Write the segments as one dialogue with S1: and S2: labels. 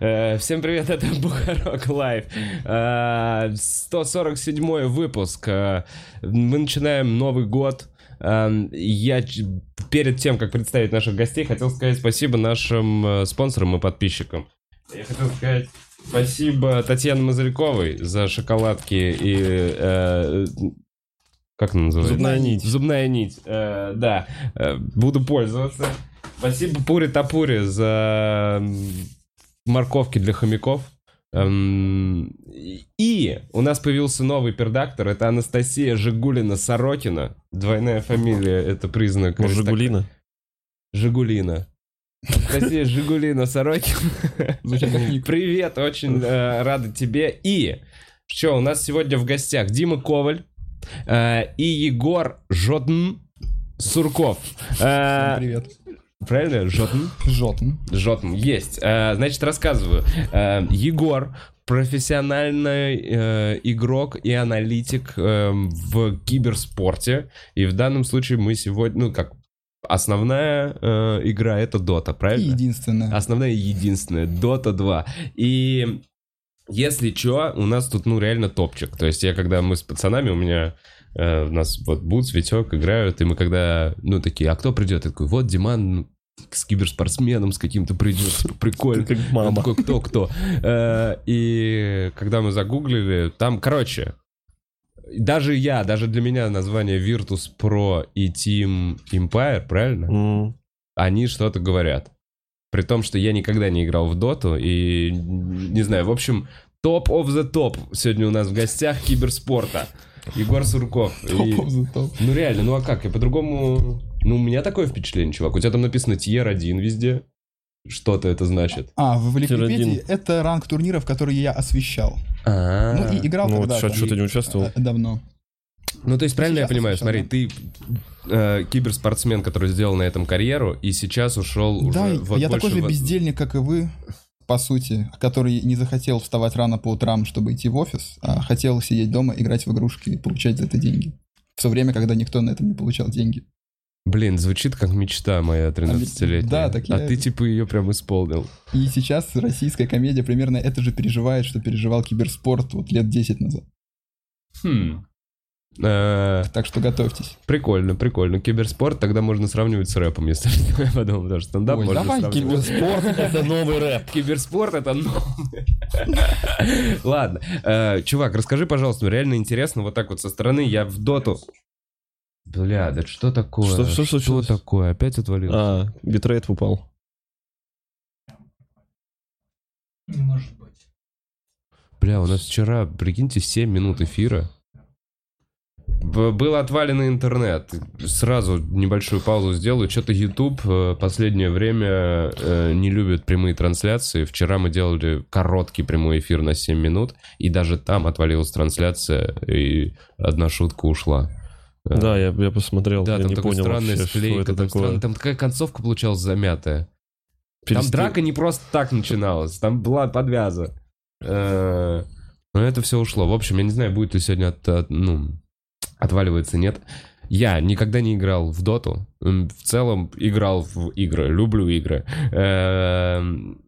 S1: Э, Всем привет, это Бухарок Лайв. Э, 147 выпуск. Э, Мы начинаем Новый год. Эм, Я ч- перед тем, как представить наших гостей, хотел сказать спасибо нашим э, спонсорам и подписчикам. Я хотел сказать спасибо Татьяне Мазырьковой за шоколадки и... э, Как она называется?
S2: Зубная нить.
S1: Зубная нить, э, да. Э, буду пользоваться. Спасибо Пури Тапури за м, морковки для хомяков. Эм, И у нас появился новый пердактор. Это Анастасия Жигулина-Сорокина. Двойная фамилия, это признак...
S2: Может,
S1: аристократ-
S2: Жигулина?
S1: Жигулина. Анастасия Жигулина-Сорокина.
S3: Звучит как ник.
S1: Привет, очень э, рада тебе. И что, у нас сегодня в гостях Дима Коваль э, и Егор Жотн Сурков. Э,
S3: Привет. Ну,
S1: правильно? Жотн?
S3: Жотн.
S1: Жотн. Есть. Э, значит, рассказываю. Э, Егор профессиональный э, игрок и аналитик э, в киберспорте. И в данном случае мы сегодня, ну как, основная э, игра это Дота,
S3: И
S1: правильно?
S3: единственное.
S1: Основная и единственная. Dota 2. И если чё, у нас тут, ну, реально топчик. То есть я, когда мы с пацанами, у меня... э, у нас вот Бут, Витек играют, и мы когда, ну, такие, а кто придет? Я такой, вот Диман ну, с киберспортсменом с каким-то придет, типа, прикольно.
S2: Как
S1: Он
S2: мама.
S1: такой, кто, кто? Э, И когда мы загуглили, там, короче, даже я, даже для меня название Virtus Pro и Team Empire, правильно?
S2: М,
S1: они что-то говорят. При том, что я никогда не играл в доту и не знаю, в общем, топ of the топ сегодня у нас в гостях киберспорта. Егор Сурков. И-
S3: Топ of the top.
S1: Ну реально, ну а как? Я по-другому... Ну у меня такое впечатление, чувак. У тебя там написано Тьер 1 везде. Что-то это значит.
S3: А, в Википедии
S2: Тир-один.
S3: это ранг турниров, которые я освещал.
S1: А.
S3: Ну и играл
S2: Ну вот
S3: когда-то.
S2: сейчас что-то не участвовал.
S3: Э, Давно.
S1: Ну, то есть, правильно я
S3: Сейчас
S1: понимаю, смотри,
S3: официально.
S1: ты э, киберспортсмен, который сделал на этом карьеру, и сейчас ушел уже...
S3: Да,
S1: вот
S3: я такой
S1: больше
S3: же
S1: в-
S3: бездельник, как и вы, по сути, который не захотел вставать рано по утрам, чтобы идти в офис, а хотел сидеть дома, играть в игрушки и получать за это деньги. В то время, когда никто на этом не получал деньги.
S1: Блин, звучит как мечта моя 13-летняя.
S3: Да, так
S1: А
S3: я-
S1: ты типа ее прям исполнил.
S3: И сейчас российская комедия примерно это же переживает, что переживал киберспорт вот лет 10 назад.
S1: Хм. Э,
S3: Так что готовьтесь.
S1: Прикольно, прикольно. Киберспорт тогда можно сравнивать с рэпом, если что, я подумал, потому что стендап
S3: Ой,
S1: можно
S3: давай
S1: сравнивать.
S2: Спорт — это новый рэп.
S1: Киберспорт это новое. Ладно. Э, Чувак, расскажи, пожалуйста, ну, реально интересно, вот так вот со стороны, я в доту... Бля, да что такое?
S2: Что- что случилось?
S1: такое? Опять отвалилось?
S2: А, битрейт упал.
S1: Бля, у нас вчера, прикиньте, 7 минут эфира. Б- Был отвален интернет. Сразу небольшую паузу сделаю. Что-то YouTube э, последнее время э, не любит прямые трансляции. Вчера мы делали короткий прямой эфир на 7 минут, и даже там отвалилась трансляция, и одна шутка ушла. Да.
S2: Да, я, я посмотрел,
S1: Да,
S2: я
S1: там
S2: не
S1: такая
S2: понял
S1: странная
S2: вообще, что
S1: склейка,
S2: это
S1: там, стран-
S2: такое.
S1: там такая концовка получалась замятая. Там
S2: Перестри-
S1: драка не просто так начиналась, там была подвяза. Э, Но это все ушло. В общем, я не знаю, будет ли сегодня от, от- ну, отваливается, нет. Я никогда не играл в доту. М, В целом играл в игры, люблю игры. Эм,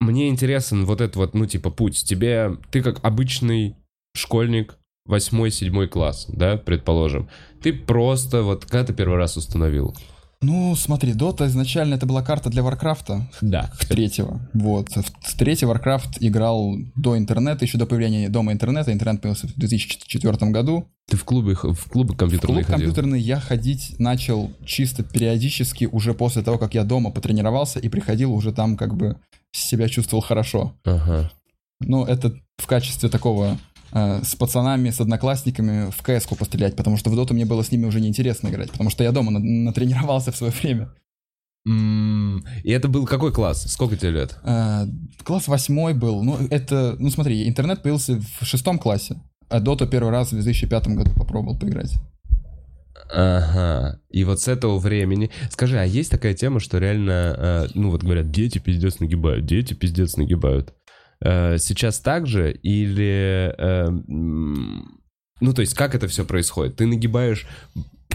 S1: Мне интересен вот этот вот, ну, типа, путь. Тебе, ты как обычный школьник, 8-7 класс, да, предположим. Ты просто, вот, когда ты первый раз установил?
S3: Ну, смотри, Дота изначально это была карта для Варкрафта,
S1: Да.
S3: третьего. Вот. В в третий Warcraft играл до интернета, еще до появления дома интернета. Интернет появился в 2004 году.
S1: Ты в клубы, х- в клубы
S3: В клуб
S1: компьютерные ходил?
S3: компьютерный я ходить начал чисто периодически уже после того, как я дома потренировался и приходил уже там как бы себя чувствовал хорошо.
S1: Ага.
S3: Ну, это в качестве такого э, с пацанами, с одноклассниками в кс пострелять, потому что в доту мне было с ними уже неинтересно играть, потому что я дома на- натренировался в свое время.
S1: М, И это был какой класс? Сколько тебе лет?
S3: Э, Класс восьмой был. Ну, это... Ну, смотри, интернет появился в шестом классе. А Доту первый раз в 2005 году попробовал поиграть.
S1: Ага. И вот с этого времени... Скажи, а есть такая тема, что реально... э, ну вот говорят, дети пиздец нагибают, дети пиздец нагибают. Э, сейчас так же или... э, м, ну то есть как это все происходит? Ты нагибаешь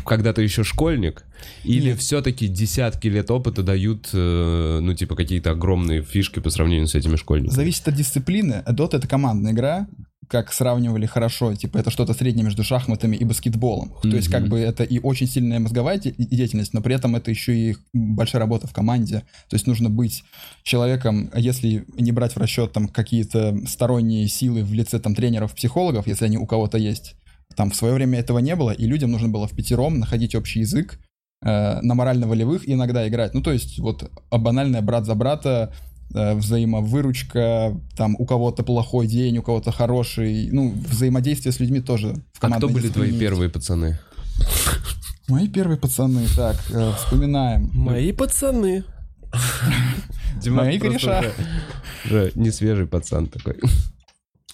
S1: когда ты еще школьник, или все-таки десятки лет опыта дают, э, ну, типа, какие-то огромные фишки по сравнению с этими школьниками?
S3: Зависит от дисциплины. Dota это командная игра, как сравнивали хорошо, типа это что-то среднее между шахматами и баскетболом. То есть как
S1: Мгм.
S3: бы это и очень сильная мозговая де- деятельность, но при этом это еще и большая работа в команде. То есть нужно быть человеком, если не брать в расчет там какие-то сторонние силы в лице там тренеров, психологов, если они у кого-то есть. Там в свое время этого не было, и людям нужно было в пятером находить общий язык, э, на морально-волевых иногда играть. Ну, то есть вот а, банальное брат за брата, э, взаимовыручка, там у кого-то плохой день, у кого-то хороший, ну, взаимодействие с людьми тоже в
S1: А кто
S3: командной
S1: были твои
S3: дисциплине
S1: первые пацаны?
S3: есть. Мои первые пацаны, так, э, вспоминаем.
S2: Мои пацаны.
S3: Мои
S1: просто
S3: кореша.
S1: уже- уже не свежий пацан такой.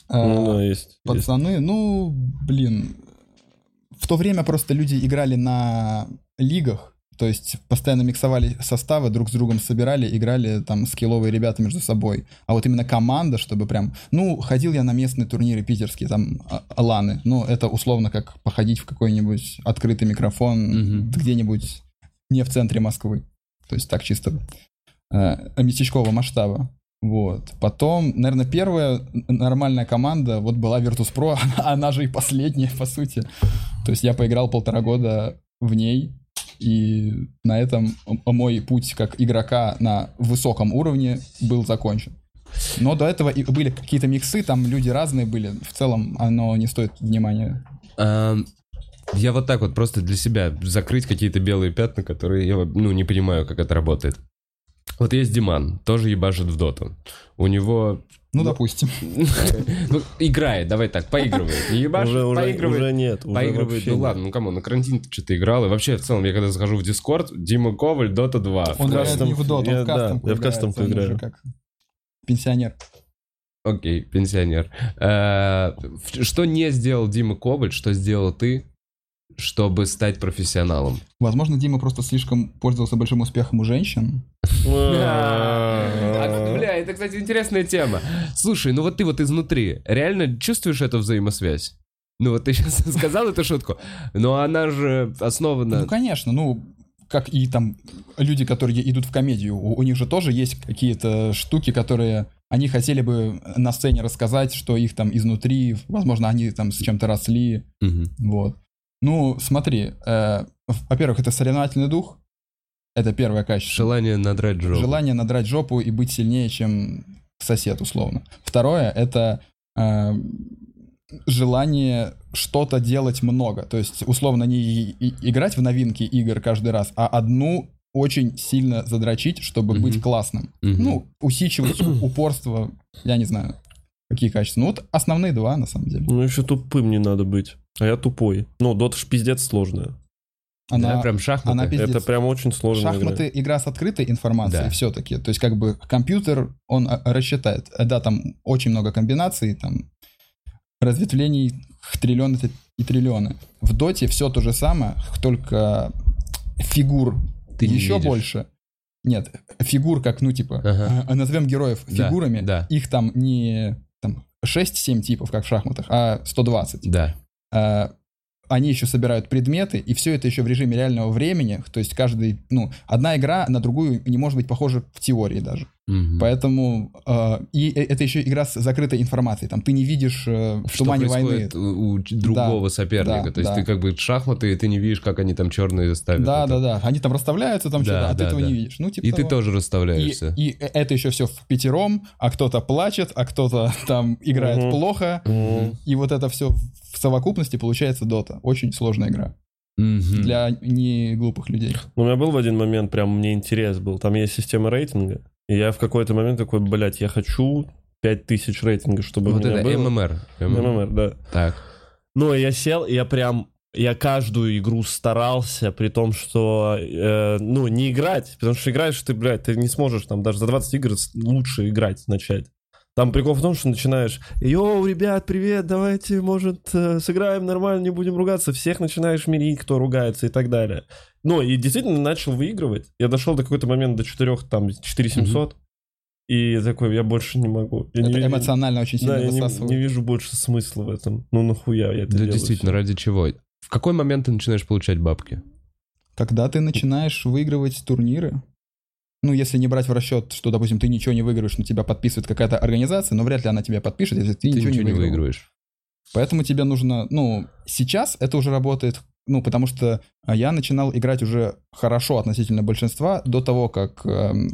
S3: Э,
S2: Ну, да, есть. есть.
S3: Пацаны, ну, блин, в то время просто люди играли на лигах, то есть постоянно миксовали составы, друг с другом собирали, играли там скилловые ребята между собой. А вот именно команда, чтобы прям... Ну, ходил я на местные турниры питерские, там, а- Аланы. Ну, это условно как походить в какой-нибудь открытый микрофон
S1: Мгм.
S3: где-нибудь не в центре Москвы. То есть так чисто э, местечкового масштаба. Вот. Потом, наверное, первая н- нормальная команда вот была Virtus.pro, она же и последняя, по сути. То есть я поиграл полтора года в ней, и на этом м- мой путь как игрока на высоком уровне был закончен. Но до этого и были какие-то миксы, там люди разные были. В целом оно не стоит внимания.
S1: А, Я вот так вот просто для себя закрыть какие-то белые пятна, которые я ну, не понимаю, как это работает. Вот есть Диман, тоже ебашит в доту. У него...
S3: Ну, допустим.
S1: Ну, играет, давай так, поигрывает. Не ебашит,
S2: Уже, уже,
S1: поигрывает.
S2: уже нет. уже
S1: Поигрывает,
S2: вообще
S1: ну
S2: нет.
S1: ладно, ну кому, на карантин что-то играл. И вообще, в целом, я когда захожу в Дискорд, Дима Коваль, Дота 2.
S2: кастом-
S3: Он играет не в Dota,
S2: я-
S3: он в
S2: да,
S3: кастомку
S2: я в кастомку
S3: играет, он
S2: играю.
S3: уже как пенсионер.
S1: Окей, пенсионер. Э, в- Что не сделал Дима Коваль, что сделал ты, чтобы стать профессионалом?
S3: Возможно, Дима просто слишком пользовался большим успехом у женщин.
S1: А, Бля, это, кстати, интересная тема. Слушай, ну вот ты вот изнутри реально чувствуешь эту взаимосвязь? Ну вот ты сейчас сказал эту шутку, но она же
S3: Ну,
S1: основана...
S3: конечно, ну, как и там люди, которые идут в комедию, у, у них же тоже есть какие-то штуки, которые они хотели бы на сцене рассказать, что их там изнутри, возможно, они там с чем-то росли,
S1: Мгм.
S3: вот. Ну, смотри, э, в- во-первых, это соревновательный дух, это первое качество.
S1: Желание надрать жопу.
S3: Желание надрать жопу и быть сильнее, чем сосед, условно. Второе — это э, желание что-то делать много. То есть, условно, не и- и- играть в новинки игр каждый раз, а одну очень сильно задрочить, чтобы
S1: Мгм.
S3: быть классным.
S1: Мгм.
S3: Ну, усидчивость, упорство, я не знаю, какие качества. Ну, вот основные два, на самом деле.
S2: Ну еще тупым не надо быть. А я тупой. Ну, дота ж пиздец сложная.
S1: Да,
S3: Она,
S1: прям шахматы.
S3: она пиздец.
S2: Это прям очень сложная игра.
S3: Шахматы игра с открытой информацией
S1: Да.
S3: все-таки. То есть, как бы компьютер, он а, рассчитает. А, Да, там очень много комбинаций, там разветвлений х- триллионы т- и триллионы. В доте все то же самое, х- только фигур
S1: Ты не
S3: еще
S1: видишь.
S3: больше. Нет, фигур как, ну, типа,
S1: Ага.
S3: а, назовем героев
S1: Да,
S3: фигурами.
S1: да.
S3: Их там не там, 6-7 типов, как в шахматах, а 120.
S1: Да.
S3: А, они еще собирают предметы, и все это еще в режиме реального времени. То есть каждый, ну, одна игра на другую не может быть похожа в теории даже.
S1: Мгм.
S3: Поэтому а, и э- это еще игра с закрытой информацией. Там ты не видишь э, в
S1: Что
S3: тумане войны.
S1: происходит у у ч- другого
S3: Да,
S1: соперника.
S3: да,
S1: То есть
S3: да.
S1: ты как бы шахматы, и ты не видишь, как они там черные ставят.
S3: Да,
S1: это.
S3: да, да. Они там расставляются, там
S1: Да,
S3: что-то, а ты
S1: да,
S3: этого
S1: да.
S3: не видишь. Ну, типа
S1: И ты
S3: того.
S1: тоже
S3: И,
S1: расставляешься.
S3: и э- это еще все в пятером, а кто-то плачет, а кто-то там играет
S2: Мгм.
S3: плохо.
S2: Мгм.
S3: И вот это все в совокупности получается Дота. Очень сложная игра
S1: Мгм.
S3: для не глупых людей.
S2: Ну, у меня был в один момент, прям мне интерес был. Там есть система рейтинга. И я в какой-то момент такой, блядь, я хочу 5000 рейтинга, чтобы
S1: Вот
S2: у меня
S1: это
S2: было.
S1: ММР.
S2: ММР, да.
S1: Так.
S2: Ну, и я сел, и я прям... Я каждую игру старался, при том, что, э, ну, не играть. Потому что играешь ты, блядь, ты не сможешь там даже за 20 игр с- лучше играть начать. Там прикол в том, что начинаешь, йоу, ребят, привет, давайте, может, э, сыграем нормально, не будем ругаться. Всех начинаешь мирить, кто ругается и так далее. Ну, и действительно начал выигрывать. Я дошел до какой-то момент до 4, там, 4700. И такой, я больше не могу. Я
S3: это
S2: не-
S3: эмоционально очень сильно
S2: да, я не,
S3: высасывает.
S2: не вижу больше смысла в этом. Ну нахуя я это
S1: Да
S2: делаю
S1: действительно,
S2: всё?
S1: ради чего? В какой момент ты начинаешь получать бабки?
S3: Когда ты начинаешь выигрывать турниры, ну, если не брать в расчет, что, допустим, ты ничего не выигрываешь, но тебя подписывает какая-то организация, но вряд ли она тебя подпишет, если
S1: Ты
S3: ты, ничего, не выигрываешь.
S1: выигрываешь.
S3: Поэтому тебе нужно, ну, сейчас это уже работает, ну, потому что а, я начинал играть уже хорошо относительно большинства до того, как эм,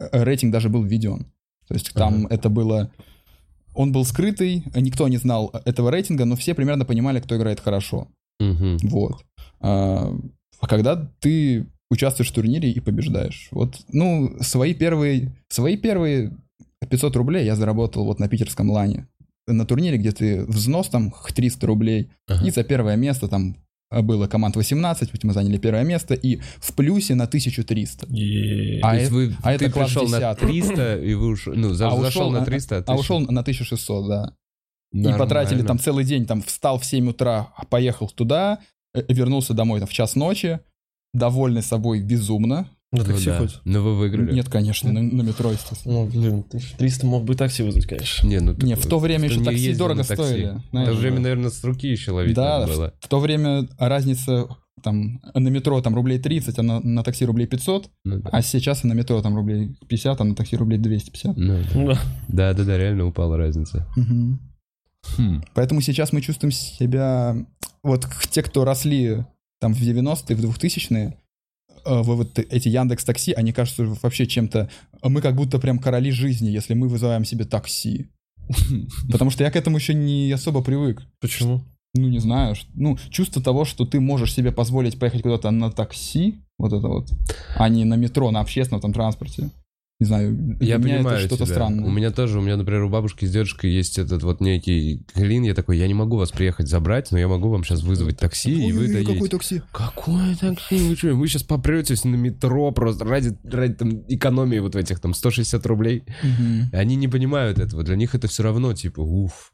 S3: э, рейтинг даже был введен. То есть там это было... Он был скрытый, никто не знал этого рейтинга, но все примерно понимали, кто играет хорошо.
S1: Мгм.
S3: Вот. А а когда ты участвуешь в турнире и побеждаешь. Вот, ну, свои первые, свои первые 500 рублей я заработал вот на питерском лане. На турнире, где ты взнос там х- 300 рублей,
S1: Ага.
S3: и за первое место там а, было команд 18, ведь мы заняли первое место, и в плюсе на 1300.
S2: И-
S1: То
S3: а
S1: есть
S3: это-
S1: вы-
S3: а
S1: ты
S3: это класс
S1: пришел на
S3: 10.
S1: 300, и вы уж... Ну, за-
S3: А ушел
S1: зашел на
S3: на-
S1: 300,
S3: А
S1: ты
S3: ушел
S1: ещё-
S3: на 1600, да. И
S1: Нормально.
S3: потратили там целый день, там встал в 7 утра, поехал туда, э, вернулся домой там в час ночи, довольный собой безумно.
S2: На
S1: Ну
S2: такси
S1: да.
S2: хоть?
S1: Ну, вы выиграли.
S3: Нет, конечно, на, на метро, естественно.
S2: Ну, блин, 1300 мог бы и такси вызвать, конечно.
S1: Не, ну,
S3: Не, в то время
S1: ты
S3: еще
S1: не
S3: такси
S1: ездил
S3: дорого
S1: на такси.
S3: стоили.
S1: В то
S3: Наверное.
S1: же время, наверное, с руки еще ловить
S3: Да,
S1: надо
S3: в,
S1: было.
S3: в то время разница там на метро там рублей 30, а на, на такси рублей 500,
S1: Ну да.
S3: а сейчас на метро там рублей 50, а на такси рублей 250.
S1: Ну да.
S2: Ну да.
S1: Да, да, да, реально упала разница.
S3: Мгм.
S1: Хм.
S3: Поэтому сейчас мы чувствуем себя... Вот к- те, кто росли там в 90-е, в 2000-е, э, вы вот эти Яндекс Такси, они кажутся вообще чем-то... а Мы как будто прям короли жизни, если мы вызываем себе такси. Потому что я к этому еще не особо привык.
S2: Почему?
S3: Ну, не знаю. ш- Ну, чувство того, что ты можешь себе позволить поехать куда-то на такси, вот это вот, а не на метро, на общественном там транспорте. Не знаю, для
S1: Я
S3: меня
S1: понимаю
S3: это что-то
S1: тебя.
S3: странное.
S1: У меня тоже, у меня, например, у бабушки с дедушкой есть этот вот некий клин. Я такой, я не могу вас приехать забрать, но я могу вам сейчас вызвать такси, и вы доедете.
S3: какой такси?
S1: Какое такси? Вы что, вы сейчас попретесь на метро просто ради, ради там, экономии вот в этих там 160 рублей. Они не понимают этого. Для них это все равно типа, уф.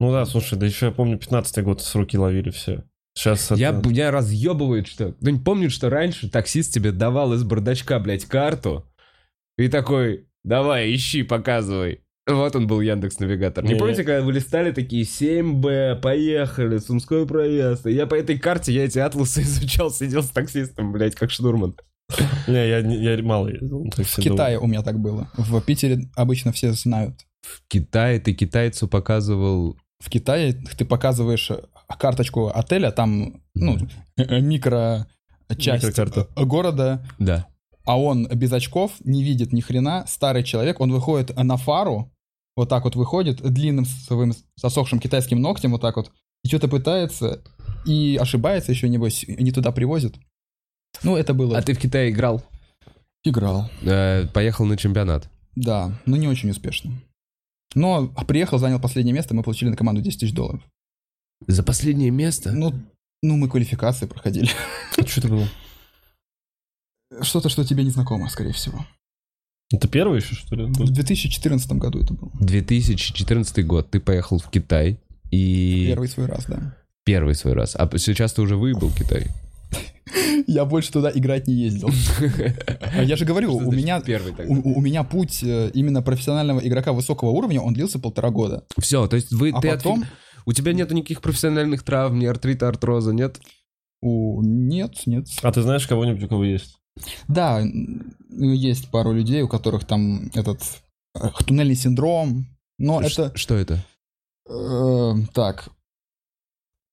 S2: Ну да, слушай, да еще я помню, 15-й год с руки ловили все. Сейчас
S1: Я,
S2: это...
S1: меня разъебывает, что... Кто-нибудь помнит, что раньше таксист тебе давал из бардачка, блядь, карту и такой, давай, ищи, показывай. Вот он был Яндекс Навигатор. Не
S2: Не.
S1: помните, когда вы листали такие 7Б, поехали, Сумской проезд. И Я по этой карте, я эти атласы изучал, сидел с таксистом, блядь, как штурман.
S2: Не, я, не- я мало ездил на такси.
S3: В Китае у меня так было. В Питере обычно все знают.
S1: В Китае ты китайцу показывал
S3: В Китае ты показываешь э, карточку отеля, там, ну, э, э, микро часть
S2: Микрокарта.
S3: э, города,
S1: Да.
S3: а он без очков, не видит ни хрена, старый человек, он выходит на фару, вот так вот выходит, длинным своим сосохшим китайским ногтем вот так вот, и что-то пытается, и ошибается еще, небось, и не туда привозит. Ну, это было.
S1: А ты в Китае играл?
S3: Играл.
S1: Э, поехал на чемпионат.
S3: Да, но не очень успешно. Но приехал, занял последнее место, мы получили на команду 10 тысяч долларов.
S1: За последнее место?
S3: Ну, ну, мы квалификации проходили.
S2: Что это было?
S3: Что-то, что тебе не знакомо, скорее всего.
S2: Это первый еще, что ли?
S3: В
S2: был?
S3: 2014 году это было.
S1: 2014 год ты поехал в Китай. И первый,
S3: Первый свой раз, да.
S1: свой раз. А сейчас ты уже выебал Китай.
S3: Я больше туда играть не ездил. А Я же говорю,
S1: Что
S3: у
S1: значит
S3: меня,
S1: первый
S3: у,
S1: тогда?
S3: у меня путь э, именно профессионального игрока высокого уровня, он длился полтора года.
S1: Все, то есть вы
S3: А
S1: ты
S3: потом...
S1: отфиг- У тебя нету никаких профессиональных травм, ни артрита, артроза, нет?
S3: О, нет, нет.
S2: А ты знаешь кого-нибудь, у кого есть?
S3: Да, м, есть пару людей, у которых там этот э, туннельный синдром, но
S1: Ш-
S3: это...
S1: Что это?
S3: Эм, так.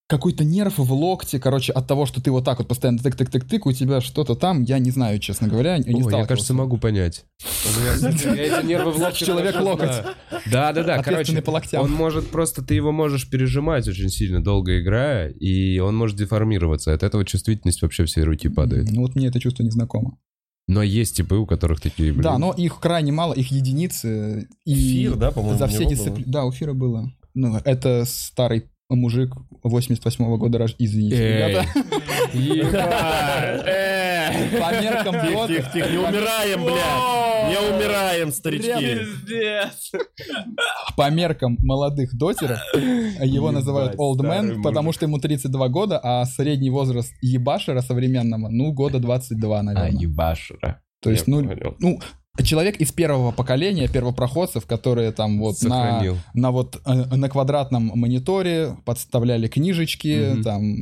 S3: Какой-то нерв в локте, короче, от того, что ты вот так вот постоянно тык-тык-тык-тык, у тебя что-то там, я не знаю, честно говоря, не
S1: Ой, я,
S3: сталкивался.
S1: кажется, могу понять. Я эти нервы в локте
S3: Человек
S1: хорошо
S3: локоть.
S1: знаю. Да, да, да. Короче,
S3: Ответственный по локтям.
S1: он может просто, ты его можешь пережимать очень сильно, долго играя, и он может деформироваться. От этого чувствительность вообще всей руки падает.
S3: Ну вот мне это чувство незнакомо.
S1: Но есть типы, у которых такие, блин.
S3: Да, ну, но их крайне мало, их единицы. И...
S2: Эфир, да, по-моему,
S3: За
S2: у
S3: все
S2: него
S3: дисциплины. Да, у Фира было. Ну, это старый мужик 88-го года рождения. Извините,
S1: Эй.
S3: ребята.
S1: Ебать, э,
S3: По меркам
S2: было.
S3: года...
S2: Тихо, тихо, тихо, не умираем, блядь! Не умираем, старички!
S1: Пиздец.
S3: По меркам молодых дотеров его
S1: Ебать,
S3: называют old
S1: старый
S3: man,
S1: мужик.
S3: потому что ему 32 года, а средний возраст ебашера современного, ну, года 22,
S1: А,
S3: наверное.
S1: ебашера.
S3: То есть,
S1: Я
S3: ну,
S1: понял.
S3: ну, человек из первого поколения первопроходцев, которые там вот на,
S1: Сохранил.
S3: на вот э, на квадратном мониторе подставляли книжечки,
S1: Мгм.
S3: там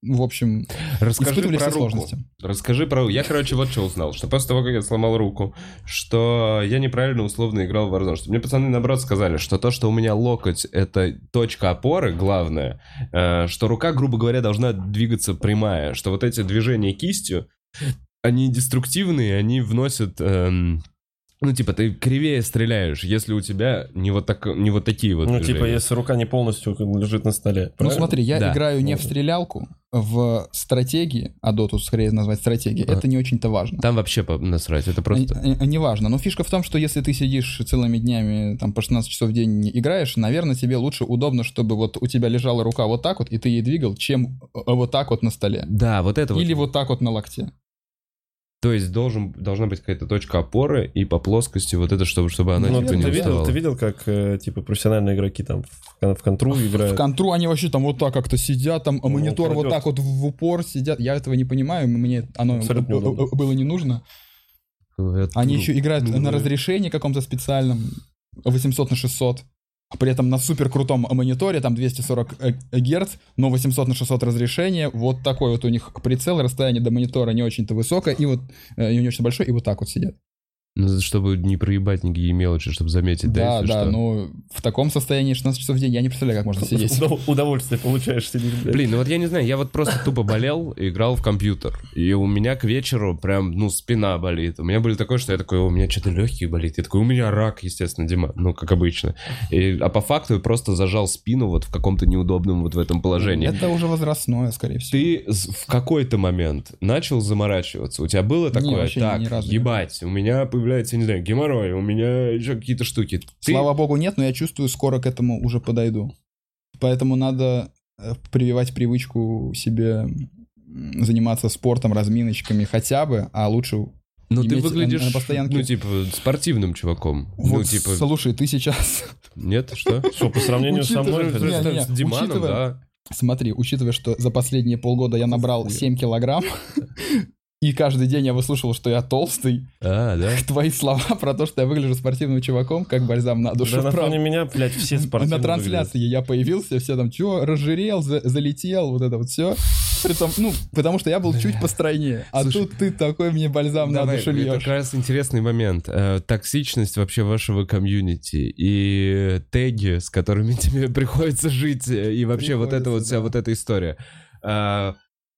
S3: в общем,
S1: Расскажи
S3: испытывали
S1: про
S3: все
S1: руку.
S3: сложности.
S1: Расскажи про... Я, короче, вот что узнал. Что после того, как я сломал руку, что я неправильно условно играл в Warzone. Что мне пацаны, наоборот, сказали, что то, что у меня локоть, это точка опоры, главное. э, что рука, грубо говоря, должна двигаться прямая. Что вот эти движения кистью, они деструктивные, они вносят... эм, ну, типа, ты кривее стреляешь, если у тебя не вот, так, не вот такие вот
S2: Ну,
S1: движения.
S2: типа, если рука не полностью как бы, лежит на столе.
S3: Ну
S2: правильно?
S3: смотри, я
S1: Да.
S3: играю не в
S2: Вот.
S3: стрелялку, в стратегии, а доту скорее назвать стратегией,
S2: Э,
S1: А.
S3: это не очень-то важно.
S1: Там вообще по- насрать, это просто...
S3: Н- н- Неважно. Но фишка в том, что если ты сидишь целыми днями, там, по 16 часов в день не играешь, наверное, тебе лучше удобно, чтобы вот у тебя лежала рука вот так вот, и ты ей двигал, чем э, вот так вот на столе.
S1: Да, вот это
S3: Или
S1: вот.
S3: вот так вот на локте.
S1: То есть должен, должна быть какая-то точка опоры и по плоскости вот это, чтобы, чтобы она
S2: Ну,
S1: типа
S2: ты,
S1: не
S2: ты видел,
S1: уставала.
S2: ты видел, как, э, типа, профессиональные игроки там в, кон- в контру
S3: В
S2: играют?
S3: контру они вообще там вот так как-то сидят, там а
S2: Э, Ну,
S3: монитор вот
S2: упадёт.
S3: так вот в упор сидят. Я этого не понимаю, мне оно
S2: Абсолютно
S3: б-
S2: удобно.
S3: б- было не нужно.
S1: Клавиатуру.
S3: Они еще играют
S1: Ну,
S3: на
S1: да.
S3: разрешении каком-то специальном 800 на 600. а При этом на супер крутом мониторе, там 240 э, герц, но 800 на 600 разрешение. Вот такой вот у них прицел, расстояние до монитора не очень-то высокое, и вот э, и не очень большое, и вот так вот сидят.
S1: Ну, чтобы не проебать никакие мелочи, чтобы заметить, да,
S3: да,
S1: если
S3: да,
S1: что. Ну,
S3: ну в таком состоянии 16 часов в день я не представляю, как можно сидеть.
S2: Удов- Удовольствие получаешь сидеть. блядь.
S1: Блин, ну вот я не знаю, я вот просто тупо болел и играл в компьютер. И у меня к вечеру прям, ну, спина болит. У меня было такое, что я такой, у меня что-то легкие болит. Я такой, у меня рак, естественно, Дима, ну, как обычно. И, а по факту я просто зажал спину вот в каком-то неудобном вот в этом положении.
S3: Это уже возрастное, скорее всего.
S1: Ты з- в какой-то момент начал заморачиваться. У тебя было такое,
S3: вообще
S1: так,
S3: ни разу не
S1: ебать, у меня появляется, не знаю, геморрой, у меня еще какие-то штуки. Ты-
S3: Слава богу, нет, но я чувствую, скоро к этому уже подойду. Поэтому надо э, прививать привычку себе м, заниматься спортом, разминочками хотя бы, а лучше...
S1: ну, ты
S3: иметь на-
S1: выглядишь,
S3: на постоянке.
S1: ну, типа, спортивным чуваком. ну,
S3: Вот,
S1: типа,
S3: Слушай, ты сейчас...
S1: нет, что?
S2: Что, по сравнению со мной...
S3: Учитывая-
S2: это-
S3: Не, не,
S1: С Диманом,
S3: учитывая-
S1: да.
S3: Смотри, учитывая, что за последние полгода я набрал
S1: Хуя.
S3: 7 килограмм, и каждый день я выслушивал, что я толстый,
S1: А, да.
S3: твои слова про то, что я выгляжу спортивным чуваком, как бальзам на душу.
S2: Да на
S3: правда.
S2: фоне меня, блядь, все спортивные
S3: на трансляции я появился, все там, чё, разжирел, за- залетел, вот это вот все. Притом, ну, потому что я был чуть постройнее. А
S1: Слушай,
S3: тут ты такой мне бальзам на
S1: Давай,
S3: душу
S1: это
S3: льешь.
S1: как раз интересный момент. Э, Токсичность вообще вашего комьюнити и теги, с которыми тебе приходится жить, э, и вообще вот это вот
S3: Приходится,
S1: вся
S3: да.
S1: вот эта история. Э,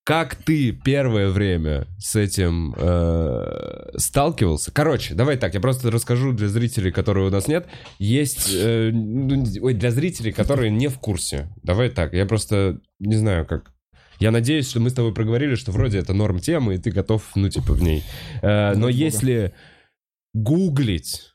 S1: Как ты первое время с этим э, сталкивался? Короче, давай так, я просто расскажу для зрителей, которые у нас нет. Есть... э, ну, ой, для зрителей, которые не в курсе. Давай так, я просто не знаю, как... Я надеюсь, что мы с тобой проговорили, что вроде это норм тема, и ты готов, ну, типа, в ней. Э, но
S3: Бога.
S1: если гуглить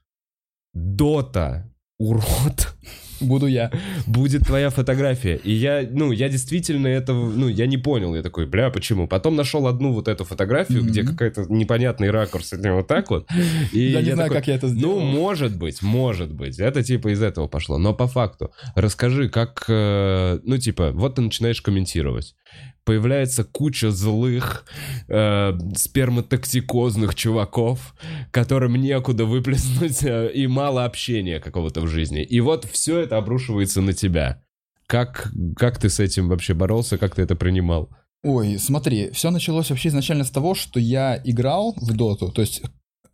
S1: Дота урод,
S3: Буду я.
S1: будет твоя фотография. И я, ну, я действительно этого, ну, я не понял. Я такой, бля, почему? Потом нашел одну вот эту фотографию, где
S3: Мгм.
S1: какой-то непонятный ракурс, это вот так вот. И
S3: я не знаю,
S1: такой,
S3: как я это
S1: ну,
S3: сделал.
S1: может быть, может быть. Это типа из этого пошло. Но по факту, расскажи, как, э, ну, типа, вот ты начинаешь комментировать. Появляется куча злых э, сперматоксикозных чуваков, которым некуда выплеснуть э, и мало общения какого-то в жизни. И вот все это обрушивается на тебя. Как, как ты с этим вообще боролся, как ты это принимал?
S3: Ой, смотри, все началось вообще изначально с того, что я играл в доту, то есть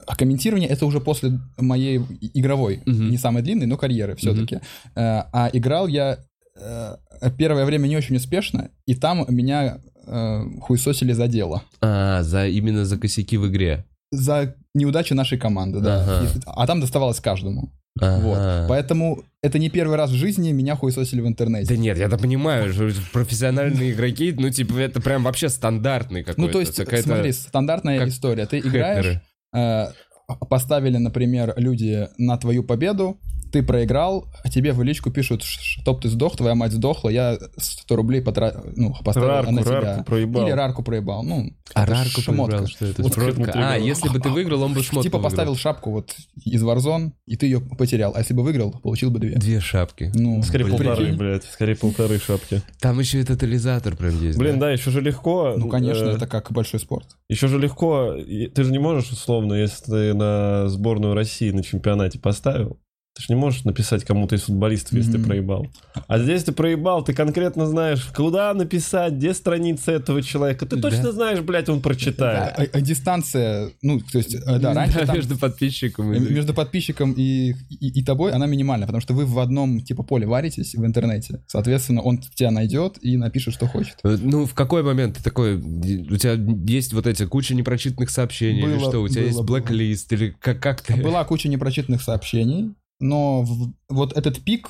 S3: а комментирование это уже после моей и- игровой,
S1: Мгм.
S3: не самой длинной, но карьеры все-таки. а играл я э, первое время не очень успешно, и там меня э, хуесосили за дело.
S1: А, за, именно за косяки в игре.
S3: За неудачи нашей команды, да.
S1: Ага.
S3: И- а там доставалось каждому. Вот. Поэтому это не первый раз в жизни меня хуесосили в интернете.
S1: Да нет, я-то понимаю, что профессиональные игроки, ну, типа, это прям вообще стандартный какой-то.
S3: ну, то есть,
S1: какая-то
S3: смотри, стандартная
S1: как
S3: история. Ты играешь,
S1: хэкеры.
S3: э, поставили, например, люди на твою победу, ты проиграл, а тебе в личку пишут, ш- чтоб ты сдох, твоя мать сдохла, я 100 рублей потра... ну, поставил
S2: Рарку,
S3: на тебя.
S2: рарку проебал.
S3: Или рарку проебал. Ну,
S1: А
S3: это ж
S1: рарку
S3: шмотка.
S1: проиграл, что это?
S2: Вот
S1: Шмотка.
S2: шмотку
S1: А,
S2: проиграл.
S1: если бы ты выиграл, он бы шмотку
S3: Типа
S1: выиграл.
S3: поставил шапку вот из Warzone, и ты ее потерял. А если бы выиграл, получил бы две.
S1: Две шапки.
S3: Ну,
S2: Скорее
S1: Блин.
S2: полторы,
S3: прикинь.
S2: блядь, скорее полторы шапки.
S1: Там еще и тотализатор прям есть.
S2: Блин,
S1: да?
S2: да, еще же легко.
S3: Ну, конечно,
S2: э,
S3: это как большой спорт.
S2: Еще же легко, и ты же не можешь условно, если ты на сборную России на чемпионате поставил, Ты же не можешь написать кому-то из футболистов, если ты
S3: Мгм.
S2: проебал. А здесь ты проебал, ты конкретно знаешь, куда написать, где страница этого человека. Ты
S1: Да.
S2: точно знаешь, блядь, он прочитает.
S3: А- а дистанция, ну, то есть, э, да, раньше
S1: Да,
S3: там-
S1: между подписчиком
S3: М-
S1: и...
S3: Между подписчиком и, и, и тобой она минимальна, потому что вы в одном типа поле варитесь в интернете. Соответственно, он тебя найдет и напишет, что хочет.
S1: Э, Ну, в какой момент ты такой... У тебя есть вот эти куча непрочитанных сообщений или
S3: Было,
S1: что? У тебя
S3: было,
S1: есть
S3: было.
S1: блэк-лист или как, как ты...
S3: А Была куча непрочитанных сообщений, но в- вот этот пик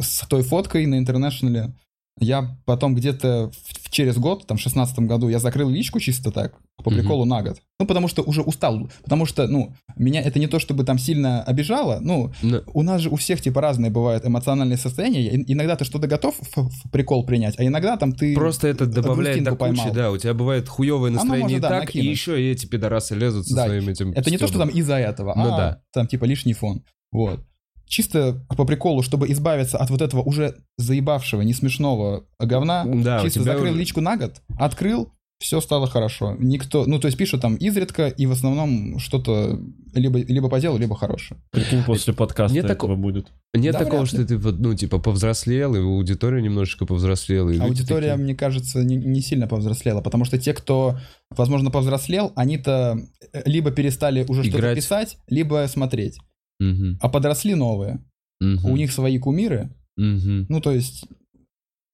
S3: с той фоткой на интернешнале я потом где-то в- в- через год, там, в шестнадцатом году, я закрыл личку чисто так, по
S1: Мгм.
S3: приколу на год. Ну, потому что уже устал. Потому что, ну, меня это не то, чтобы там сильно обижало, ну,
S1: Ну,
S3: У нас же у всех типа разные бывают эмоциональные состояния. И- Иногда ты что-то готов в, в прикол принять, а иногда там ты...
S1: Просто это добавляет до
S3: грустинку
S1: кучи,
S3: поймал.
S1: да. У тебя бывает хуевое
S3: Оно
S1: настроение
S3: может,
S1: и
S3: да,
S1: так, и
S3: накинуть.
S1: еще и эти пидорасы лезут со
S3: Да,
S1: своим этим
S3: Это не то, что там из-за этого,
S1: Ну
S3: а
S1: да.
S3: там типа лишний фон. Вот. Чисто по приколу, чтобы избавиться от вот этого уже заебавшего, не смешного говна,
S1: стёбом. Да, у
S3: чисто
S1: тебя
S3: закрыл
S1: уже-
S3: личку на год, открыл, все стало хорошо. Никто, ну то есть пишут там изредка и в основном что-то либо, либо по делу, либо хорошее.
S2: Прикинь, после подкаста
S1: Нет
S2: этого
S1: такого-
S2: будет.
S1: Нет
S3: Да,
S1: такого,
S3: вряд
S1: что ты, вот, ну, типа, повзрослел, и аудитория немножечко повзрослела. и люди
S3: Аудитория,
S1: такие,
S3: мне кажется, не, не сильно повзрослела, потому что те, кто, возможно, повзрослел, они-то э, либо перестали уже что-то
S1: Играть.
S3: писать, либо смотреть.
S1: «Мгм,
S3: А подросли новые.
S1: мгм,
S3: У них свои кумиры.
S1: мгм».
S3: Ну, то есть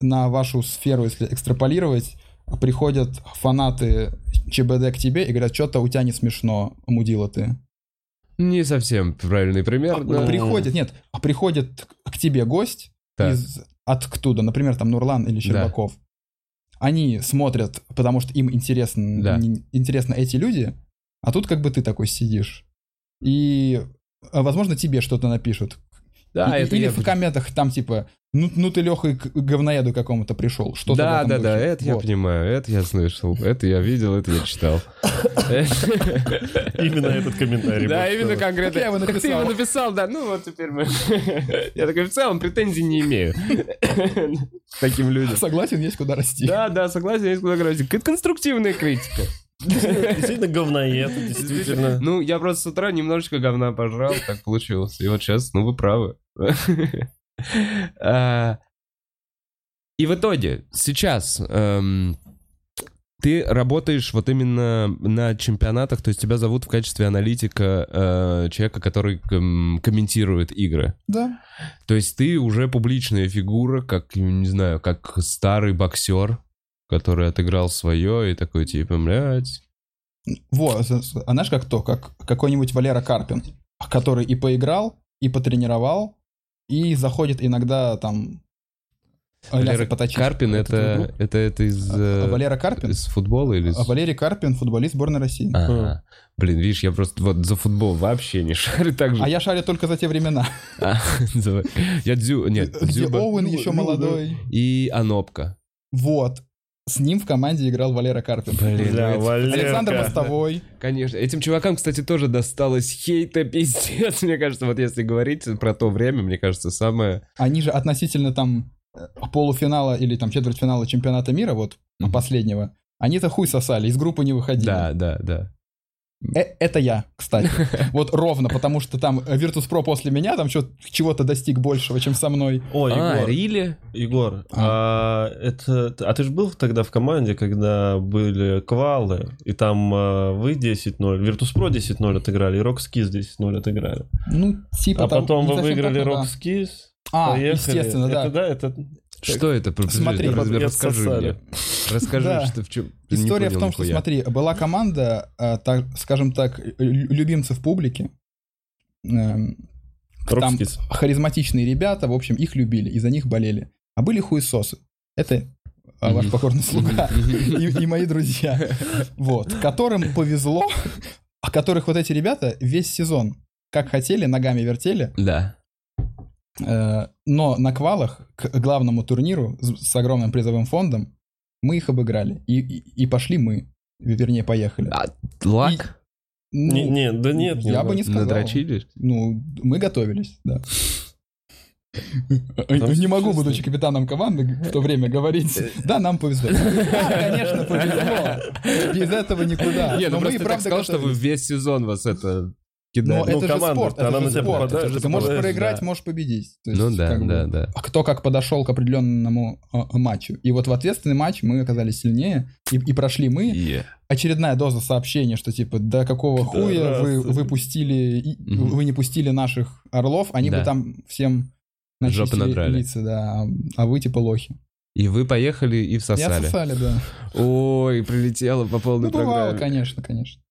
S3: на вашу сферу, если экстраполировать, приходят фанаты ЧБД к тебе и говорят, что-то у тебя не смешно, мудила ты. А
S1: Не совсем правильный пример. но-
S2: Ну,
S3: Приходит, нет, а приходит к тебе гость,
S1: Так.
S3: из откуда, например, там Нурлан или Щербаков, они смотрят, потому что им интересно,
S1: Да.
S3: интересно эти люди, а тут как бы ты такой сидишь. И, а, возможно, тебе что-то напишут.
S1: Да,
S3: И-
S1: это
S3: или
S1: я-
S3: в комментах там типа, ну, ну ты, Леха, к говноеду какому-то пришел. Что-то в
S1: Да,
S3: этом
S1: да, да,
S3: духе.
S1: это я
S3: Вот.
S1: понимаю, это я слышал, это я видел, это я читал.
S2: Именно этот комментарий.
S1: Да,
S2: был.
S1: именно конкретно.
S3: Так я его
S1: Так ты
S3: написал.
S1: его написал, да. Ну вот теперь мы... Я такой, в целом претензий не имею. к Таким людям.
S3: Согласен, есть куда расти.
S1: Да, да, согласен, есть куда грозить. Это конструктивная критика.
S2: Действительно говноед, действительно.
S1: Ну, я просто с утра немножечко говна пожрал, так получилось. И вот сейчас, ну, вы правы. А, И в итоге, сейчас эм, ты работаешь вот именно на чемпионатах, то есть тебя зовут в качестве аналитика э, человека, который эм, комментирует игры.
S3: Да.
S1: То есть ты уже публичная фигура, как, не знаю, как старый боксер, который отыграл свое и такой, типа, блядь,
S3: Вот, а знаешь как то, как какой-нибудь Валера Карпин, который и поиграл, и потренировал, и заходит иногда там... лясы
S1: Валера
S3: поточить.
S1: Карпин
S3: твой друг?
S1: это, это, это из,
S3: А, а
S1: э,
S3: Валера Карпин?
S1: из футбола или из...
S3: А Валерий Карпин, футболист сборной России. А,
S1: Ага. Блин, видишь, я просто вот за футбол вообще не шарю так же.
S3: А я шарю только за те времена,
S1: А, давай. Я Дзю... Нет,
S3: где
S1: Дзюба Ну,
S3: Оуэн
S2: Дзюба,
S3: еще
S2: Дзюба,
S3: молодой.
S1: и Анопка.
S3: Вот. С ним в команде играл Валера Карпин.
S1: Блин,
S2: Бля,
S1: ну это-
S2: Валерка.
S3: Александр Мостовой.
S1: Конечно. Этим чувакам, кстати, тоже досталось хейта, пиздец. Мне кажется, вот если говорить про то время, мне кажется, самое...
S3: Они же относительно там э, полуфинала или там четвертьфинала чемпионата мира, вот ну,
S1: Мгм.
S3: последнего, они-то хуй сосали, из группы не выходили.
S1: Да, да, да.
S3: Э, это я, кстати. Вот ровно, потому что там э, Virtus.pro после меня там чё- чего-то достиг большего, чем со мной.
S2: О,
S1: А,
S2: Егор.
S1: Рили?
S2: Егор, а это, а ты же был тогда в команде, когда были квалы, и там а, вы 10-0, Virtus.pro 10-0 отыграли, и Rockskiz 10-0 отыграли.
S3: Ну, типа
S2: а
S3: там
S2: потом
S3: не
S2: вы
S3: совсем
S2: выиграли
S3: так, ну да.
S2: Rockskiz,
S3: А,
S2: поехали.
S3: естественно, да. Ну,
S2: Это, да, это...
S1: Что это? про-
S3: Смотри,
S1: раз-
S2: вот я
S1: расскажи
S2: отсосали.
S1: мне. Расскажи,
S3: Да.
S1: что в чем...
S3: История в том, что, смотри, была команда, э, так, скажем так, лю- любимцев публики. Эм, Там
S2: Rockskiz.
S3: харизматичные ребята, в общем, их любили, и за них болели. А были хуесосы. Это э, ваш
S1: Мгм.
S3: покорный слуга и, и мои друзья. Вот. Которым повезло, а которых вот эти ребята весь сезон как хотели, ногами вертели,
S1: Да.
S3: э, но на квалах к главному турниру с, с огромным призовым фондом мы их обыграли. И, и- и пошли мы, вернее, поехали.
S1: А, Лак?
S3: Ну,
S2: Не, не, да нет.
S3: я бы не сказал.
S1: Надрочили?
S3: Ну, мы готовились, да.
S2: Потому что
S3: Не могу,
S2: честно.
S3: будучи капитаном команды, в то время говорить, да, нам повезло. Да, конечно, повезло. Без этого никуда.
S1: Не, ну
S3: Но мы
S1: просто ты
S3: и
S1: так
S3: правда
S1: сказал, что вы
S3: готовились.
S1: весь сезон вас это
S3: Но
S2: кидает.
S3: это же
S2: ну, команда,
S3: спорт, это
S2: она
S3: же
S2: на тебя
S3: спорт.
S2: попадает,
S3: Ты можешь
S2: попадаешь,
S3: проиграть,
S2: да.
S3: можешь победить. То есть,
S1: Ну да,
S3: как бы,
S1: да, да.
S3: кто как подошел к определенному э, матчу. И вот в ответственный матч мы оказались сильнее, и, и прошли мы.
S1: Е.
S3: Очередная доза сообщений, что типа, да какого хуя вы,
S2: Пидорасы.
S3: вы пустили, и-
S1: Мгм.
S3: вы не пустили наших орлов, они
S1: Да.
S3: бы там всем
S1: Жопы
S3: начали
S1: надрали.
S3: лица, да, а- а вы типа лохи.
S1: И вы поехали и
S3: И
S1: всосали.
S3: отсосали, да.
S1: Ой, прилетело по полной
S3: Ну, бывало,
S1: программе.
S3: конечно, конечно.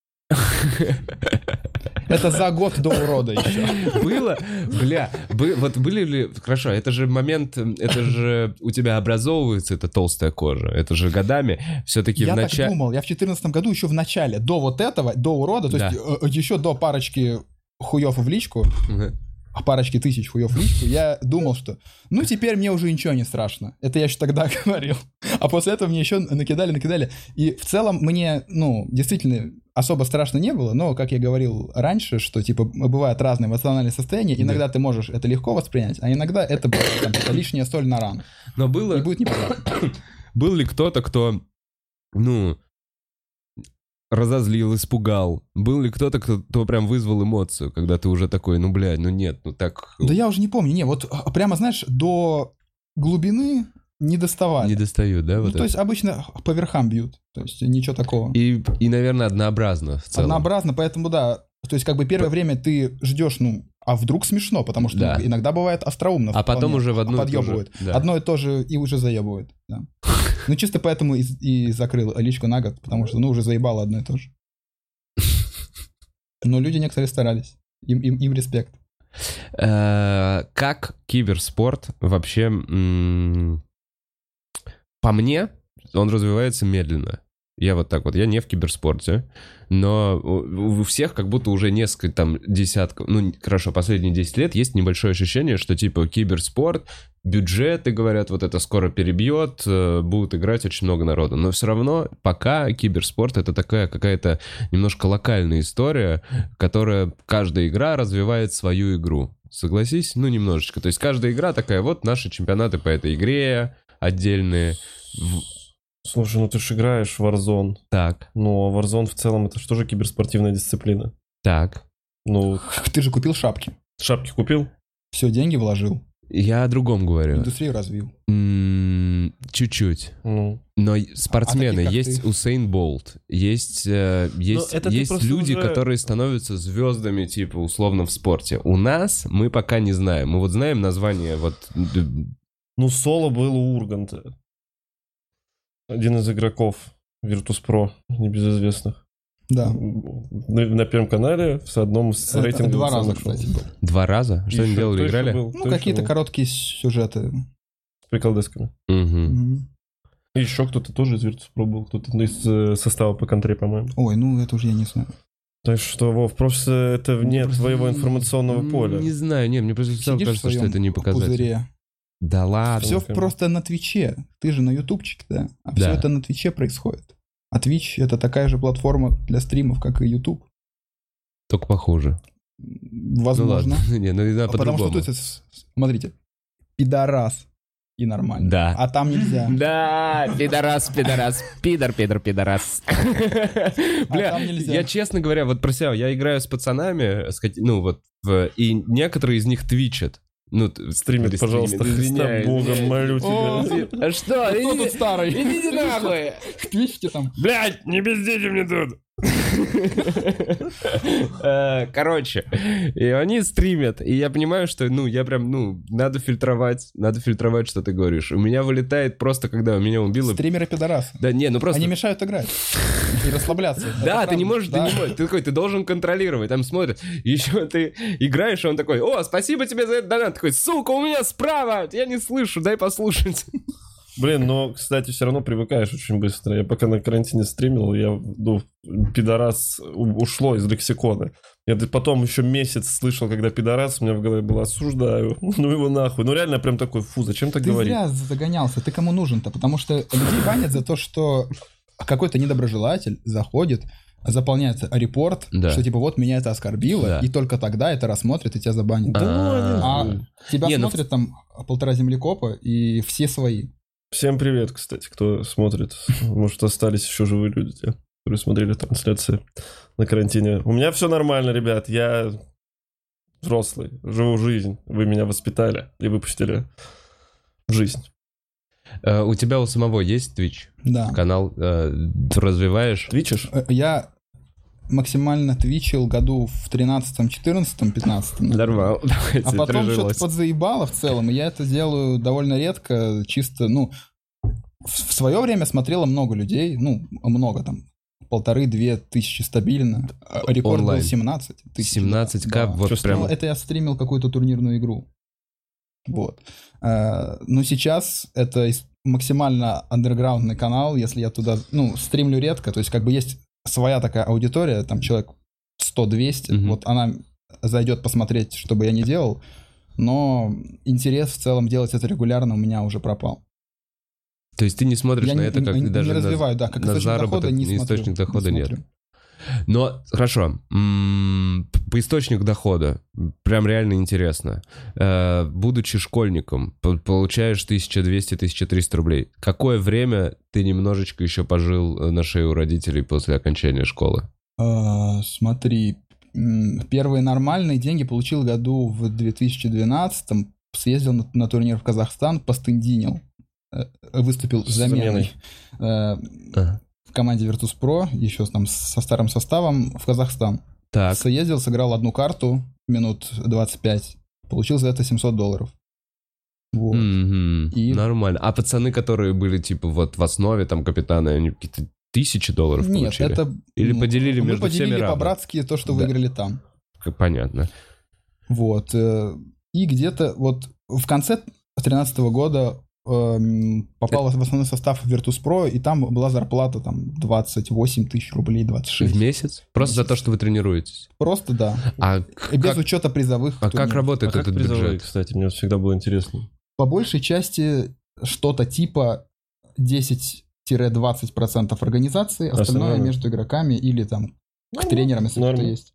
S3: Это за год до урода еще.
S1: Было? Бля, бы- вот были ли... Хорошо, это же момент, м, это же у тебя образовывается эта толстая кожа. Это же годами все-таки
S3: Я
S1: в
S3: так
S1: начале...
S3: думал, я в 14 году еще в начале, до вот этого, до урода, то есть э, э, еще до парочки хуев в личку, а парочки тысяч хуев в личку, я думал, что ну теперь мне уже ничего не страшно. Это я еще тогда говорил. А после этого мне еще накидали, накидали. И в целом мне, ну, действительно особо страшно не было, но, как я говорил раньше, что, типа, бывают разные эмоциональные состояния, иногда ты можешь это легко воспринять, а иногда это блядь, там, это лишняя соль на рану.
S1: Но
S3: И
S1: было,
S3: будет неприятно.
S1: был ли кто-то, кто, ну, разозлил, испугал? Был ли кто-то, кто, кто прям вызвал эмоцию, когда ты уже такой, ну, блядь, ну нет, ну так
S3: Да я уже не помню, не, вот а, прямо, знаешь, до глубины не доставали.
S1: не достают, да?
S3: Ну,
S1: Вот
S3: то
S1: это?
S3: есть обычно по верхам бьют, то есть ничего такого.
S1: И, и, наверное, однообразно в целом.
S3: Однообразно, поэтому да. То есть как бы первое время ты ждешь, ну, а вдруг смешно, потому что
S1: Да.
S3: ну, иногда бывает остроумно.
S1: А потом
S3: вполне.
S1: уже в одну... и ту же-
S3: подъёбывают.
S1: Да.
S3: Одно и то же и уже заебывает. да. Ну чисто поэтому и, и закрыл личку на год, потому что, ну, уже заебало одно и то же. Но люди некоторые старались. Им, им, им респект.
S1: Э, Как киберспорт вообще, м, по мне, он развивается медленно. Я вот так вот, я не в киберспорте, но у у всех как будто уже несколько там десятков, ну хорошо, последние 10 лет есть небольшое ощущение, что типа киберспорт, бюджеты, говорят, вот это скоро перебьет, э, будут играть очень много народу. Но все равно пока киберспорт это такая какая-то немножко локальная история, которая каждая игра развивает свою игру. Согласись? Ну, немножечко. То есть каждая игра такая, вот наши чемпионаты по этой игре отдельные. В-
S2: Слушай, ну ты же играешь в Warzone.
S1: Так,
S2: Ну, а Warzone в целом это же тоже киберспортивная дисциплина.
S1: так.
S2: Ну,
S3: Ты же купил шапки.
S2: шапки купил?
S3: Все, деньги вложил.
S1: Я о другом говорю.
S3: Индустрию развил.
S1: М, Чуть-чуть.
S2: Ну,
S1: Но и- спортсмены,
S3: А таких, как
S1: есть Усейн Болт, есть, э, есть,
S2: это ты
S1: есть
S2: просто
S1: люди,
S2: уже-
S1: которые становятся звездами, типа, условно, в спорте. У нас мы пока не знаем. Мы вот знаем название, вот... д-
S2: ну соло был у Урганта. Один из игроков Virtus.pro, небезызвестных.
S3: Да. Э,
S2: На, на Первом канале с одном из
S3: Это
S2: рейтингов.
S3: Два раза,
S2: самых
S3: кстати.
S2: шоу.
S3: было.
S1: Два раза?
S2: И
S1: Что они
S2: еще- кто
S1: делали?
S2: еще
S1: Играли?
S2: был?
S3: Ну,
S2: Кто еще
S3: какие-то
S2: был?
S3: короткие сюжеты.
S2: С приколдесками.
S1: Мгм.
S3: Мгм.
S2: И еще кто-то тоже из Virtus.pro был, кто-то из э, состава по контре, по-моему.
S3: Ой, ну это уже я не знаю.
S2: Так что, Вов, просто это вне
S1: Просто
S2: твоего
S1: не-
S2: информационного
S1: не
S2: поля.
S1: знаю, не, мне просто сразу
S3: Сидишь
S1: кажется,
S3: в
S1: что
S3: своем
S1: это не показатель.
S3: пузыре.
S1: Да ладно.
S3: Все
S2: Слушай,
S3: просто на Твиче. Ты же на Ютубчике, да? А
S1: Да.
S3: все это на Твиче происходит. А Twitch это такая же платформа для стримов, как и YouTube.
S1: Только похоже.
S3: М,
S1: Ну ладно.
S3: Возможно.
S1: Не, ну, не
S3: А
S1: знаю,
S3: потому
S1: по-другому.
S3: что тут, это с- с- смотрите, пидорас и нормально.
S1: Да.
S3: А там нельзя.
S1: Да, пидорас, пидорас, пидор, пидор, пидорас. Бля,
S3: А там нельзя.
S1: я честно говоря, вот про себя, я играю с пацанами, с каки- ну вот, в- и некоторые из них твичат. Ну, т-
S2: Стримит,
S1: или
S2: пожалуйста, Христа
S1: извиняюсь.
S2: Богом, молю
S3: О,
S2: тебя.
S1: А что?
S3: Кто тут
S1: Иди-
S3: старый?
S1: Идите нахуй!
S3: В Твичке там.
S1: Блять, не пиздите мне тут. Э, Короче, и они стримят, и я понимаю, что, ну, я прям, ну, надо фильтровать, надо фильтровать, что ты говоришь. У меня вылетает просто, когда меня убило.
S3: Стримеры пидорасы.
S1: Да, не, ну просто...
S3: Они мешают играть и расслабляться. Это
S1: Да, ты
S3: правда.
S1: не можешь, ты
S3: Да.
S1: не можешь. Ты такой, ты должен контролировать. Там смотрят, еще ты играешь, и он такой, о, спасибо тебе за этот донат. Такой, сука, у меня справа, я не слышу, дай послушать.
S2: Блин, но, кстати, все равно привыкаешь очень быстро. Я пока на карантине стримил, я, ну, пидорас у- ушло из лексикона. Я д- потом еще месяц слышал, когда пидорас, у меня в голове было осуждаю. Ну его нахуй. Ну реально прям такой, фу, зачем так
S3: Ты
S2: говорить?
S3: зря загонялся, ты кому нужен-то? Потому что людей банят за то, что какой-то недоброжелатель заходит, заполняет репорт,
S1: Да.
S3: что типа вот меня это оскорбило,
S1: Да.
S3: и только тогда это рассмотрят и тебя забанят.
S2: Да,
S3: А,
S2: они-
S3: Тебя
S1: Не, ну,
S3: смотрят там полтора землекопа и все свои.
S2: Всем привет, кстати, кто смотрит. Может, остались еще живые люди. те, которые смотрели трансляции на карантине. У меня все нормально, ребят. Я взрослый, живу жизнь. Вы меня воспитали и выпустили в жизнь.
S1: Э, у тебя у самого есть Twitch?
S3: Да.
S1: Канал э, ты развиваешь?
S2: Твичишь?
S3: Э, Я максимально твичил году в 13 14 15
S1: Нормал.
S3: А потом что-то подзаебало в целом, и я это делаю довольно редко, чисто, ну, в, свое время смотрело много людей, ну, много там, полторы-две тысячи стабильно, а рекорд
S1: Онлайн.
S3: был 17 тысяч.
S1: 17к,
S3: Да.
S1: вот
S2: Чувствовал
S1: прям.
S3: Ну, это я стримил какую-то турнирную игру. Вот. Э, Но сейчас это из- максимально андерграундный канал, если я туда, ну, стримлю редко, то есть как бы есть своя такая аудитория, там человек 100-200,
S1: Мгм.
S3: вот она зайдет посмотреть, что бы я ни делал, но интерес в целом делать это регулярно у меня уже пропал.
S1: То есть ты не смотришь
S3: я
S1: на
S3: не,
S1: это как
S3: не- не
S1: даже на-
S3: развиваю, да, как
S1: на
S3: источник дохода
S1: заработок, на
S3: не смотрю.
S1: источник
S3: не
S1: дохода нет.
S3: смотрю.
S1: Но хорошо, М, по источнику дохода прям реально интересно. Э, Будучи школьником, по- получаешь 1200-1300 рублей. Какое время ты немножечко еще пожил э, на шее у родителей после окончания школы?
S3: А, Смотри, м, первые нормальные деньги получил году в 2012-м. Съездил на, на турнир в Казахстан, постендинил. Э, Выступил
S2: С
S3: заменой э,
S1: Ага.
S3: в команде Virtus.pro, еще там со старым составом, в Казахстан.
S1: Так,
S3: Съездил, сыграл одну карту, минут 25. Получил за это 700 долларов. Вот.
S1: Мгм.
S3: И-
S1: нормально. А пацаны, которые были типа вот в основе там капитаны, они какие-то тысячи долларов
S3: Нет,
S1: получили?
S3: это...
S1: Или
S3: ну,
S1: поделили
S3: мы
S1: между
S3: поделили
S1: всеми равно?
S3: по-братски то, что
S1: Да.
S3: выиграли там.
S1: Как- Понятно.
S3: Вот. э, И где-то вот в конце 2013 года эм, попала в основной состав Virtus.pro, и там была зарплата там 28 тысяч рублей, 26.
S1: В месяц? Просто за то, что вы тренируетесь.
S3: Просто да.
S1: А
S3: Ну, И Без
S1: как,
S3: учета призовых.
S1: а как
S3: турниров.
S1: работает
S2: а как
S1: этот
S2: призовые,
S1: бюджет?
S2: кстати, мне всегда было интересно.
S3: По большей части что-то типа 10-20% организации, остальное,
S2: Остальное, да.
S3: между игроками или там к
S1: Ну,
S3: тренерам, если
S2: норм.
S3: кто-то есть.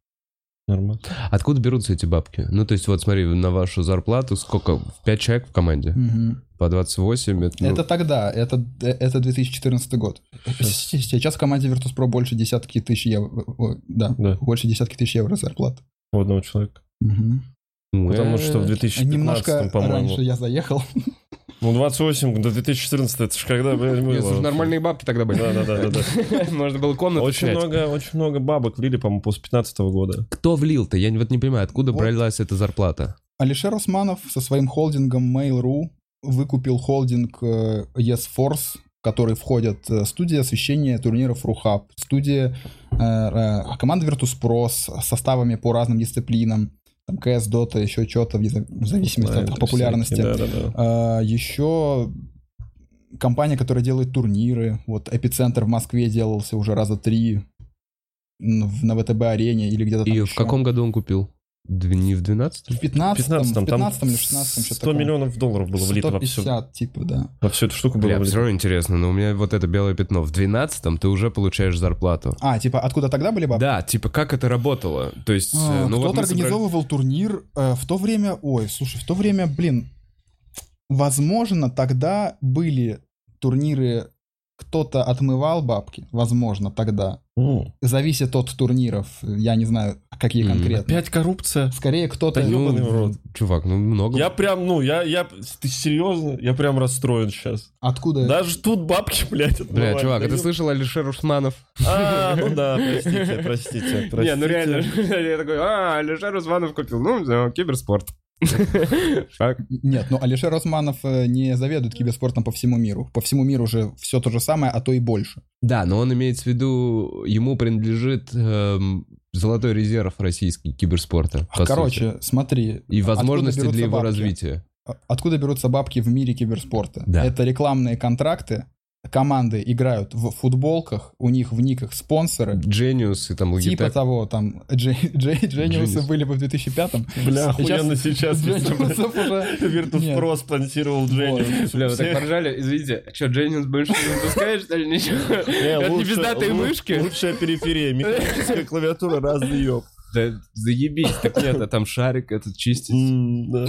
S2: Нормально.
S1: Откуда берутся эти бабки? Ну, то есть, вот смотри, на вашу зарплату сколько? 5 человек в команде?
S3: Мгм.
S1: По 28? Это, ну,
S3: Это тогда, это, э, это 2014 год. С- Сейчас в команде Virtus.pro больше десятки тысяч евро. о, Да,
S2: Да.
S3: больше десятки тысяч евро зарплат.
S2: У одного человека. Ну,
S1: э,
S2: Потому что в
S3: Немножко
S2: 2015, по-моему.
S3: раньше я заехал.
S2: Ну, 28 до 2014, это же когда, блин, было
S1: Если уж
S2: вообще.
S1: нормальные бабки тогда были.
S2: Да-да-да-да.
S1: Можно было комнату
S2: Очень
S1: снять.
S2: много, очень много бабок влили, по-моему, после 15 года.
S1: Кто влил-то? Я не- вот не понимаю, откуда
S3: Вот.
S1: бралась эта зарплата?
S3: Алишер Усманов со своим холдингом Mail.ru выкупил холдинг э, Yes Force, в который входят э, студия освещения турниров RuHub, студия э, э, команда Virtus.pro с составами по разным дисциплинам, там CS, Dota, еще что-то, в за- в зависимости
S2: Знаю,
S3: от популярности.
S2: всякие, Да-да-да.
S3: А, Еще компания, которая делает турниры. Вот Эпицентр в Москве делался уже раза три м, в- на ВТБ-арене или где-то там
S1: И в
S3: еще.
S1: каком году он купил? Дв- Не в 12
S3: В 15
S2: 15
S3: в
S2: там
S3: 15 или 16 что-то
S2: 100 миллионов долларов было влито во всю,
S3: 150, типа, да.
S2: во всю эту штуку. Было
S1: Бля, все
S2: влито.
S1: равно интересно, но у меня вот это белое пятно. В 12 ты уже получаешь зарплату.
S3: А, типа, откуда тогда были бабки?
S1: Да, типа как это работало? То есть, э,
S3: А,
S1: ну
S3: Кто-то
S1: вот мы собрали-
S3: организовывал турнир э, в то время... Ой, слушай, в то время, блин, возможно, тогда были турниры... Кто-то отмывал бабки, возможно, тогда.
S2: М.
S3: зависит от турниров. Я не знаю, какие
S1: Мгм.
S3: конкретно.
S2: Опять коррупция.
S3: Скорее кто-то...
S2: Да ёбаный в
S1: Ну,
S2: рот.
S1: чувак, ну много.
S2: Я прям, ну, я, я, ты серьезно? Я прям расстроен сейчас.
S3: Откуда?
S2: Даже тут бабки, блядь,
S1: Бля,
S2: отмывали.
S1: чувак, а
S2: Да
S1: ты
S2: ёб-
S1: слышал Алишер Усманов?
S2: А, ну да, простите, простите, простите.
S1: Не, ну реально, я такой, а, Алишер Усманов купил, ну, за киберспорт. Фак.
S3: Нет, ну Алишер Османов э, не заведует киберспортом по всему миру. По всему миру уже все то же самое, а то и больше.
S1: Да, но он имеет в виду, ему принадлежит эм, золотой резерв российский киберспорта. по сути.
S3: Короче, смотри,
S1: И возможности
S3: откуда
S1: для
S3: берутся
S1: его
S3: бабки?
S1: развития.
S3: а- откуда берутся бабки в мире киберспорта?
S1: Да.
S3: Это рекламные контракты, команды играют в футболках, у них в никах спонсоры.
S1: Genius и там
S3: Типа
S1: Logitech.
S3: того, там, Джей- Джей- Джениусы
S1: Genius.
S3: были бы в 2005-м.
S2: Бля, охуенно
S3: Сейчас
S2: сейчас. если бы
S3: А Джениусов уже...
S2: Virtus.pro
S3: Нет.
S2: спонсировал Дженни.
S3: Вот.
S1: Бля, вы так
S2: Всех-
S1: поржали, извините, что, Дженнинс больше не выпускает, что ли, ничего?
S2: Не,
S1: Это не
S2: Э, лучше-
S1: пиздатые
S2: лу-
S1: мышки?
S2: Лучшая периферия, механическая клавиатура, разъеб.
S1: да заебись, так нет, а там шарик этот чистить.
S2: М, да.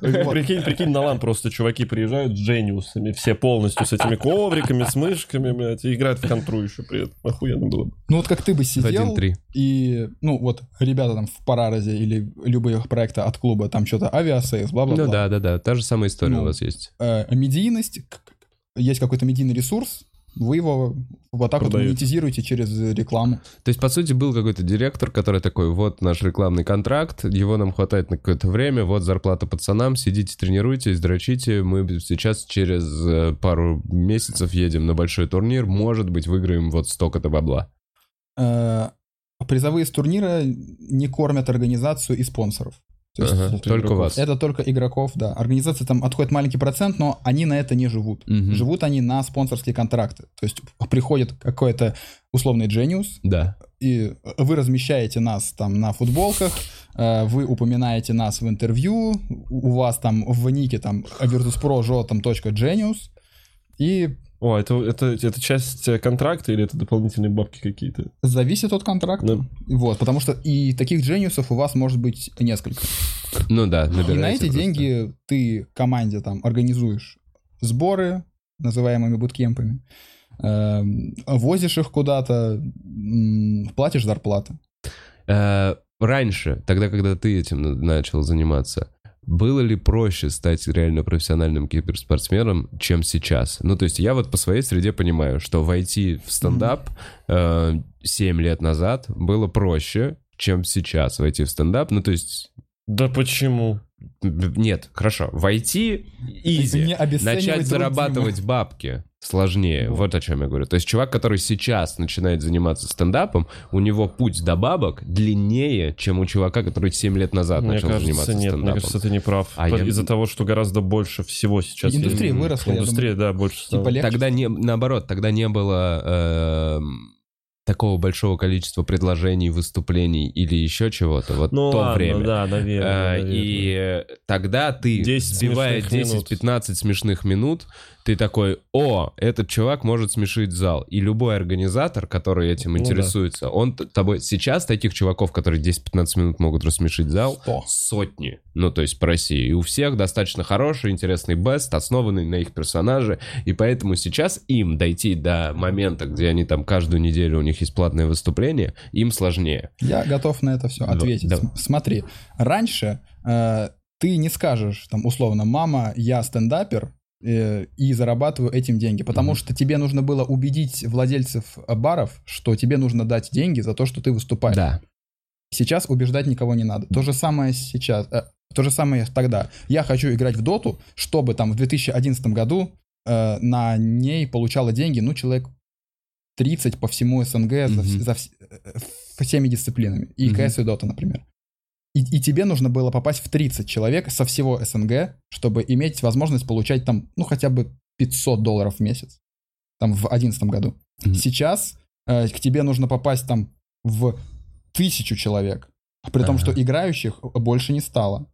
S2: Прикинь, прикинь, на лан просто чуваки приезжают с джениусами, все полностью с этими ковриками, с мышками, блядь, и играют в контру еще при этом. Охуенно было бы.
S3: Ну вот как ты бы сидел
S1: 1-3.
S3: и, ну вот, ребята там в Параразе или любых проекта от клуба, там что-то авиасейс, бла-бла-бла.
S1: Ну да, да, да, та же самая история
S3: Ну.
S1: у вас есть.
S3: Э, медийность, к- к- есть какой-то медийный ресурс, вы его вот так
S2: Продаете.
S3: вот монетизируете через рекламу.
S1: То есть, по сути, был какой-то директор, который такой, вот наш рекламный контракт, его нам хватает на какое-то время, вот зарплата пацанам, сидите, тренируйтесь, дрочите, мы сейчас через э, пару месяцев едем на большой турнир, может быть, выиграем вот столько-то бабла.
S3: Э, Призовые с турнира не кормят организацию и спонсоров. То есть
S1: Ага,
S2: это
S1: Только
S2: игроков.
S1: вас.
S3: Это только игроков, да. Организация там отходит маленький процент, но они на это не живут.
S1: Мгм.
S3: Живут они на спонсорские контракты. То есть приходит какой-то условный Genius,
S1: Да.
S3: и вы размещаете нас там на футболках, э, вы упоминаете нас в интервью, у вас там в нике там Virtus.pro, jo, там точка Genius, и
S2: О, это, это, это часть э, контракта или это дополнительные бабки какие-то?
S3: зависит от контракта.
S1: Ну.
S2: Да.
S3: Вот, потому что и таких Genius'ов у вас может быть несколько.
S1: Ну да,
S3: И на эти
S1: набирайте просто.
S3: деньги ты команде там организуешь сборы, называемыми буткемпами, эм, возишь их куда-то, м, платишь зарплаты.
S1: Э, Раньше, тогда, когда ты этим на- начал заниматься, было ли проще стать реально профессиональным киберспортсменом, чем сейчас? Ну, то есть я вот по своей среде понимаю, что войти в стендап 7 лет назад было проще, чем сейчас войти в стендап. Ну, то есть...
S2: Да почему?
S1: м, Нет, хорошо. Войти изи.
S3: Не обесценивать
S1: Начать
S3: труд
S1: зарабатывать бабки сложнее. Вот о чем я говорю. То есть чувак, который сейчас начинает заниматься стендапом, у него путь до бабок длиннее, чем у чувака, который 7 лет назад
S2: Мне
S1: начал
S2: кажется,
S1: заниматься
S2: нет,
S1: стендапом.
S2: мне кажется, ты не прав.
S1: А я-
S2: Из-за того, что гораздо больше всего сейчас... есть.
S3: Индустрия выросла, я
S2: Индустрия, да, больше
S3: Типа
S2: стало.
S3: легче.
S1: Тогда не, наоборот, тогда не было эм, такого большого количества предложений, выступлений или еще чего-то. Вот
S2: Ну
S1: то
S2: ладно,
S1: время.
S2: да,
S1: Э,
S2: наверное.
S1: И э, тогда ты,
S2: 10
S1: сбивая
S2: смешных минут.
S1: 10-15 смешных минут, ты такой, о, этот чувак может смешить зал. И любой организатор, который этим
S2: Ну да.
S1: интересуется, он т- тобой... Сейчас таких чуваков, которые 10-15 минут могут рассмешить зал,
S3: Сто.
S1: сотни, ну то есть по России. И у всех достаточно хороший, интересный бест, основанный на их персонаже. И поэтому сейчас им дойти до момента, где они там каждую неделю, у них есть платное выступление, им сложнее.
S3: Я готов на это все
S1: Да,
S3: ответить.
S1: давай.
S3: См- Смотри, раньше э, ты не скажешь, там, условно, мама, я стендапер э, и зарабатываю этим деньги, потому
S1: Мгм.
S3: что тебе нужно было убедить владельцев э, баров, что тебе нужно дать деньги за то, что ты выступаешь.
S1: Да.
S3: Сейчас убеждать никого не надо. То же самое сейчас, э, то же самое тогда. Я хочу играть в доту, чтобы там в 2011 году э, на ней получало деньги, ну, человек 30 по всему СНГ за, вс-
S1: Мгм.
S3: за вс- э, всеми дисциплинами. И
S1: Мгм.
S3: КС, и дота, например. И, и тебе нужно было попасть в 30 человек со всего СНГ, чтобы иметь возможность получать там, ну, хотя бы 500 долларов в месяц. Там в 2011 году.
S1: Мгм.
S3: Сейчас э, к тебе нужно попасть там в тысячу человек, при том, что
S1: Ага.
S3: играющих больше не стало.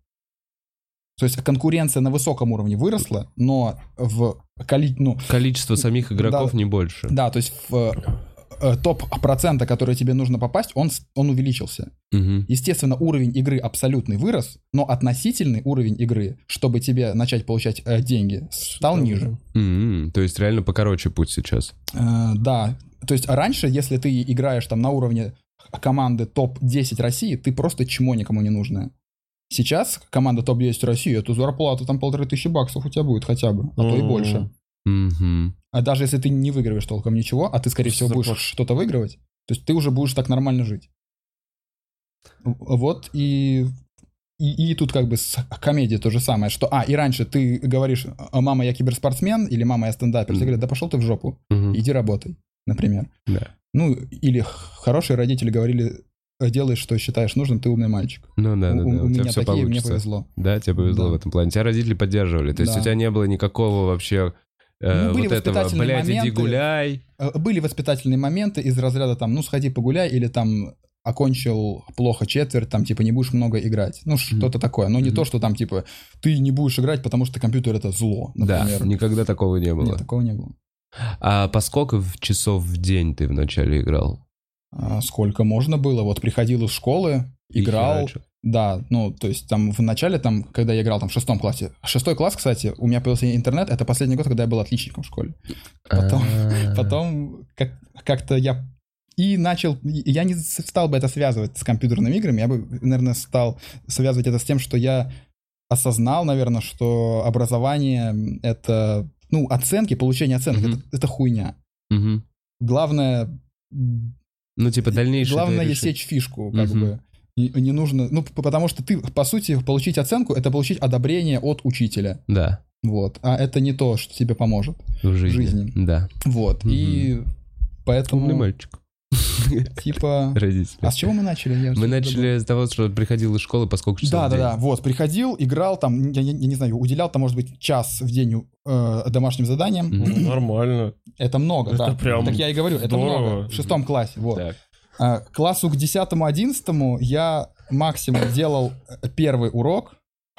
S3: То есть конкуренция на высоком уровне выросла, но в коли... ну,
S1: Количество самих игроков
S3: Да.
S1: не больше.
S3: да, то есть в э, топ процента, который тебе нужно попасть, он, с- он увеличился.
S1: Мгм.
S3: Естественно, уровень игры абсолютный вырос, но относительный уровень игры, чтобы тебе начать получать э, деньги, стал ниже.
S1: Мгм. М-м. То есть реально покороче путь сейчас.
S3: Э, да. То есть раньше, если ты играешь там на уровне команды топ-10 России, ты просто чмо никому не нужная. Сейчас команда топ-10 России, эту зарплату там полторы тысячи баксов у тебя будет хотя бы, а то и
S2: М.
S3: больше.
S1: Мгм.
S3: А даже если ты не выигрываешь толком ничего, а ты, скорее
S2: Просто
S3: всего, будешь
S2: зарплата.
S3: что-то выигрывать, то есть ты уже будешь так нормально жить. В- Вот и... И, и тут как бы с комедией то же самое, что... А, и раньше ты говоришь, мама, я киберспортсмен, или мама, я стендапер. Ты
S1: Мгм.
S3: говорят, да пошел ты в жопу
S1: Мгм.
S3: иди работай, например.
S1: Да.
S3: Ну, или х- хорошие родители говорили, «Э, делай, что считаешь нужным, ты умный мальчик.
S1: Ну да, да,
S3: у,
S1: да.
S3: у- у
S1: У тебя
S3: меня
S1: все
S3: такие, мне
S1: получится.
S3: повезло.
S1: Да, тебе повезло
S3: Да.
S1: в этом плане. Тебя родители поддерживали. То есть
S3: Да.
S1: у тебя не было никакого вообще э,
S3: Ну, были
S1: вот этого,
S3: воспитательные
S1: блядь, иди
S3: моменты».
S1: гуляй.
S3: Э, Были воспитательные моменты из разряда там, ну, сходи погуляй, или там окончил плохо четверть, там, типа, не будешь много играть. Ну, что-то такое. Но не
S1: Мгм.
S3: то, что там, типа, ты не будешь играть, потому что компьютер — это зло,
S1: Да,
S3: например.
S1: никогда такого не было.
S3: Нет, такого не было.
S1: А по сколько в часов в день ты вначале играл?
S3: А сколько можно было? Вот приходил из школы, играл,
S1: херачил.
S3: да, ну, то есть там в начале, там, когда я играл там в шестом классе, шестой класс, кстати, у меня появился интернет, это последний год, когда я был отличником в школе. Потом-
S1: А.
S3: Потом как- как-то я и начал, и я не с- стал бы это связывать с компьютерными играми, я бы, наверное, стал связывать это с тем, что я осознал, наверное, что образование — это, ну, оценки, получение оценок
S1: Мгм.
S3: это, это хуйня.
S1: Мгм.
S3: Главное, м,
S1: Ну, типа, дальнейшее... это
S3: главное
S1: решить.
S3: сечь фишку, как
S1: Мгм.
S3: бы. И- и Не нужно, ну, п- потому что ты, по сути, получить оценку — это получить одобрение от учителя,
S1: Да,
S3: вот. А это не то, что тебе поможет,
S1: в жизни.
S3: жизни.
S1: Да.
S3: вот. И поэтому,
S1: Умный мальчик.
S3: типа...
S1: Родители.
S3: А с чего мы начали? Я
S1: Мы
S3: что-то забыл.
S1: начали с того, что приходил из школы, поскольку часов
S3: Да,
S1: в
S3: да,
S1: день.
S3: да. Вот, приходил, играл там, я, я- я не знаю, уделял там, может быть, час в день э, домашним заданиям.
S1: Мгм.
S2: Ну, Нормально.
S3: Это много,
S2: Это
S3: да.
S2: прям
S3: так я и говорю, это
S2: здорово.
S3: много. В шестом классе, вот.
S1: Так.
S3: А, к классу к десятому, одиннадцатому я максимум делал э, первый урок,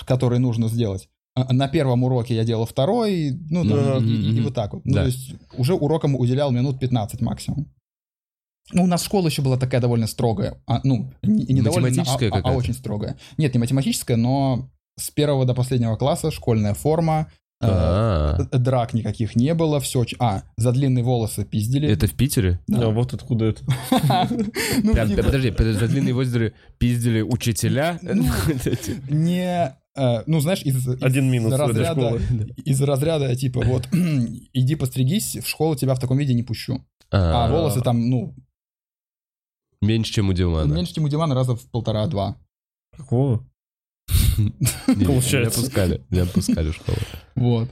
S3: который нужно сделать. А, На первом уроке я делал второй, ну, там,
S2: Да.
S3: и, и- и
S1: Мгм.
S3: вот так вот. Ну,
S1: Да.
S3: то есть уже урокам уделял минут 15 максимум. Ну, у нас школа еще была такая довольно строгая. А, ну, не, не довольно, а-
S1: Математическая
S3: а, а
S1: какая-то?
S3: очень строгая. Нет, не математическая, но с первого до последнего класса школьная форма, э,
S1: А,
S3: д- драк никаких не было, все... оч- А, за длинные волосы пиздили.
S1: Это в Питере?
S3: Да.
S2: А вот откуда это.
S3: Ну,
S1: Прям,
S3: типа-
S1: подожди, подожди, за длинные воздеры пиздили учителя?
S3: Ну, не, э, ну знаешь, из, из
S2: Один минус у этой
S3: разряда,
S2: школы.
S3: из разряда типа вот иди постригись, в школу тебя в таком виде не пущу, а
S1: А,
S3: волосы там ну
S1: Ну, Меньше, чем у Дилмана.
S3: меньше, чем у Димана раза в полтора-два,
S2: Какого?
S1: Не, не,
S2: получается.
S1: Не отпускали, не отпускали в школу.
S3: вот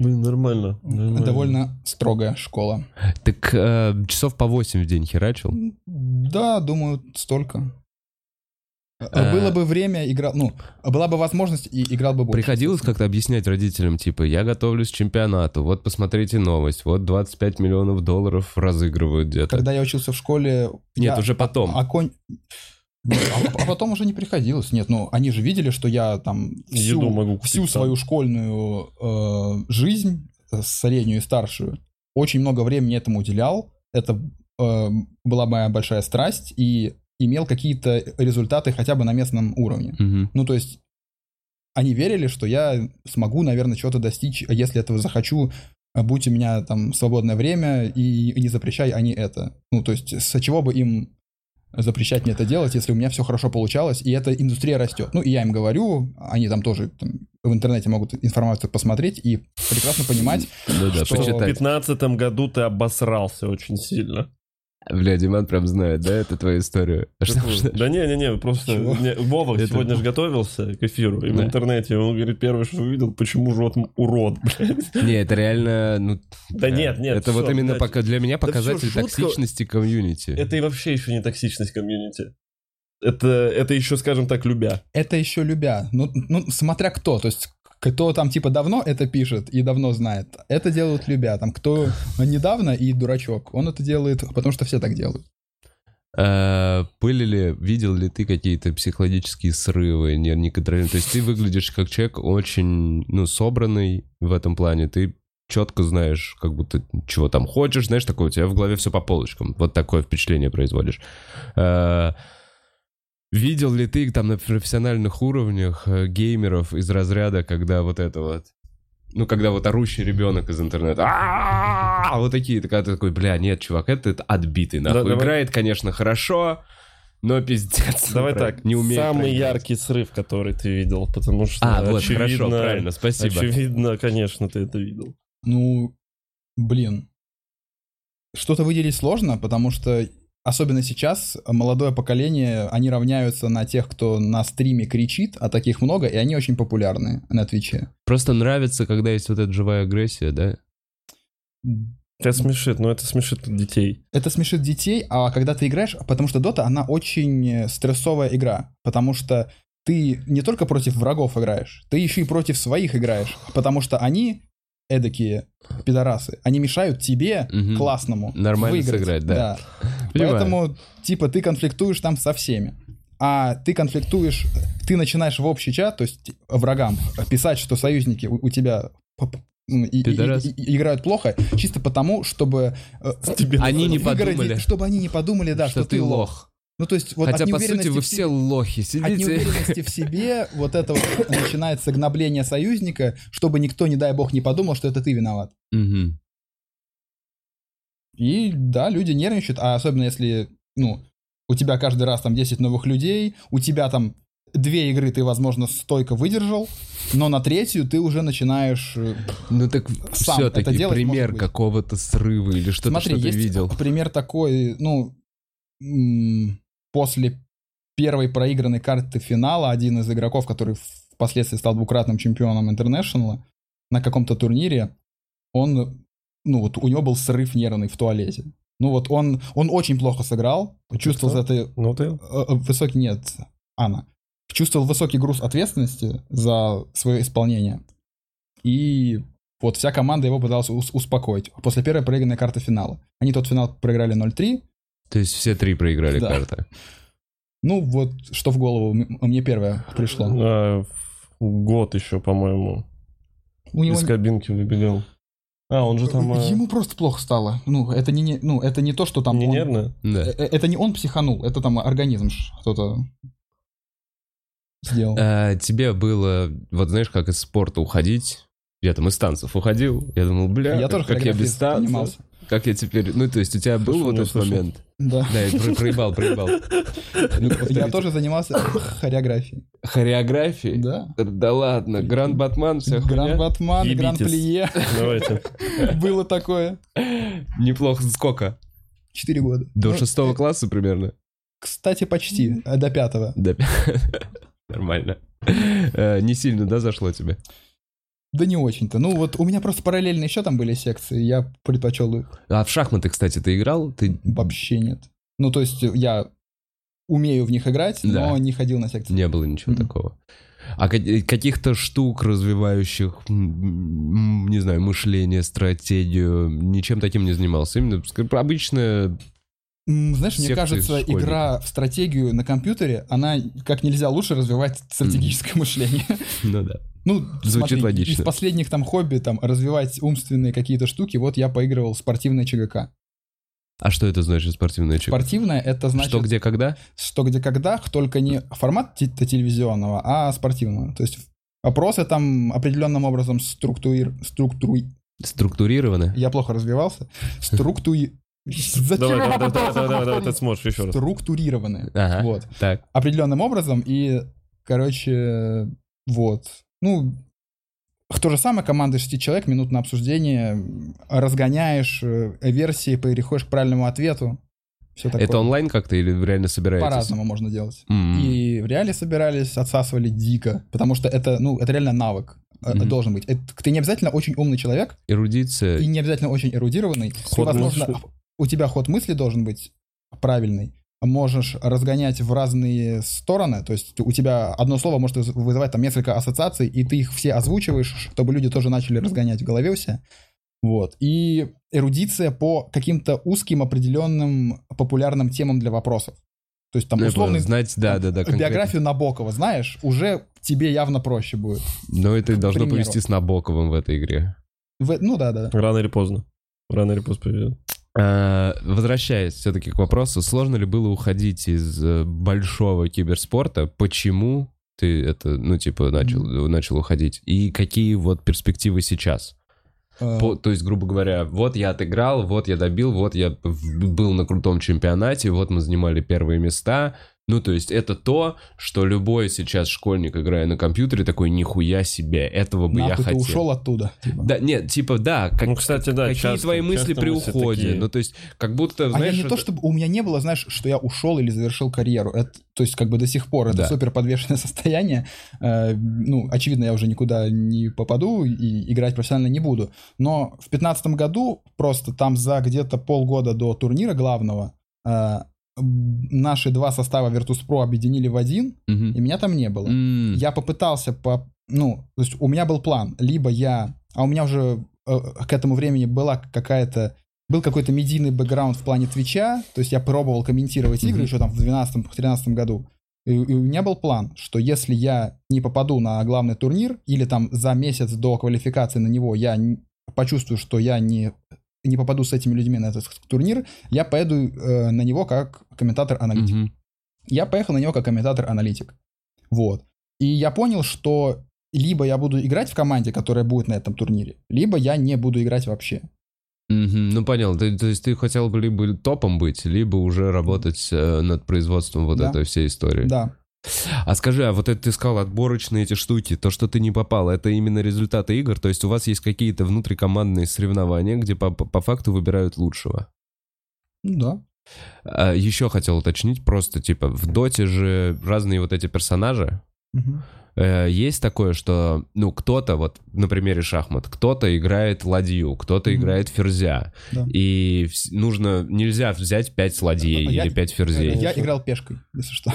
S2: Блин, нормально. нормально.
S3: довольно строгая школа.
S1: Так э, часов по 8 в день херачил?
S3: Да, думаю столько.
S1: Э,
S3: Было бы время играл, ну была бы возможность и играл бы больше.
S1: Приходилось как-то объяснять родителям, типа, я готовлюсь к чемпионату, вот посмотрите новость, вот 25 миллионов долларов разыгрывают где-то.
S3: Когда я учился в школе,
S1: Нет,
S3: я-
S1: уже потом.
S3: А конь... Нет, А а потом уже не приходилось. Нет, ну они же видели, что я там всю,
S2: Еду могу купить
S3: всю
S2: сам.
S3: свою школьную э, жизнь, э, среднюю и старшую, очень много времени этому уделял. Это э, была моя большая страсть и имел какие-то результаты хотя бы на местном уровне.
S1: Мгм.
S3: Ну, то есть они верили, что я смогу, наверное, чего-то достичь, а если этого захочу, а будь у меня там свободное время, и, и не запрещай они это. Ну, то есть с чего бы им запрещать мне это делать, если у меня все хорошо получалось, и эта индустрия растет. Ну, и я им говорю, они там тоже там, в интернете могут информацию посмотреть и прекрасно понимать,
S1: Да-да,
S3: что-
S2: В
S1: почитать.
S2: 15 году ты обосрался очень сильно.
S1: Бля, Диман прям знает, да, это твою историю? Что- что-
S2: Да не-не-не, просто...
S3: Чего?
S2: не, Вова
S1: Это-
S2: сегодня же готовился к эфиру и в
S1: Да.
S2: интернете. Он говорит, первое, что увидел, почему жрет м- урод, блядь.
S1: Не, это реально, ну...
S2: Да нет, нет.
S1: Это вот
S2: всё,
S1: именно
S2: блядь.
S1: пока для меня показатель
S2: всё, жутко.
S1: токсичности комьюнити.
S2: Это и вообще еще не токсичность комьюнити. Это, это еще, скажем так, любя.
S3: это еще любя. Ну, ну, смотря кто, то есть кто там типа давно это пишет и давно знает, это делают любя. Там кто недавно и дурачок, он это делает, потому что все так делают.
S1: А, Пылили, видел ли ты какие-то психологические срывы, не- неконтролируемые? То есть ты выглядишь как человек очень, ну, собранный в этом плане. Ты четко знаешь, как будто чего там хочешь, знаешь, такое у тебя в голове все по полочкам. Вот такое впечатление производишь. А, Видел ли ты там на профессиональных уровнях э, геймеров из разряда, когда вот это вот, ну, когда вот орущий ребенок из интернета, «А-а-а!» вот такие, ты когда ты такой, бля, нет, чувак, это это отбитый,
S2: Да,
S1: нахуй.
S2: давай.
S1: Играет, конечно, хорошо, но пиздец.
S2: Давай
S1: Про-
S2: так,
S1: Ну, не умеет.
S2: самый
S1: проиграть.
S2: яркий срыв, который ты видел, потому что
S1: А, вот,
S2: очевидно,
S1: хорошо, правильно, спасибо.
S2: очевидно, конечно, ты это видел.
S3: Ну, блин. Что-то выделить сложно, потому что особенно сейчас молодое поколение, они равняются на тех, кто на стриме кричит, а таких много, и они очень популярны на Твиче.
S1: Просто нравится, когда есть вот эта живая агрессия, да?
S2: Это смешит, но это смешит детей.
S3: это смешит детей, а когда ты играешь, потому что Дота, она очень э, стрессовая игра, потому что ты не только против врагов играешь, ты еще и против своих играешь, потому что они эдакие пидорасы, они мешают тебе
S1: Мгм.
S3: классному
S1: Нормально
S3: выиграть.
S1: сыграть, да. Понимаю.
S3: Поэтому, типа, ты конфликтуешь там со всеми. А ты конфликтуешь, ты начинаешь в общий чат, то есть врагам, писать, что союзники у, у тебя п- п- ну, и- и-
S1: Пидорас.
S3: и- и- играют плохо, чисто потому, чтобы э,
S2: Тебе
S1: Они не
S3: выгородить-
S1: подумали.
S3: чтобы они не подумали, да, что, ты лох. Ну, то есть, вот
S1: Хотя,
S3: от
S1: по сути,
S3: неуверенности
S1: вы
S3: в
S1: все
S3: себе-
S1: лохи,
S3: от
S1: сидите.
S3: неуверенности в себе вот это вот начинается гнобление союзника, чтобы никто, не дай бог, не подумал, что это ты виноват.
S1: Мгм.
S3: И да, люди нервничают, а особенно если, ну, у тебя каждый раз там 10 новых людей, у тебя там две игры ты, возможно, стойко выдержал, но на третью ты уже начинаешь... э,
S1: Ну так
S3: Сам
S1: все-таки
S3: это делать
S1: пример
S3: может быть.
S1: какого-то срыва или что-то,
S3: Смотри,
S1: что ты
S3: есть
S1: видел.
S3: пример такой, ну, м, после первой проигранной карты финала один из игроков, который впоследствии стал двукратным чемпионом интернешнла на каком-то турнире, он, ну, вот у него был срыв нервный в туалете. Ну вот он, он очень плохо сыграл, чувствовал за это
S2: Ну ты...
S3: э, э, высокий, нет, Анна, чувствовал высокий груз ответственности за свое исполнение. И вот вся команда его пыталась ус- успокоить после первой проигранной карты финала. Они тот финал проиграли 0-3.
S1: То есть все три проиграли
S3: Да.
S1: карты.
S3: Ну вот, что в голову м- мне первое пришло.
S2: э, в Год еще, по-моему.
S3: У него...
S2: Из кабинки выбегал. А, он же там... э,
S3: Ему просто плохо стало. Ну, это не, не- ну, это не то, что там...
S2: не
S3: он-
S2: нервно?
S3: Э,
S1: Да.
S3: э, Это не он психанул, это там организм что-то сделал.
S1: А, тебе было, вот знаешь, как из спорта уходить? Я там из танцев уходил. Я думал, бля,
S3: Я тоже
S1: как я без
S3: хореографией
S1: танцев.
S3: занимался.
S1: Как я теперь... Ну, то есть у тебя был
S2: Слушал,
S1: вот
S2: не
S1: этот
S2: слышал.
S1: момент?
S3: Да.
S1: Да, я про- проебал, проебал. Ну,
S3: Я
S1: повторите.
S3: тоже занимался хореографией.
S1: Хореографии?
S3: Да.
S1: Да ладно, Гранд Батман, вся
S3: Гран
S1: хуйня.
S3: Батман,
S2: Ебитесь.
S3: Гран Плие.
S2: Давайте.
S3: Было такое.
S1: Неплохо. Сколько?
S3: Четыре года.
S1: До
S3: Ну,
S1: шестого класса примерно?
S3: Кстати, почти. э, До пятого.
S1: Да. Нормально. Э, Не сильно, да, зашло тебе?
S3: Да не очень-то. Ну вот у меня просто параллельно еще там были секции. Я предпочел их
S1: А в шахматы, кстати, ты играл? Ты
S3: вообще нет. Ну то есть я умею в них играть,
S1: Да.
S3: но не ходил на секции.
S1: не было ничего
S3: Мгм.
S1: такого. А ка- каких-то штук, развивающих, м, м, не знаю, мышление, стратегию, ничем таким не занимался. Именно ск- обычно...
S3: М, Знаешь,
S1: Секции
S3: мне кажется,
S1: школьников.
S3: игра в стратегию на компьютере, она как нельзя лучше развивать стратегическое мышление.
S1: Ну да.
S3: Ну,
S1: Звучит
S3: смотри,
S1: логично.
S3: Из последних там хобби, там, развивать умственные какие-то штуки, вот я поигрывал в спортивное ЧГК.
S1: А что это значит, спортивная чек?
S3: Спортивное — это значит...
S1: Что, где, когда?
S3: что где когда, только не формат те- те- телевизионного, а спортивного. То есть вопросы там определенным образом структуир... структуру...
S1: Структурировано?
S3: Я плохо развивался. Структуи...
S2: Давай,
S3: Зачем я
S2: давай, давай,
S3: попытался
S2: давай, давай, давай,
S3: повторить?
S2: ты сможешь еще раз.
S3: Структурированные.
S1: Ага.
S3: Вот.
S1: Так.
S3: Определенным образом и, короче, вот. Ну, то же самое, команда 6 человек, минут на обсуждение, м, разгоняешь э, версии, переходишь к правильному ответу. Все такое.
S1: Это онлайн как-то или вы реально собираетесь?
S3: По-разному можно делать.
S1: М.
S3: И в реале собирались, отсасывали дико, потому что это, ну, это реально навык э,
S1: Мгм.
S3: должен быть. Это- ты не обязательно очень умный человек
S1: Эрудиция.
S3: и не обязательно очень эрудированный. Ты,
S2: Ход
S3: возможно,
S2: мысли.
S3: у тебя ход мысли должен быть правильный. Можешь разгонять в разные стороны, то есть ты- у тебя одно слово может выз- вызывать там несколько ассоциаций, и ты их все озвучиваешь, чтобы люди тоже начали разгонять в голове у себя. Вот. И эрудиция по каким-то узким определенным популярным темам для вопросов. То есть там
S1: Ну, я понял,
S3: условный
S1: знать, да, да, да. конкретно.
S3: биографию Набокова знаешь, уже тебе явно проще будет.
S1: Но это должно
S3: примеру.
S1: повести с Набоковым в этой игре.
S3: В- ну да, да. да.
S2: Рано или поздно. Рано или поздно повезет.
S1: А, Возвращаясь все-таки к вопросу, сложно ли было уходить из э, большого киберспорта? Почему ты это, ну, типа, начал, начал уходить? И какие вот перспективы сейчас?
S3: Э,
S1: По- то есть, грубо говоря, вот я отыграл, вот я добил, вот я в- был на крутом чемпионате, вот мы занимали первые места. Ну, то есть, это то, что любой сейчас школьник, играя на компьютере, такой, нихуя себе, этого бы я
S3: Э, нахуй ты
S1: хотел.
S3: ушел оттуда. типа.
S1: Да, нет, типа, да, как-
S2: Ну, кстати, да,
S1: какие
S2: часто-
S1: твои мысли
S2: часто
S1: при
S2: мысли
S1: уходе?
S2: такие.
S1: Ну, то есть, как будто,
S3: А я
S1: знаешь...
S3: не то,
S1: это-
S3: чтобы у меня не было, знаешь, что я ушел или завершил карьеру. Это, то есть, как бы до сих пор это
S1: Да.
S3: супер подвешенное состояние. Э, ну, очевидно, я уже никуда не попаду и играть профессионально не буду. Но в 2015 году, просто там за где-то полгода до турнира главного, э, м, наши два состава Virtus.pro объединили в один,
S1: Мгм.
S3: и меня там не было.
S1: М.
S3: я попытался по... Ну, то есть у меня был план. Либо я... А у меня уже э, к этому времени была какая-то... Был какой-то медийный бэкграунд в плане Твича. То есть я пробовал комментировать игры
S1: Мгм.
S3: еще там в 2012-2013 году. И, и у меня был план, что если я не попаду на главный турнир, или там за месяц до квалификации на него я н- почувствую, что я не, не попаду с этими людьми на этот турнир, я поеду э, на него как комментатор-аналитик.
S1: Мгм.
S3: Я поехал на него как комментатор-аналитик. Вот. И я понял, что либо я буду играть в команде, которая будет на этом турнире, либо я не буду играть вообще.
S1: Мгм, ну понял, Ты- то есть ты хотел бы либо топом быть, либо уже работать э, над производством вот
S3: Да.
S1: этой всей истории.
S3: Да.
S1: А скажи, а вот это ты сказал, отборочные эти штуки, то, что ты не попал, это именно результаты игр, то есть у вас есть какие-то внутрикомандные соревнования, где по, по- по факту выбирают лучшего.
S3: Ну да.
S1: А еще хотел уточнить, просто типа в доте же разные вот эти персонажи,
S3: Мгм.
S1: Э, Есть такое, что, ну, кто-то, вот на примере шахмат, кто-то играет ладью, кто-то
S3: Мгм.
S1: играет ферзя.
S3: Да.
S1: И вс- нужно, нельзя взять пять ладей
S2: А,
S3: Я-
S1: или пять ферзей.
S3: Я играл пешкой, если что.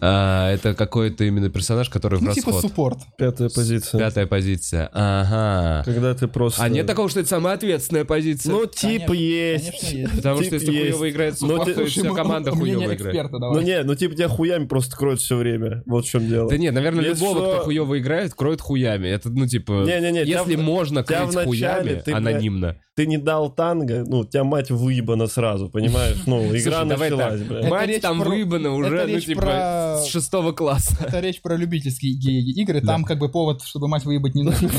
S1: А, это какой-то именно персонаж, который в
S3: Ну, типа
S1: расход.
S3: суппорт.
S2: Пятая позиция.
S1: Пятая позиция. Ага.
S2: Когда ты просто...
S1: А нет такого, что это самая ответственная позиция?
S2: Ну, типа
S3: Конечно,
S2: есть.
S3: Конечно, есть.
S1: Потому что
S2: тип
S1: если
S2: есть.
S1: хуёво играет
S2: Но
S1: суппорт,
S2: ты-
S1: то и вся
S3: Слушай,
S1: команда
S3: мнение
S1: хуёво играет.
S3: эксперта,
S2: Ну
S3: давай.
S2: не, ну типа тебя хуями просто кроют все время. Вот в чем дело.
S1: Да нет, наверное,
S2: Если
S1: любого,
S2: что-
S1: кто хуёво играет, кроет хуями. Это, ну, типа...
S2: Не-не-не, тебя
S1: Если
S2: в-
S1: можно
S2: тебя
S1: крыть
S2: вначале
S1: хуями
S2: ты, блядь,
S1: анонимно,
S2: Ты не дал танго, ну, тебя мать выебана сразу, понимаешь? Ну, игра
S1: Слушай, давай
S2: началась,
S1: так.
S2: блядь.
S3: Это
S1: Мать
S3: речь
S1: там
S3: про-
S1: выебана уже, ну,
S3: речь
S1: типа,
S3: про-
S1: с шестого класса.
S3: Это речь про любительские геи игры. Там как бы повод, чтобы мать выебать не нужно.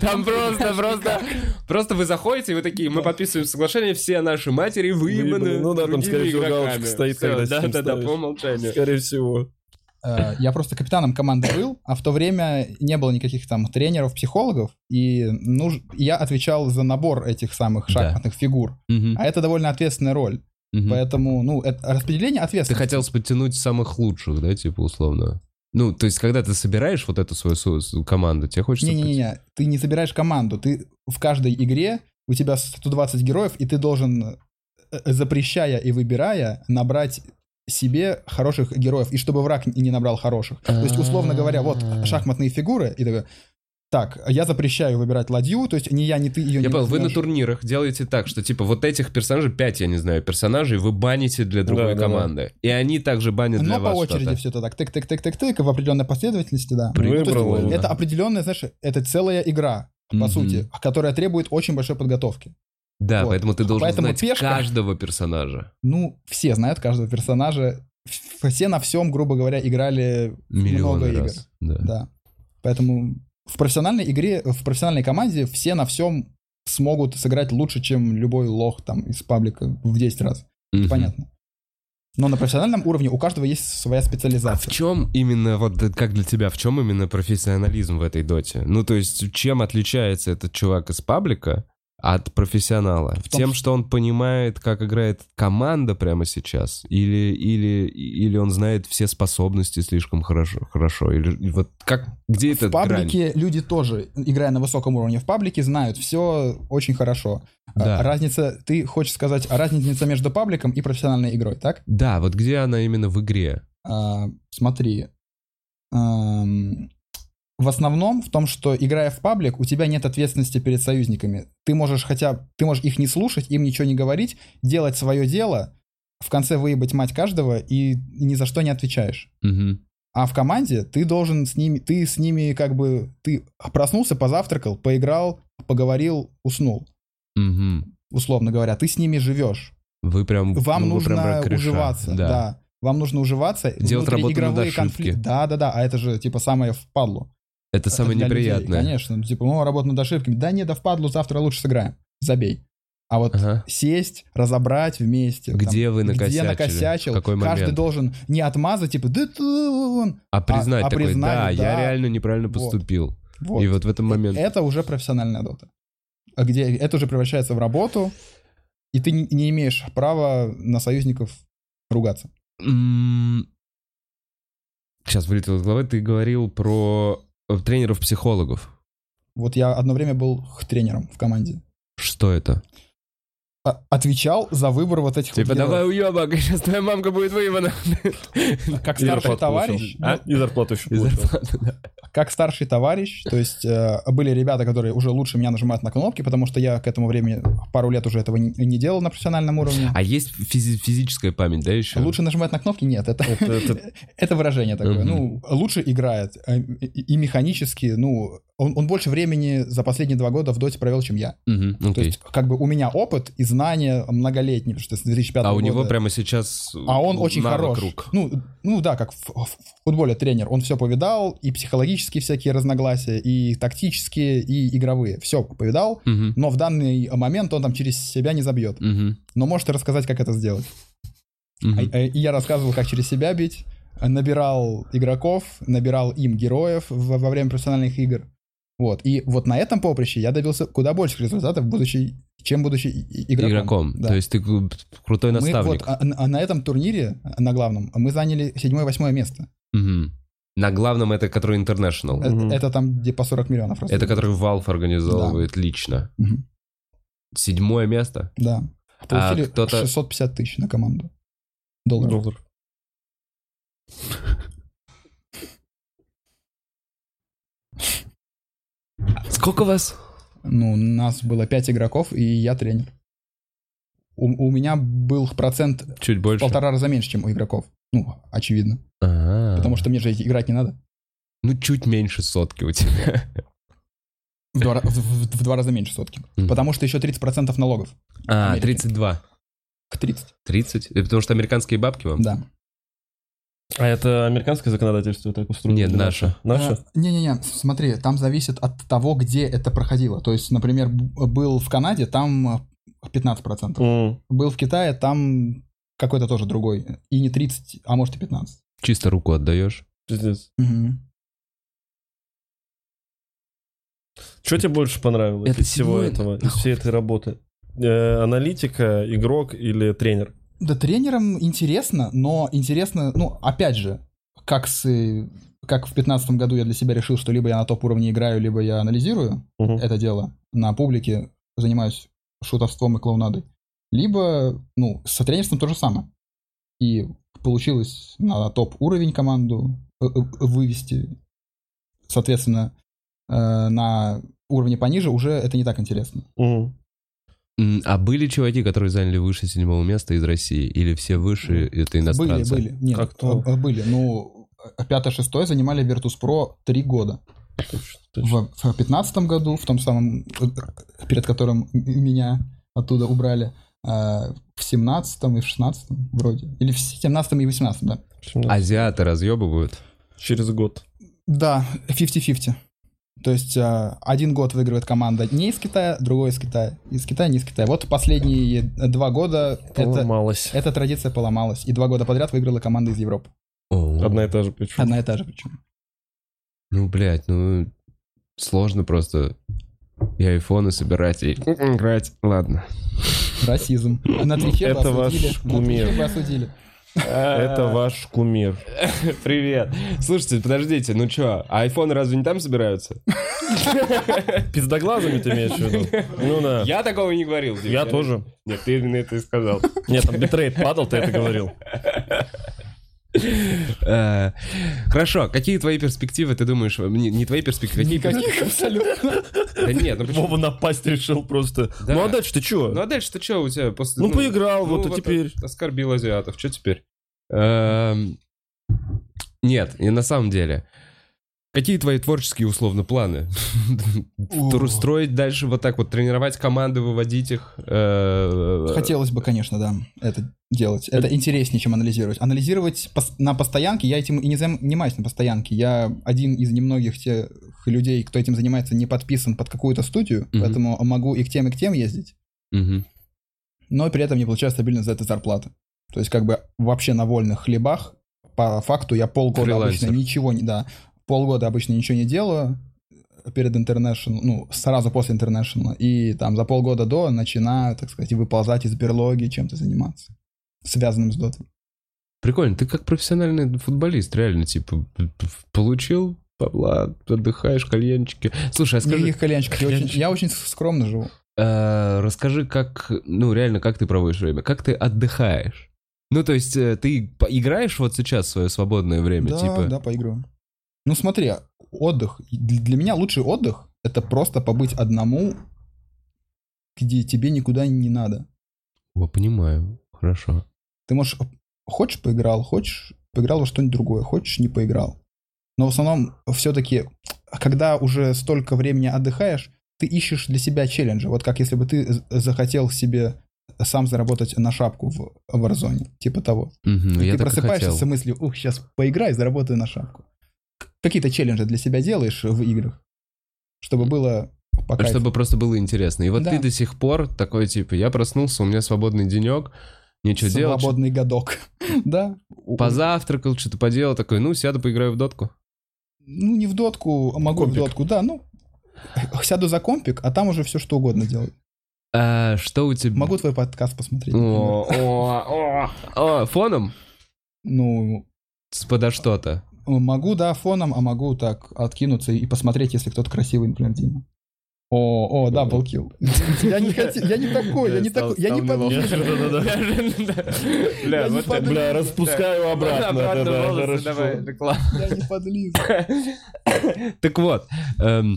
S1: Там просто, просто, просто вы заходите, и вы такие, мы подписываем соглашение, все наши матери выебаны
S2: Выебаны. Ну да, там,
S1: другими
S2: скорее всего,
S1: игроками.
S2: галочка стоит,
S1: Всё,
S2: когда с ним
S1: Да-да-да,
S2: ставишь.
S1: по умолчанию.
S2: Скорее всего.
S3: Э, Я просто капитаном команды был, а в то время не было никаких там тренеров, психологов, и нуж- я отвечал за набор этих самых
S1: Да.
S3: шахматных фигур. А это довольно ответственная роль. Поэтому, ну, это распределение
S1: Ты
S3: ответственности.
S1: хотел подтянуть самых лучших, да, типа, условно? Ну, то есть, когда ты собираешь вот эту свою су- су- команду, тебе хочется...
S3: Не-не-не, ты не собираешь команду, ты в каждой игре, у тебя 120 героев, и ты должен, э, запрещая и выбирая, набрать себе хороших героев, и чтобы враг и не набрал хороших. То есть, условно говоря, вот
S1: А-а-а.
S3: шахматные фигуры, и такой, так, я запрещаю выбирать ладью, то есть ни я, ни ты ее не
S1: Я понял, вы на
S3: возьмешь.
S1: турнирах делаете так, что типа вот этих персонажей, пять, я не знаю, персонажей вы баните для другой
S2: Да-да-да.
S1: команды. И они также банят для
S3: Но по
S1: вас
S3: очереди
S1: что-то.
S3: все это так, тык-тык-тык-тык-тык, в определенной последовательности, да.
S2: Прикольно.
S1: Ну, то есть
S2: Выбрал,
S3: Это определенная, знаешь, это целая игра, по
S1: Мгм.
S3: сути, которая требует очень большой подготовки.
S1: Да,
S3: Вот.
S1: поэтому ты должен
S3: Поэтому
S1: знать
S3: пешка-
S1: каждого персонажа.
S3: Ну, все знают каждого персонажа, ф- все на всем, грубо говоря, играли
S1: Миллионы
S3: много
S1: раз.
S3: игр. Да. Поэтому в профессиональной игре, в профессиональной команде все на всем смогут сыграть лучше, чем любой лох там из паблика в 10 раз.
S1: Мгм.
S3: Понятно. Но на профессиональном уровне у каждого есть своя
S1: А в
S3: специализация.
S1: чем именно, вот д- как для тебя, в чем именно профессионализм в этой доте? Ну, то есть, чем отличается этот чувак из паблика от профессионала?
S3: том,
S1: Тем,
S3: что-
S1: что он понимает, как играет команда прямо сейчас? Или, или, или он знает все способности слишком хорошо? хорошо? Или вот как, где это
S3: В паблике люди тоже, играя на высоком уровне в паблике, знают все очень хорошо.
S1: Да.
S3: А, Разница, ты хочешь сказать, разница между пабликом и профессиональной игрой, так?
S1: Да, вот где она именно в игре?
S3: А, смотри. Эм, В основном в том, что играя в паблик, у тебя нет ответственности перед союзниками. Ты можешь хотя б- ты можешь их не слушать, им ничего не говорить, делать свое дело, в конце выебать мать каждого и ни за что не отвечаешь.
S1: Мгм.
S3: А в команде ты должен с ними, ты с ними как бы, ты проснулся, позавтракал, поиграл, поговорил, уснул,
S1: Мгм.
S3: условно говоря. Ты с ними живешь.
S1: Вы прям...
S3: Вам
S1: ну, вы прям
S3: нужно
S1: ракреша.
S3: уживаться, да. Вам нужно уживаться.
S1: Делать работу над
S3: игровые
S1: ошибки.
S3: конфликты. Да, да, да. А это же типа самое впадло.
S1: Это самое
S3: для людей,
S1: неприятное.
S3: конечно. Ну, Типа, ну, работа над ошибками. Да нет, да впадлу, завтра лучше сыграем. Забей. А вот
S1: Ага.
S3: сесть, разобрать вместе.
S1: Где вы
S3: там,
S1: накосячили?
S3: где накосячил.
S1: В какой момент?
S3: Каждый должен не отмазать, типа, да ты он.
S1: А признать
S3: а
S1: такой,
S3: признать,
S1: да, я
S3: да.
S1: реально неправильно
S3: Вот.
S1: поступил.
S3: Вот.
S1: И вот Э, в этом момент...
S3: Это уже профессиональная дота. А Где это уже превращается в работу, и ты не- не имеешь права на союзников ругаться.
S1: э. Сейчас вылетел из головы, ты говорил про э, тренеров-психологов.
S3: Вот я одно время был х- тренером в команде.
S1: Что это?
S3: А- Отвечал за выбор вот этих вот
S1: Типа,
S3: героев.
S1: давай уебок, сейчас твоя мамка будет выебана.
S3: Как
S2: И
S3: старший
S2: зарплату
S3: товарищ,
S2: получил.
S3: ну.
S2: А? И зарплату еще
S1: И
S2: получил.
S1: зарплата, да.
S3: как старший товарищ, то есть э, были ребята, которые уже лучше меня нажимают на кнопки, потому что я к этому времени пару лет уже этого не, не делал на профессиональном уровне.
S1: А есть физи- физическая память, да, еще?
S3: Лучше нажимать на кнопки? Нет, это,
S2: Это- это-
S3: это выражение такое.
S1: Мгм.
S3: Ну, лучше играет э, и и механически, ну, он, он больше времени за последние два года в доте провел, чем я.
S1: Мгм,
S3: То
S1: окей.
S3: есть, как бы у меня опыт и знания многолетние, потому что с 2005
S1: а у
S3: года.
S1: него прямо сейчас...
S3: А он очень
S1: навык
S3: хорош.
S1: рук.
S3: Ну, ну да, как в, в футболе тренер. Он все повидал, и психологические всякие разногласия, и тактические, и игровые. Все повидал,
S1: Мгм,
S3: но в данный момент он там через себя не забьет.
S1: мгм,
S3: Но может и рассказать, как это сделать.
S1: мгм.
S3: А- э, И я рассказывал, как через себя бить, э, набирал игроков, набирал им героев во, во время профессиональных игр. Вот. И вот на этом поприще я добился куда больших результатов, будучи, чем будучи и- и- игроком.
S1: Игроком.
S3: Да.
S1: То есть ты кру- крутой
S3: Мы вот,
S1: наставник.
S3: а- а на этом турнире, а, на главном, мы заняли седьмое-восьмое место.
S1: Мгм. На главном это который
S3: Э,
S1: International.
S2: Мгм.
S3: Это, там, где по 40 миллионов раз.
S1: Это который Valve организовывает лично.
S3: Мгм.
S1: Седьмое место?
S3: Да.
S1: А
S3: Получили
S1: кто-то-
S3: 650 тысяч на команду. Долларов.
S2: Доллар.
S1: Сколько вас?
S3: Ну, нас было 5 игроков, и я тренер. У- у меня был процент
S1: Чуть
S3: в
S1: больше.
S3: полтора раза меньше, чем у игроков. Ну, очевидно.
S1: Ага.
S3: Потому что мне же играть не надо.
S1: А. Ну, чуть меньше сотки у тебя.
S3: В два, ра- в- в- в два раза меньше сотки.
S1: Мгм.
S3: Потому что еще 30% налогов.
S1: А,
S3: Америки.
S1: 32.
S3: К 30,
S1: 30? Э, Потому что американские бабки вам?
S3: да.
S2: А это американское законодательство так устроено?
S1: Нет,
S2: Или
S1: наше.
S2: Наше?
S3: А, Не-не-не, смотри, там зависит от того, где это проходило. То есть, например, б- был в Канаде, там э, 15%.
S2: М,
S3: Был в Китае, там какой-то тоже другой. И не 30, а может и 15.
S1: Чисто руку отдаешь?
S2: Пиздец.
S3: Мгм.
S2: Что тебе больше понравилось
S1: Это
S2: из всего
S1: седьмое,
S2: этого, из
S1: нахуй.
S2: всей этой работы? Э, аналитика, игрок или тренер?
S3: Да, тренерам интересно, но интересно, ну, опять же, как с э, как в 2015 году я для себя решил, что либо я на топ-уровне играю, либо я анализирую
S2: Мгм.
S1: Э.
S3: это дело на публике, занимаюсь шутовством и клоунадой. Либо, ну, со тренерством то же самое. И получилось на топ-уровень команду э, э, вывести. Соответственно, э, на уровне пониже уже это не так интересно.
S2: Мгм.
S1: М, А были чуваки, которые заняли выше седьмого места из России? Или все выше это
S3: Были,
S1: иностранцы?
S3: были. Нет,
S2: Как-то-
S3: э, были. Ну, э, пятое-шестое занимали Virtus.pro три года.
S2: Точно, точно.
S3: В в пятнадцатом году, в том самом, э, перед которым м- меня оттуда убрали, э, в семнадцатом и в шестнадцатом вроде. Или в семнадцатом и восемнадцатом, да.
S1: А Азиаты разъебывают?
S2: Через год.
S3: Да, 50-50. То есть э, один год выигрывает команда не из Китая, другой из Китая. Из Китая, не из Китая. Вот последние два года это,
S1: э,
S2: Поломалось.
S3: эта традиция поломалась. И два года подряд выиграла команда из Европы.
S1: О,
S2: Одна и та же причем.
S3: Одна и та же причем.
S1: Ну, блядь, ну... Сложно просто и айфоны собирать, и играть. Ладно.
S3: Расизм. На три хеба
S2: Ну, Это ваш
S3: осудили. На три
S2: кумир.
S3: хеба осудили.
S2: Это ваш кумир.
S1: Привет. Слушайте, подождите, ну чё, а айфоны разве не там собираются?
S2: Пиздоглазами ты имеешь в виду? Ну да.
S1: Я такого не говорил. Дим,
S2: Я тоже.
S1: Нет, ты именно это и сказал.
S2: Нет, там битрейт падал, ты это говорил.
S1: Э, Хорошо, какие твои перспективы, ты думаешь, не не твои перспективы, какие перспективы?
S3: Никаких абсолютно.
S1: Да нет, ну почему?
S2: Вова напасть решил просто.
S1: Да.
S2: Ну а дальше ты чё?
S1: Ну а дальше-то что у тебя после...
S2: Ну, поиграл, вот, а теперь?
S1: Оскорбил азиатов, что теперь? Эм, Нет, и на самом деле... Какие твои творческие, условно, планы? Тру- Строить дальше вот так вот, тренировать команды, выводить их? э,
S3: Хотелось бы, конечно, да, это делать.
S2: Э,
S3: Это интереснее, чем анализировать. Анализировать пос- на постоянке, я этим и не занимаюсь на постоянке. Я один из немногих тех людей, кто этим занимается, не подписан под какую-то студию,
S1: Мгм.
S3: поэтому могу и к тем, и к тем ездить,
S1: Мгм.
S3: но при этом не получаю стабильно за это зарплату. То есть как бы вообще на вольных хлебах, по факту я полгода
S1: Фрилансер.
S3: обычно ничего не... Да, полгода обычно ничего не делаю э, перед International, ну, сразу после International, и там за полгода до начинаю, так сказать, выползать из берлоги, чем-то заниматься, связанным с дотом.
S1: Прикольно, ты как профессиональный футболист, реально, типа, п- п- получил бабла, отдыхаешь, кальянчики. Слушай, а скажи...
S3: Никаких кальянчиков. Я очень, я очень скромно живу.
S1: Э, расскажи, как, ну, реально, как ты проводишь время, как ты отдыхаешь? Ну, то есть, э, ты по- играешь вот сейчас в свое свободное время,
S3: да,
S1: типа.
S3: да, поигрываю. Ну смотри, отдых. Для для меня лучший отдых — это просто побыть одному, где тебе никуда не надо.
S1: О, понимаю, хорошо.
S3: Ты можешь... Хочешь, поиграл, хочешь, поиграл во что-нибудь другое, хочешь, не поиграл. Но в основном все-таки, когда уже столько времени отдыхаешь, ты ищешь для себя челленджи. Вот как если бы ты з- захотел себе сам заработать на шапку в Warzone, типа того.
S1: Мгм,
S3: И
S1: Ну, я
S3: ты
S1: так и
S3: просыпаешься
S1: хотел.
S3: с мыслью, ух, сейчас поиграю, заработаю на шапку. Какие-то челленджи для себя делаешь в играх, чтобы было по кайфу.
S1: Чтобы просто было интересно. И вот
S3: Да.
S1: ты до сих пор такой, типа, я проснулся, у меня свободный денек, нечего делать,
S3: Свободный годок. да. У-
S1: позавтракал, что-то поделал, такой, ну, сяду, поиграю в дотку.
S3: Ну, не в дотку, а могу
S2: Компик.
S3: в дотку, да, ну. Сяду за компик, а там уже все что угодно делаю.
S1: А, что у тебя...
S3: Могу твой подкаст посмотреть.
S1: Ну.
S3: например.
S1: О, о, о, о, фоном?
S3: Ну,
S1: С- Подо что-то.
S3: могу, да, фоном, а могу так откинуться и посмотреть, если кто-то красивый, например, Дима. О, о, да, был килл. Я не хотел, я не такой, я не такой, я не под-
S1: Бля,
S3: Я не
S1: вот
S3: под-
S1: это-
S2: Бля, распускаю
S1: Ладно,
S2: обратно.
S1: обратно
S2: Да-да,
S1: волосы,
S2: хорошо.
S1: давай, реклама.
S3: я не подлиза.
S1: Так вот, эм,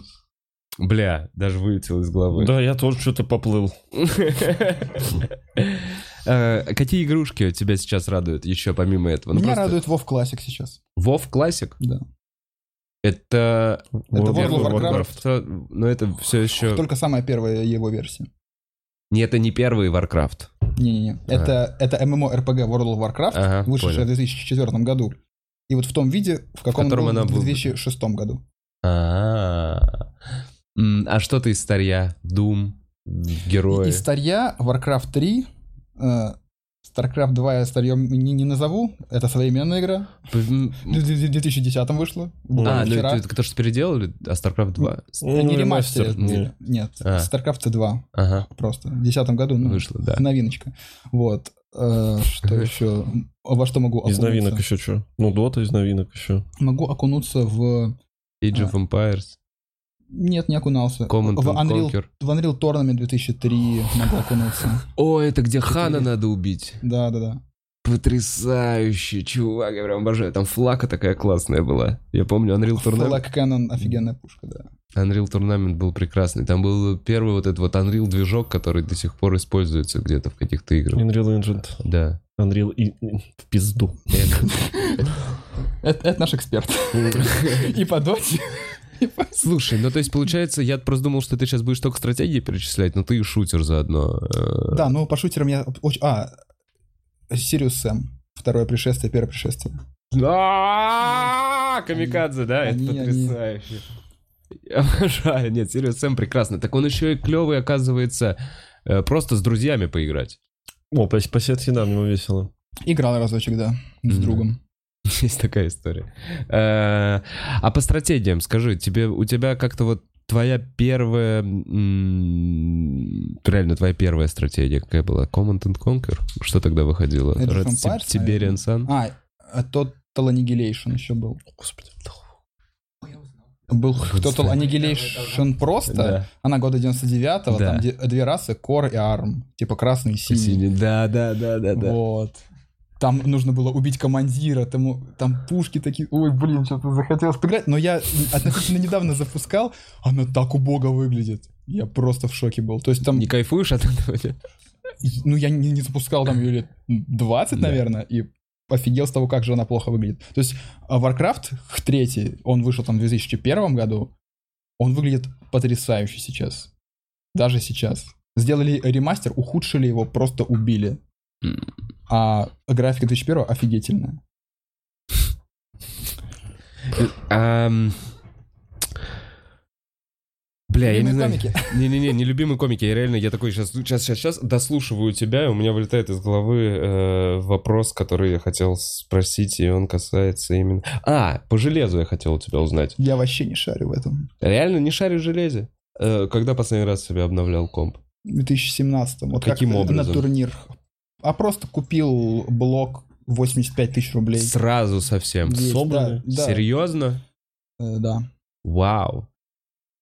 S1: бля, даже вылетел из головы.
S2: Да, я тоже что-то поплыл.
S1: Э, Какие игрушки тебя сейчас радуют еще помимо этого? Ну,
S3: Меня
S1: просто
S3: радует Вов Классик сейчас.
S1: Вов Классик?
S3: Да.
S1: Это...
S3: Это World
S1: первый
S3: of
S1: World
S3: Warcraft.
S1: Warcraft. Но это все еще...
S3: Только самая первая его версия.
S1: Не, это не первый Warcraft. Э.
S3: Не-не-не. Это, это MMORPG World of Warcraft,
S1: Ага,
S3: вышедшая
S1: А, понял.
S3: в 2004 году. И вот в том виде, в каком
S1: котором
S3: был
S1: она
S3: в
S1: была.
S3: 2006 году.
S1: А, М, а что ты из старья? Doom,
S3: И
S1: герои.
S3: старья Warcraft 3, э, StarCraft 2 я старьем не, не назову, это современная игра.
S1: М,
S3: В 2010 вышла.
S1: А,
S3: буквально
S1: ну
S3: вчера.
S1: это кто же переделали? А StarCraft 2?
S3: Не ремастер, это
S1: нет.
S3: были. нет.
S1: А.
S3: StarCraft 2
S1: Ага,
S3: просто. В 2010 году ну,
S1: вышло, да.
S3: новиночка. Вот. Э, Что еще? Во что могу
S2: Из
S3: окунуться?
S2: новинок еще что? Ну, дота из новинок еще.
S3: Могу окунуться в...
S1: Age of Empires,
S3: Нет, не окунался.
S1: Command
S3: в,
S1: and
S3: Unreal,
S1: Conquer.
S3: в Unreal Tournament 2003 могу окунуться.
S1: О, это где
S3: Хана
S1: Хана надо убить.
S3: Да-да-да.
S1: Потрясающе, чувак, я прям обожаю. Там флака такая классная была. Я помню, Unreal
S3: А
S1: Tournament.
S3: Black Cannon офигенная пушка, да.
S1: Unreal Tournament был прекрасный. Там был первый вот этот вот Unreal движок, который до сих пор используется где-то в каких-то играх.
S2: Unreal Engine.
S1: Да.
S2: Unreal и... в пизду.
S3: Это, это наш эксперт. И по доте. и по-
S1: Слушай, ну то есть получается, я просто думал, что ты сейчас будешь только стратегии перечислять, но ты и шутер заодно. Э,
S3: Да, ну по шутерам я... оч- А, Сириус Сэм. Второе пришествие, первое пришествие.
S1: А, Камикадзе, да, это
S3: Они- они-
S1: потрясающе. Я Обожаю, нет, Сириус Сэм прекрасно. Так он еще и клевый, оказывается, э, просто с друзьями поиграть.
S2: О, по, по сетке нам ему весело.
S3: Играл разочек, да, с
S1: Мгм.
S3: другом.
S1: Есть такая история. Э, А по стратегиям, скажи, тебе, у тебя как-то вот твоя первая, м, реально твоя первая стратегия какая была? Command and Conquer? Что тогда выходило?
S3: Age
S1: Red
S3: of
S1: Ti-
S3: Empires,
S1: Tiberian Sun?
S3: А, а тот Total Annihilation еще был.
S2: Господи.
S3: Был
S1: Вот
S3: Total
S1: знаю.
S3: Annihilation просто.
S1: Да.
S3: Она года 99-го,
S1: Да.
S3: там де- две расы, Core и Арм. Типа красный и синий.
S1: Синий. Да, да, да, да, да.
S3: Вот. Там нужно было убить командира, там, у- там пушки такие... Ой, блин, что-то захотелось поиграть. Но я относительно недавно запускал, она так убого выглядит. Я просто в шоке был. То есть там...
S1: Не кайфуешь от этого? нет?
S3: Ну, я не, не запускал там ее лет 20,
S1: Да.
S3: наверное, и офигел с того, как же она плохо выглядит. То есть а Warcraft 3, он вышел там в 2001 году, он выглядит потрясающе сейчас. Даже сейчас. Сделали ремастер, ухудшили его, просто убили.
S1: М.
S3: А графика 2001 офигительная.
S1: Ам. Бля, я не
S3: Любимые
S1: знаю.
S3: комики.
S1: Не-не-не, не любимые комики. Я реально, я такой сейчас, сейчас, сейчас, сейчас дослушиваю тебя, и у меня вылетает из головы э, вопрос, который я хотел спросить, и он касается именно... А, по железу я хотел у тебя узнать.
S3: Я вообще не шарю в этом.
S1: Реально не шарю в железе? Э, когда последний раз себя обновлял комп?
S3: В 2017 вот
S1: Каким
S3: как
S1: образом?
S3: на турнир. А просто купил блок 85 тысяч рублей.
S1: Сразу совсем.
S3: Есть,
S2: собранный?
S3: да, да.
S1: Серьезно?
S3: Э, да.
S1: Вау.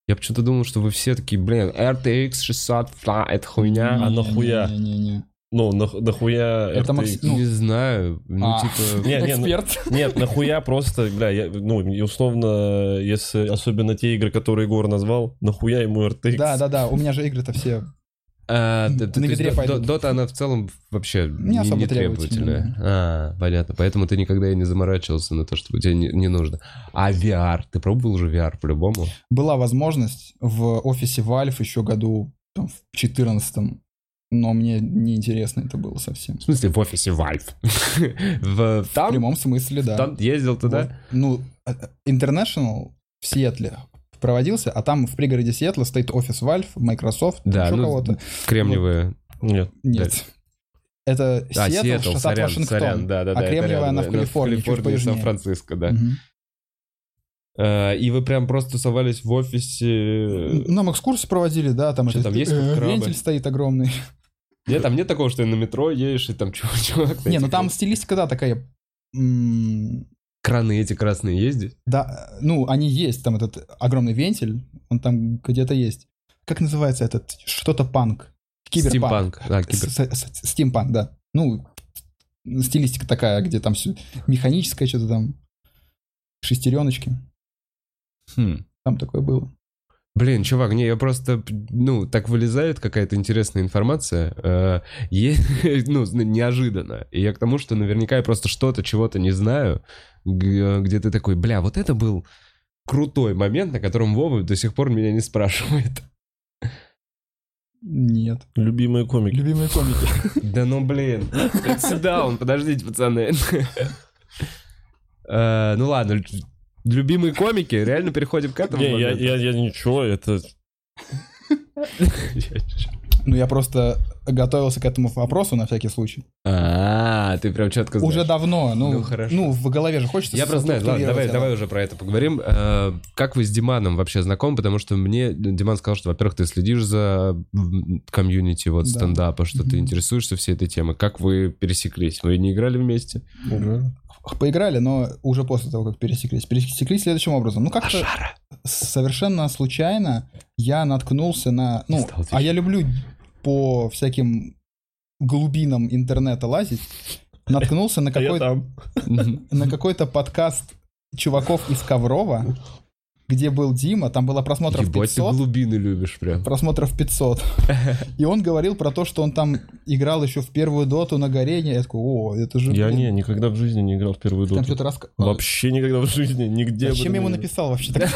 S1: Я почему-то думал, что вы все такие, блин, RTX 600, фа, это хуйня.
S2: А нахуя?
S3: Не-не-не.
S2: Ну, нах- нахуя
S3: Это
S2: RTX?
S3: максим-
S1: не
S3: ну.
S1: знаю, ну
S3: А.
S1: типа...
S2: Не, не, ну-
S3: Эксперт.
S2: Нет, нахуя просто, бля, я, ну, и условно, если особенно те игры, которые Егор назвал, нахуя ему RTX?
S3: Да, да, да. У меня же игры-то все.
S1: Э, А,
S3: На
S1: т- т- то есть
S3: ведре
S1: до-
S3: пойдут.
S1: до- Дота, она в целом вообще не,
S3: Не особо
S1: не
S3: требовательная,
S1: требовательная. А, понятно. Поэтому ты никогда и не заморачивался на то, что тебе не, не нужно. А VR? Ты пробовал же VR по-любому?
S3: Была возможность в офисе Valve еще году там, в 14 но мне неинтересно это было совсем.
S1: В смысле, в офисе Valve. В-
S3: В
S1: Там?
S3: прямом смысле, да.
S1: Там ездил
S3: Вот,
S1: туда?
S3: ну, э, э, International в Сиэтле проводился, а там в пригороде Сиэтла стоит офис Valve, Microsoft,
S1: Да,
S3: еще
S1: ну,
S3: кого-то.
S1: Кремниевые.
S2: Нет.
S3: Нет. Это
S1: А,
S3: Сиэтл,
S1: Сиэтл,
S3: штат
S1: сорян,
S3: Вашингтон.
S1: сорян, да, да,
S3: а
S1: да, это
S3: Кремниевая,
S1: рядом,
S3: она в
S1: да,
S3: Калифорнии, чуть
S1: Калифорнии,
S3: поюжнее.
S1: Сан-Франциско, да.
S3: Мгм.
S1: Э, И вы прям просто совались в офисе...
S3: Нам экскурсии проводили, да, там,
S1: Что
S3: этот,
S1: там есть, как
S3: э,
S1: крабы?
S3: вентиль стоит огромный.
S1: Нет, там нет такого, что ты на метро едешь, и там чувак... чувак на
S3: Не, ну
S1: этих-
S3: там стилистика, да, такая... м,
S1: Краны эти красные ездят.
S3: Да, ну, они есть, там этот огромный вентиль, он там где-то есть. Как называется этот? Что-то панк. Киберпанк.
S1: Стимпанк. А, кибер-
S3: С- с- с- Стимпанк, да. Ну, стилистика такая, где там все механическое что-то там, шестереночки.
S1: Хм.
S3: Там такое было.
S1: Блин, чувак, не, я просто, ну, так вылезает какая-то интересная информация, э, е- ну, зн- неожиданно. И я к тому, что наверняка я просто что-то, чего-то не знаю, г- где ты такой, бля, вот это был крутой момент, на котором Вова до сих пор меня не спрашивает.
S3: Нет.
S2: Любимые комики.
S3: Любимые комики.
S1: Да ну, блин, сюда он, подождите, пацаны. Э, Ну ладно, лю- любимые комики, реально переходим к этому
S2: Не, я,
S1: моменту.
S2: я, я ничего, это...
S3: Ну, я просто готовился к этому вопросу на всякий случай.
S1: А, ты прям четко знаешь.
S3: Уже давно, ну,
S1: Ну,
S3: ну,
S1: хорошо.
S3: в голове же хочется...
S1: Я просто знаю, ладно, давай,
S3: структурировать
S1: давай
S3: это.
S1: уже про это поговорим. Э, Как вы с Диманом вообще знакомы? Потому что мне Диман сказал, что, во-первых, ты следишь за м, комьюнити вот
S3: Да.
S1: стендапа, что ты
S3: Мгм.
S1: интересуешься всей этой темой. Как вы пересеклись? Вы не играли вместе?
S3: Поиграли, но уже после того, как пересеклись. Пересеклись следующим образом. Ну, как-то совершенно случайно я наткнулся на...
S1: Не
S3: Ну,
S1: стал отвечать.
S3: а я люблю по всяким глубинам интернета лазить. Наткнулся на
S2: А я
S3: какой-то...
S2: там.
S1: Мгм.
S3: на какой-то подкаст чуваков из Коврова, где был Дима, там было просмотров
S1: Ебать, ты
S3: 500,
S1: глубины любишь прям.
S3: просмотров 500. И он говорил про то, что он там играл еще в первую доту на Горение. Я такой, о, это же...
S2: Я
S3: блин,
S2: не, никогда в жизни не играл в первую
S3: Там
S2: доту.
S3: что-то раска...
S2: Вообще никогда в жизни, нигде. об
S3: Зачем
S2: этом
S3: я А ему
S2: не-
S3: написал вообще так?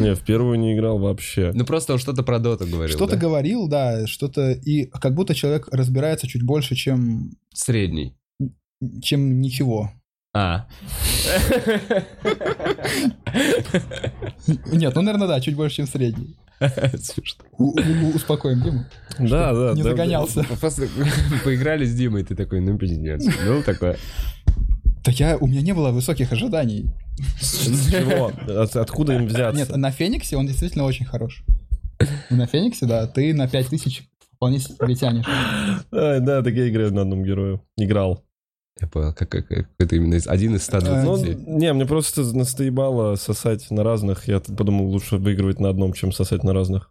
S2: Не, в первую не играл вообще.
S1: Ну просто он что-то про доту говорил,
S3: Что-то
S1: да?
S3: говорил, да, что-то... И как будто человек разбирается чуть больше, чем,
S1: Средний.
S3: чем ничего.
S1: А.
S3: Нет, ну, наверное, да, чуть больше, чем средний.
S1: Смешно.
S3: У- у- Успокоим Диму.
S2: Да, да.
S3: Не
S2: да,
S3: загонялся.
S1: Просто поиграли с Димой, ты такой, ну пиздец. Ну такое.
S3: Да я... У меня не было высоких ожиданий.
S2: С Чего? От- Откуда им
S3: Нет,
S2: взяться?
S3: на Фениксе он действительно очень хорош. На Фениксе, да, ты на 5000 вполне себе тянешь.
S2: Ай, Да, так я играю на одном герою. Играл.
S1: Я понял, как, как- как это именно из... один из
S3: Э,
S2: Ну,
S1: 120.
S2: не, мне просто настоебало сосать на разных. Я тут подумал, лучше выигрывать на одном, чем сосать на разных.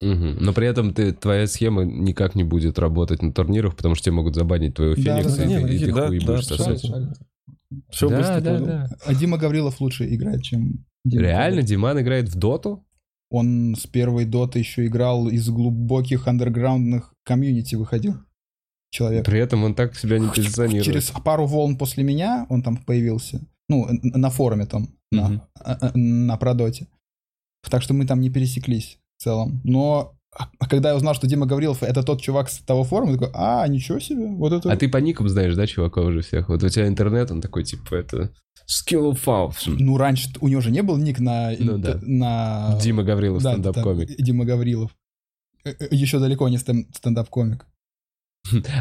S1: Мгм. Но при этом ты, твоя схема никак не будет работать на турнирах, потому что тебе могут забанить твоего
S3: Да,
S1: феникса,
S3: да, ну,
S1: и,
S3: да.
S1: ты-
S2: Не,
S1: и ты
S2: да,
S1: хуй
S2: да,
S1: будешь
S2: абсолютно.
S1: сосать.
S2: Все
S1: Да,
S2: быстро.
S1: да,
S2: понял.
S1: да.
S3: А Дима Гаврилов лучше играет, чем Дима
S1: Реально,
S3: Гаврилов.
S1: Диман играет в доту?
S3: Он с первой доты еще играл из глубоких андерграундных комьюнити выходил. Человек.
S1: При этом он так себя не позиционирует.
S3: Через пару волн после меня он там появился. Ну, н- на форуме там,
S1: Мгм.
S3: на, а- а- на Продоте. Так что мы там не пересеклись в целом. Но а, когда я узнал, что Дима Гаврилов это тот чувак с того форума, я такой, а, ничего себе, вот это...
S1: А ты по никам знаешь, да, чуваков уже всех? Вот у тебя интернет, он такой, типа, это... Skill of Foul.
S3: Ну, раньше у него же не был ник на... э,
S1: Ну да.
S3: на...
S1: Дима Гаврилов,
S3: Да,
S1: стендап-комик.
S3: да, Дима Гаврилов. Э, э, Еще далеко не стен- стендап-комик.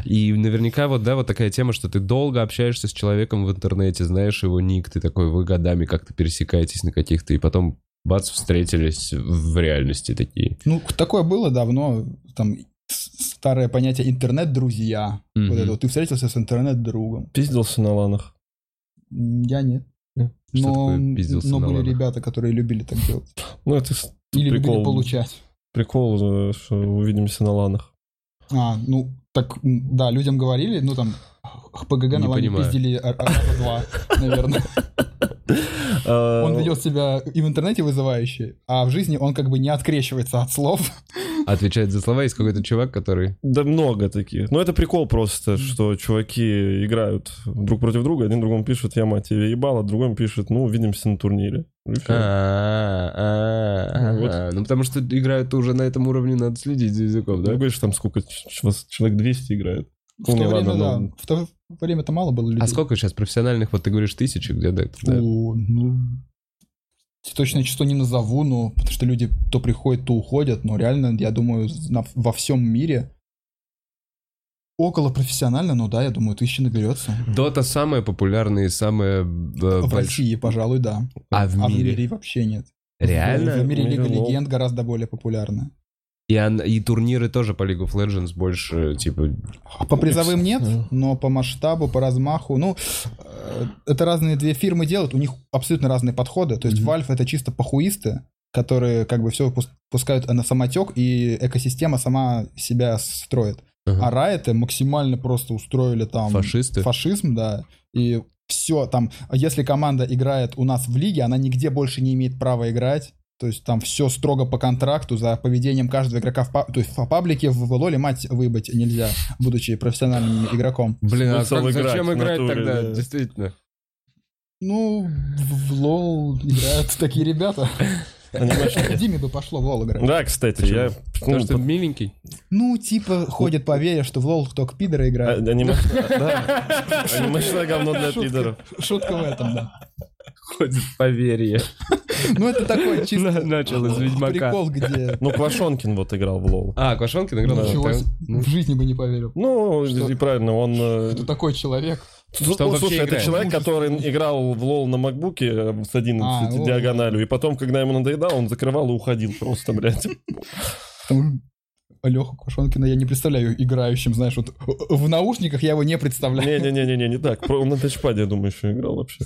S1: И наверняка вот, да, вот такая тема, что ты долго общаешься с человеком в интернете, знаешь его ник, ты такой, вы годами как-то пересекаетесь на каких-то, и потом бац, встретились в реальности такие.
S3: Ну, такое было давно, там, с- старое понятие интернет-друзья.
S1: Мгм.
S3: Вот это вот, ты встретился с интернет-другом.
S2: Пиздился на ланах.
S3: М, Я нет.
S2: Что
S3: Но,
S1: такое пиздился
S3: но
S1: на
S3: были
S1: ладах?
S3: ребята, которые любили так делать.
S2: Ну, это с-
S3: Или любили
S2: Прикол.
S3: получать.
S2: прикол, э, что увидимся на ланах.
S3: А, ну, так, м, да, людям говорили, ну, там, ПГГ
S1: Не
S3: на лане
S1: понимаю.
S3: пиздили р- раза два, наверное.
S2: А, Э,
S3: а Он ведет себя и в интернете вызывающе, а в жизни он как бы не открещивается от слов.
S1: Отвечает за слова есть какой-то чувак, который...
S2: Да много таких. Но это прикол просто, что чуваки играют друг против друга. Один другому пишет, я мать тебе ебал, а другому пишет, ну, увидимся на турнире. И всё.
S1: А,
S2: Вот.
S1: а, а. Ну, потому что играют уже на этом уровне, надо следить за языком,
S2: Ты
S1: да?
S2: говоришь, там сколько, ч- ч- вас человек 200 играет.
S3: В
S2: Ну,
S3: то
S2: не,
S3: время,
S2: ладно,
S3: да.
S2: ну.
S3: В то время-то мало было людей.
S1: А сколько сейчас профессиональных, вот ты говоришь, тысячи где-то? да?
S3: О, ну, точное число не назову, но потому что люди то приходят, то уходят, но реально, я думаю, на- во всем мире около профессионально, ну да, я думаю, тысячи наберется.
S1: Дота самая популярная и самая э,
S3: В
S1: большая.
S3: России, пожалуй, да.
S1: А в
S3: А в
S1: мире?
S3: мире вообще нет. Э, В
S1: Реально?
S3: мире
S2: Ну,
S3: Лига
S2: лол.
S3: Легенд гораздо более популярна.
S1: И, он- и турниры тоже по League of Legends больше, типа...
S3: По призовым нет,
S2: Да.
S3: но по масштабу, по размаху, ну, э, это разные две фирмы делают, у них абсолютно разные подходы. То есть
S1: Мгм.
S3: Valve это чисто похуисты, которые как бы все пускают на самотек, и экосистема сама себя строит. А
S1: ага,
S3: Riot максимально просто устроили там
S1: Фашисты?
S3: фашизм, да, и все там, если команда играет у нас в лиге, она нигде больше не имеет права играть. То есть там все строго по контракту, за поведением каждого игрока в па- то есть в паблике в лоле мать выбыть нельзя, будучи профессиональным игроком.
S1: Блин, а
S2: Смысл
S1: как-
S2: играть
S1: зачем
S2: в
S1: играть
S2: натуре,
S1: тогда,
S2: да.
S1: действительно?
S3: Ну, в в лол играют такие ребята.
S2: Анимешники.
S3: Диме бы пошло в лол играть.
S2: Да, кстати,
S1: Почему?
S2: я...
S1: Потому
S2: ну,
S1: что миленький.
S3: Ну, типа, ходит по вере, что в лол только пидоры
S2: а-
S3: играют.
S2: анимешное- да. Анимешное говно для
S3: Шутка.
S2: пидоров.
S3: Шутка в этом, да.
S1: Ходит поверье.
S3: Ну, это такой
S1: На-
S3: чисто
S1: Начал из Ведьмака.
S3: прикол, где
S2: Ну, Квашонкин вот играл в лол.
S1: А, Квашонкин играл?
S2: Да.
S3: ничего
S1: Так,
S3: себе, в жизни бы не поверил.
S2: Ну,
S3: Что?
S2: и правильно, он... э,
S3: Это такой человек.
S2: Слу-
S1: Что он вообще
S2: ну, Слушай, это
S1: играет?
S2: человек, который играл в лол на макбуке э, с 11
S3: А, ну,
S2: диагональю, и потом, когда ему надоедало, он закрывал и уходил просто, блядь.
S3: Леху Квашонкина я не представляю играющим, знаешь, вот в наушниках я его не представляю.
S2: Не-не-не-не, не так. Про- Он на тачпаде, я думаю, еще играл вообще.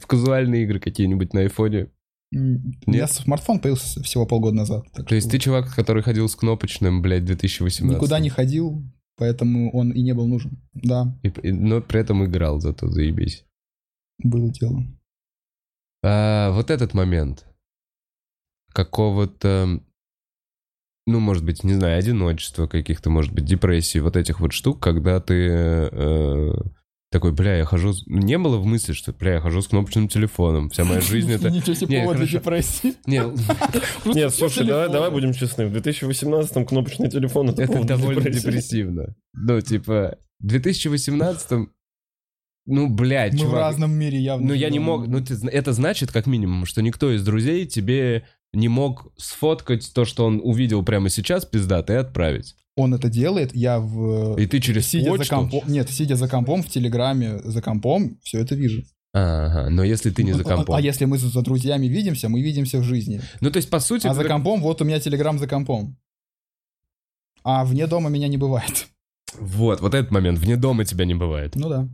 S1: В казуальные игры какие-нибудь на айфоне.
S3: М, У меня смартфон появился всего полгода назад. так
S1: То есть
S3: что
S1: ты чувак, который ходил с кнопочным, блядь, 2018.
S3: никуда не ходил, поэтому он и не был нужен. Да,
S1: И- и- но при этом играл, зато заебись.
S3: было дело.
S1: А, вот этот момент какого-то, ну, может быть, не знаю, одиночества каких-то, может быть, депрессии, вот этих вот штук, когда ты э, такой, бля, я хожу... с- Не было в мысли, что, бля, я хожу с кнопочным телефоном, вся моя жизнь это...
S3: Ничего
S1: Не,
S3: себе повод для
S1: хорошо.
S3: депрессии.
S1: Не,
S3: Просто
S2: Нет,
S3: все
S2: слушай, давай,
S3: телефоны.
S2: давай будем честны. В 2018-м кнопочный телефон — это,
S1: это
S2: повод для
S1: довольно
S2: депрессии.
S1: депрессивно. Ну, типа, в 2018 ну, блядь,
S3: Мы в
S1: чувак,
S3: разном мире явно.
S1: Ну, я не
S3: живем.
S1: мог... Ну, ты зна- это значит, как минимум, что никто из друзей тебе не мог сфоткать то, что он увидел прямо сейчас, пиздато, и отправить.
S3: Он это делает, я в... э,
S1: И ты через
S3: Сидя за
S1: почту...
S3: компом... Нет, сидя за компом, в Телеграме, за компом, все это вижу.
S1: А, Ага, но если ты не за
S3: А- а-
S1: компом.
S3: А, если мы за, за друзьями видимся, мы видимся в жизни.
S1: Ну, то есть, по сути...
S3: А за
S1: ты-
S3: компом, вот у меня Телеграм за компом. А вне дома меня не бывает.
S1: Вот, вот этот момент. Вне дома тебя не бывает.
S3: Ну да.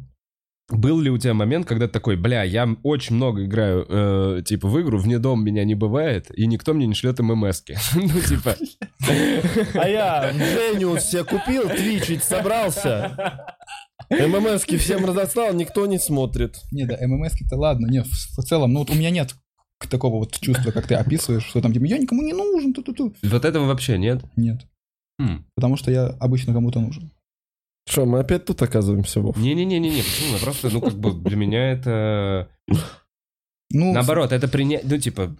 S1: Был ли у тебя момент, когда ты такой, бля, я м- очень много играю, э, типа, в игру, вне дома меня не бывает, и никто мне не шлет ММСки. Ну, типа...
S2: А я Джениус себе купил, твичить собрался. ММСки всем разослал, никто не смотрит.
S3: Не, да, ММСки-то ладно, не, в, в целом, ну вот у меня нет к- такого вот чувства, как ты описываешь, что там типа я никому не нужен, ту-ту-ту.
S1: Вот этого вообще нет.
S3: Нет,
S1: Хм.
S3: потому что я обычно кому-то нужен.
S2: Что, мы опять тут оказываемся, Вов?
S1: Не-не-не-не, почему? Просто, ну, как бы, для меня это...
S3: Ну,
S1: Наоборот, это принять, ну, типа,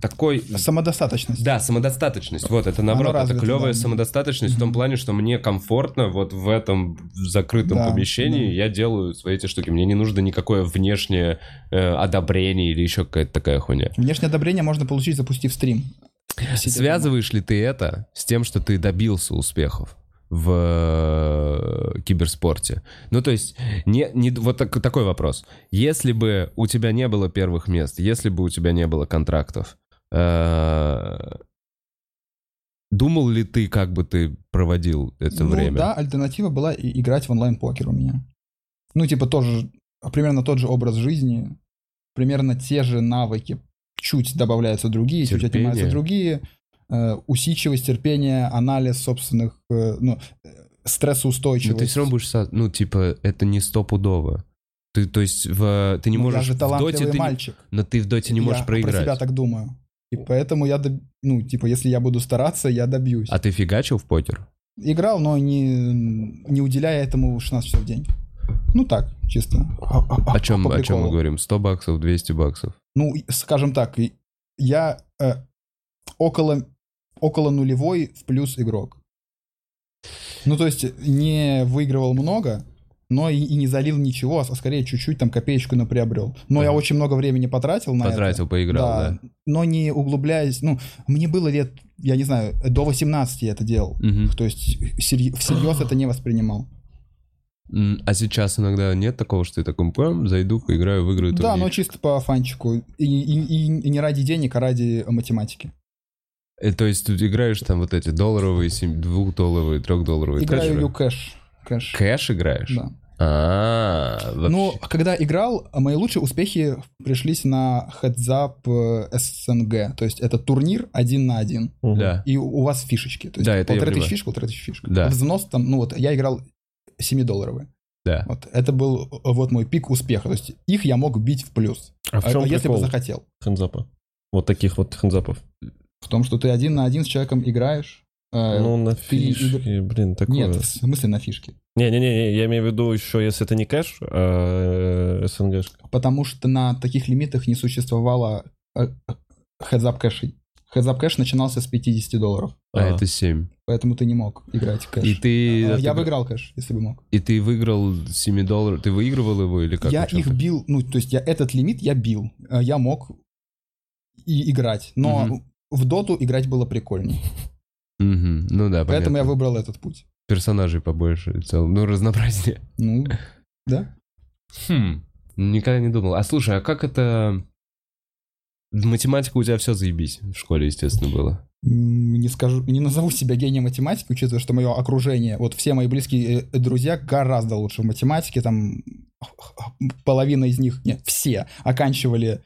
S1: такой...
S3: с- самодостаточность.
S1: Да, самодостаточность. Вот, это наоборот, это
S3: развито,
S1: клевая
S3: да.
S1: самодостаточность в том
S3: Мгм.
S1: плане, что мне комфортно вот в этом закрытом
S3: Да,
S1: помещении
S3: да.
S1: я делаю свои эти штуки. Мне не нужно никакое внешнее э, одобрение или еще какая-то такая хуйня.
S3: Внешнее одобрение можно получить, запустив стрим. Сидя
S1: Связываешь ли ты это с тем, что ты добился успехов? в э, киберспорте. Ну, то есть, не, не, вот так- такой вопрос. Если бы у тебя не было первых мест, если бы у тебя не было контрактов, э, думал ли ты, как бы ты проводил это
S3: Ну
S1: время?
S3: да, альтернатива была и- играть в онлайн-покер у меня. Ну, типа тоже, примерно тот же образ жизни, примерно те же навыки. Чуть добавляются другие, чуть
S1: Терпение.
S3: отнимаются другие. Э, усидчивость, терпение, анализ собственных, э, ну, э,
S1: Но
S3: стрессоустойчивость.
S1: ты все равно будешь, со- ну, типа, это не стопудово. Ты, то есть, в, ты не
S3: Ну,
S1: можешь...
S3: Я же
S1: в доте
S3: талантливый
S1: ты не-
S3: мальчик.
S1: но ты в доте не
S3: Я
S1: можешь
S3: про себя
S1: проиграть.
S3: так думаю. И поэтому я, доб- ну, типа, если я буду стараться, я добьюсь.
S1: А ты фигачил в покер?
S3: Играл, но не, не уделяя этому 16 часов в день. Ну так, чисто.
S1: О чем,
S3: по
S1: о чем мы
S3: приколу.
S1: говорим? 100 баксов, 200 баксов.
S3: Ну, и, скажем так, и я э, около, около нулевой в плюс игрок. Ну, то есть не выигрывал много, но и, и не залил ничего, а скорее чуть-чуть там копеечку но приобрел. Но я
S1: Ага.
S3: очень много времени потратил на это.
S1: Потратил, поиграл, да.
S3: Но не углубляясь, ну, мне было лет, я не знаю, до 18 я это делал.
S1: Мгм.
S3: То есть всерь- всерьез это не воспринимал.
S1: М, А сейчас иногда нет такого, что ты такой, «Пам, зайду, поиграю в игры.
S3: Да, ну но
S1: турнир».
S3: чисто по фанчику. И, и- и- и не ради денег, а ради математики.
S1: Э, То есть ты играешь там вот эти долларовые, сем- двухдолларовые, трехдолларовые.
S3: Играю
S1: кэшеры?
S3: юкэш. Кэш.
S1: Кэш играешь?
S3: Да. Ну,
S1: А, вообще.
S3: Но когда играл, мои лучшие успехи пришлись на хедзап э, СНГ. То есть это турнир один на один.
S1: да.
S3: И у- у вас фишечки. То есть
S1: Да, это я
S3: полторы тысячи
S1: понимаю.
S3: фишек, полторы тысячи фишек.
S1: Да.
S3: Взнос там, ну вот, я играл 7-долларовые.
S1: Да.
S3: Вот, это был э, вот мой пик успеха. То есть их я мог бить в плюс.
S2: А в чем
S3: А- если бы
S2: прикол
S3: захотел.
S2: хендзапа? Вот таких вот хендзапов.
S3: В том, что ты один на один с человеком играешь. э,
S2: Ну, на
S3: ты
S2: фишки, блин, такое.
S3: Нет, в смысле на фишке.
S2: Не-не-не, я имею в виду еще, если это не кэш, а СНГ.
S3: Потому что на таких лимитах не существовало э, э, хедзап кэшей. Хедзап кэш начинался с 50 долларов.
S1: А это 7.
S3: Поэтому ты не мог играть в кэш.
S1: И ты...
S3: А,
S1: это-
S3: я бы играл кэш, если бы мог.
S1: И ты выиграл 7 долларов. Ты выигрывал его или как?
S3: я
S1: Ну, чё
S3: их
S1: ты?
S3: бил, ну, то есть я этот лимит я бил. А, Я мог и играть. Но
S1: Мгм.
S3: в доту играть было прикольнее.
S1: Мгм. Ну да, понятно.
S3: Поэтому я выбрал этот путь.
S1: Персонажей побольше в целом. Ну, разнообразнее.
S3: Ну, да.
S1: Хм. Никогда не думал. А слушай, а как это... Математика у тебя все заебись. В школе, естественно, было.
S3: М, Не скажу, не назову себя гением математики, учитывая, что мое окружение, вот все мои близкие э, друзья гораздо лучше в математике, там половина из них, нет, все оканчивали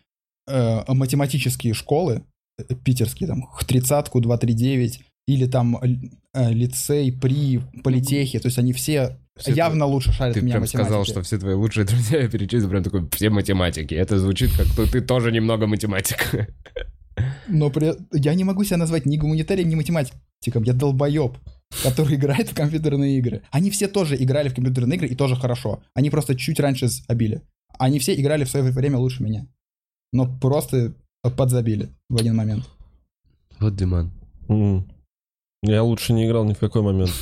S3: э, математические школы, э, питерские, там, тридцатку, 239, или там э, э, лицей при политехе, то есть они все,
S1: Все
S3: явно лучше шарят
S1: Ты
S3: меня в
S1: прям
S3: математике.
S1: сказал, что все твои лучшие друзья я перечислил, прям такой, все математики. Это звучит как, то ты тоже немного математик.
S3: Но при- я не могу себя назвать ни гуманитарием, ни математиком. Я долбоеб, который играет в компьютерные игры. Они все тоже играли в компьютерные игры и тоже хорошо. Они просто чуть раньше забили. Они все играли в свое время лучше меня. Но просто подзабили в один момент.
S1: Вот, Диман.
S2: М. Я лучше не играл ни в какой момент.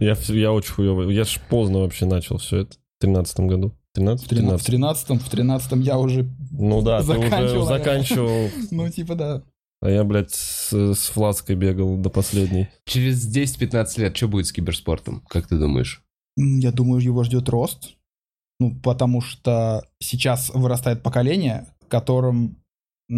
S2: Я, в- я очень хуёвый. Я ж поздно вообще начал все это. В тринадцатом году.
S3: В
S2: 13?
S3: 13 в
S2: 13.
S3: 13 в 13 я уже,
S2: Ну да, ты
S3: Заканчивал,
S2: уже заканчивал.
S3: ну типа да.
S2: А я, блядь, с, с флаской бегал до последней.
S1: Через 10-15 лет что будет с киберспортом? Как ты думаешь?
S3: М, Я думаю, его ждет рост. Ну, потому что сейчас вырастает поколение, которым,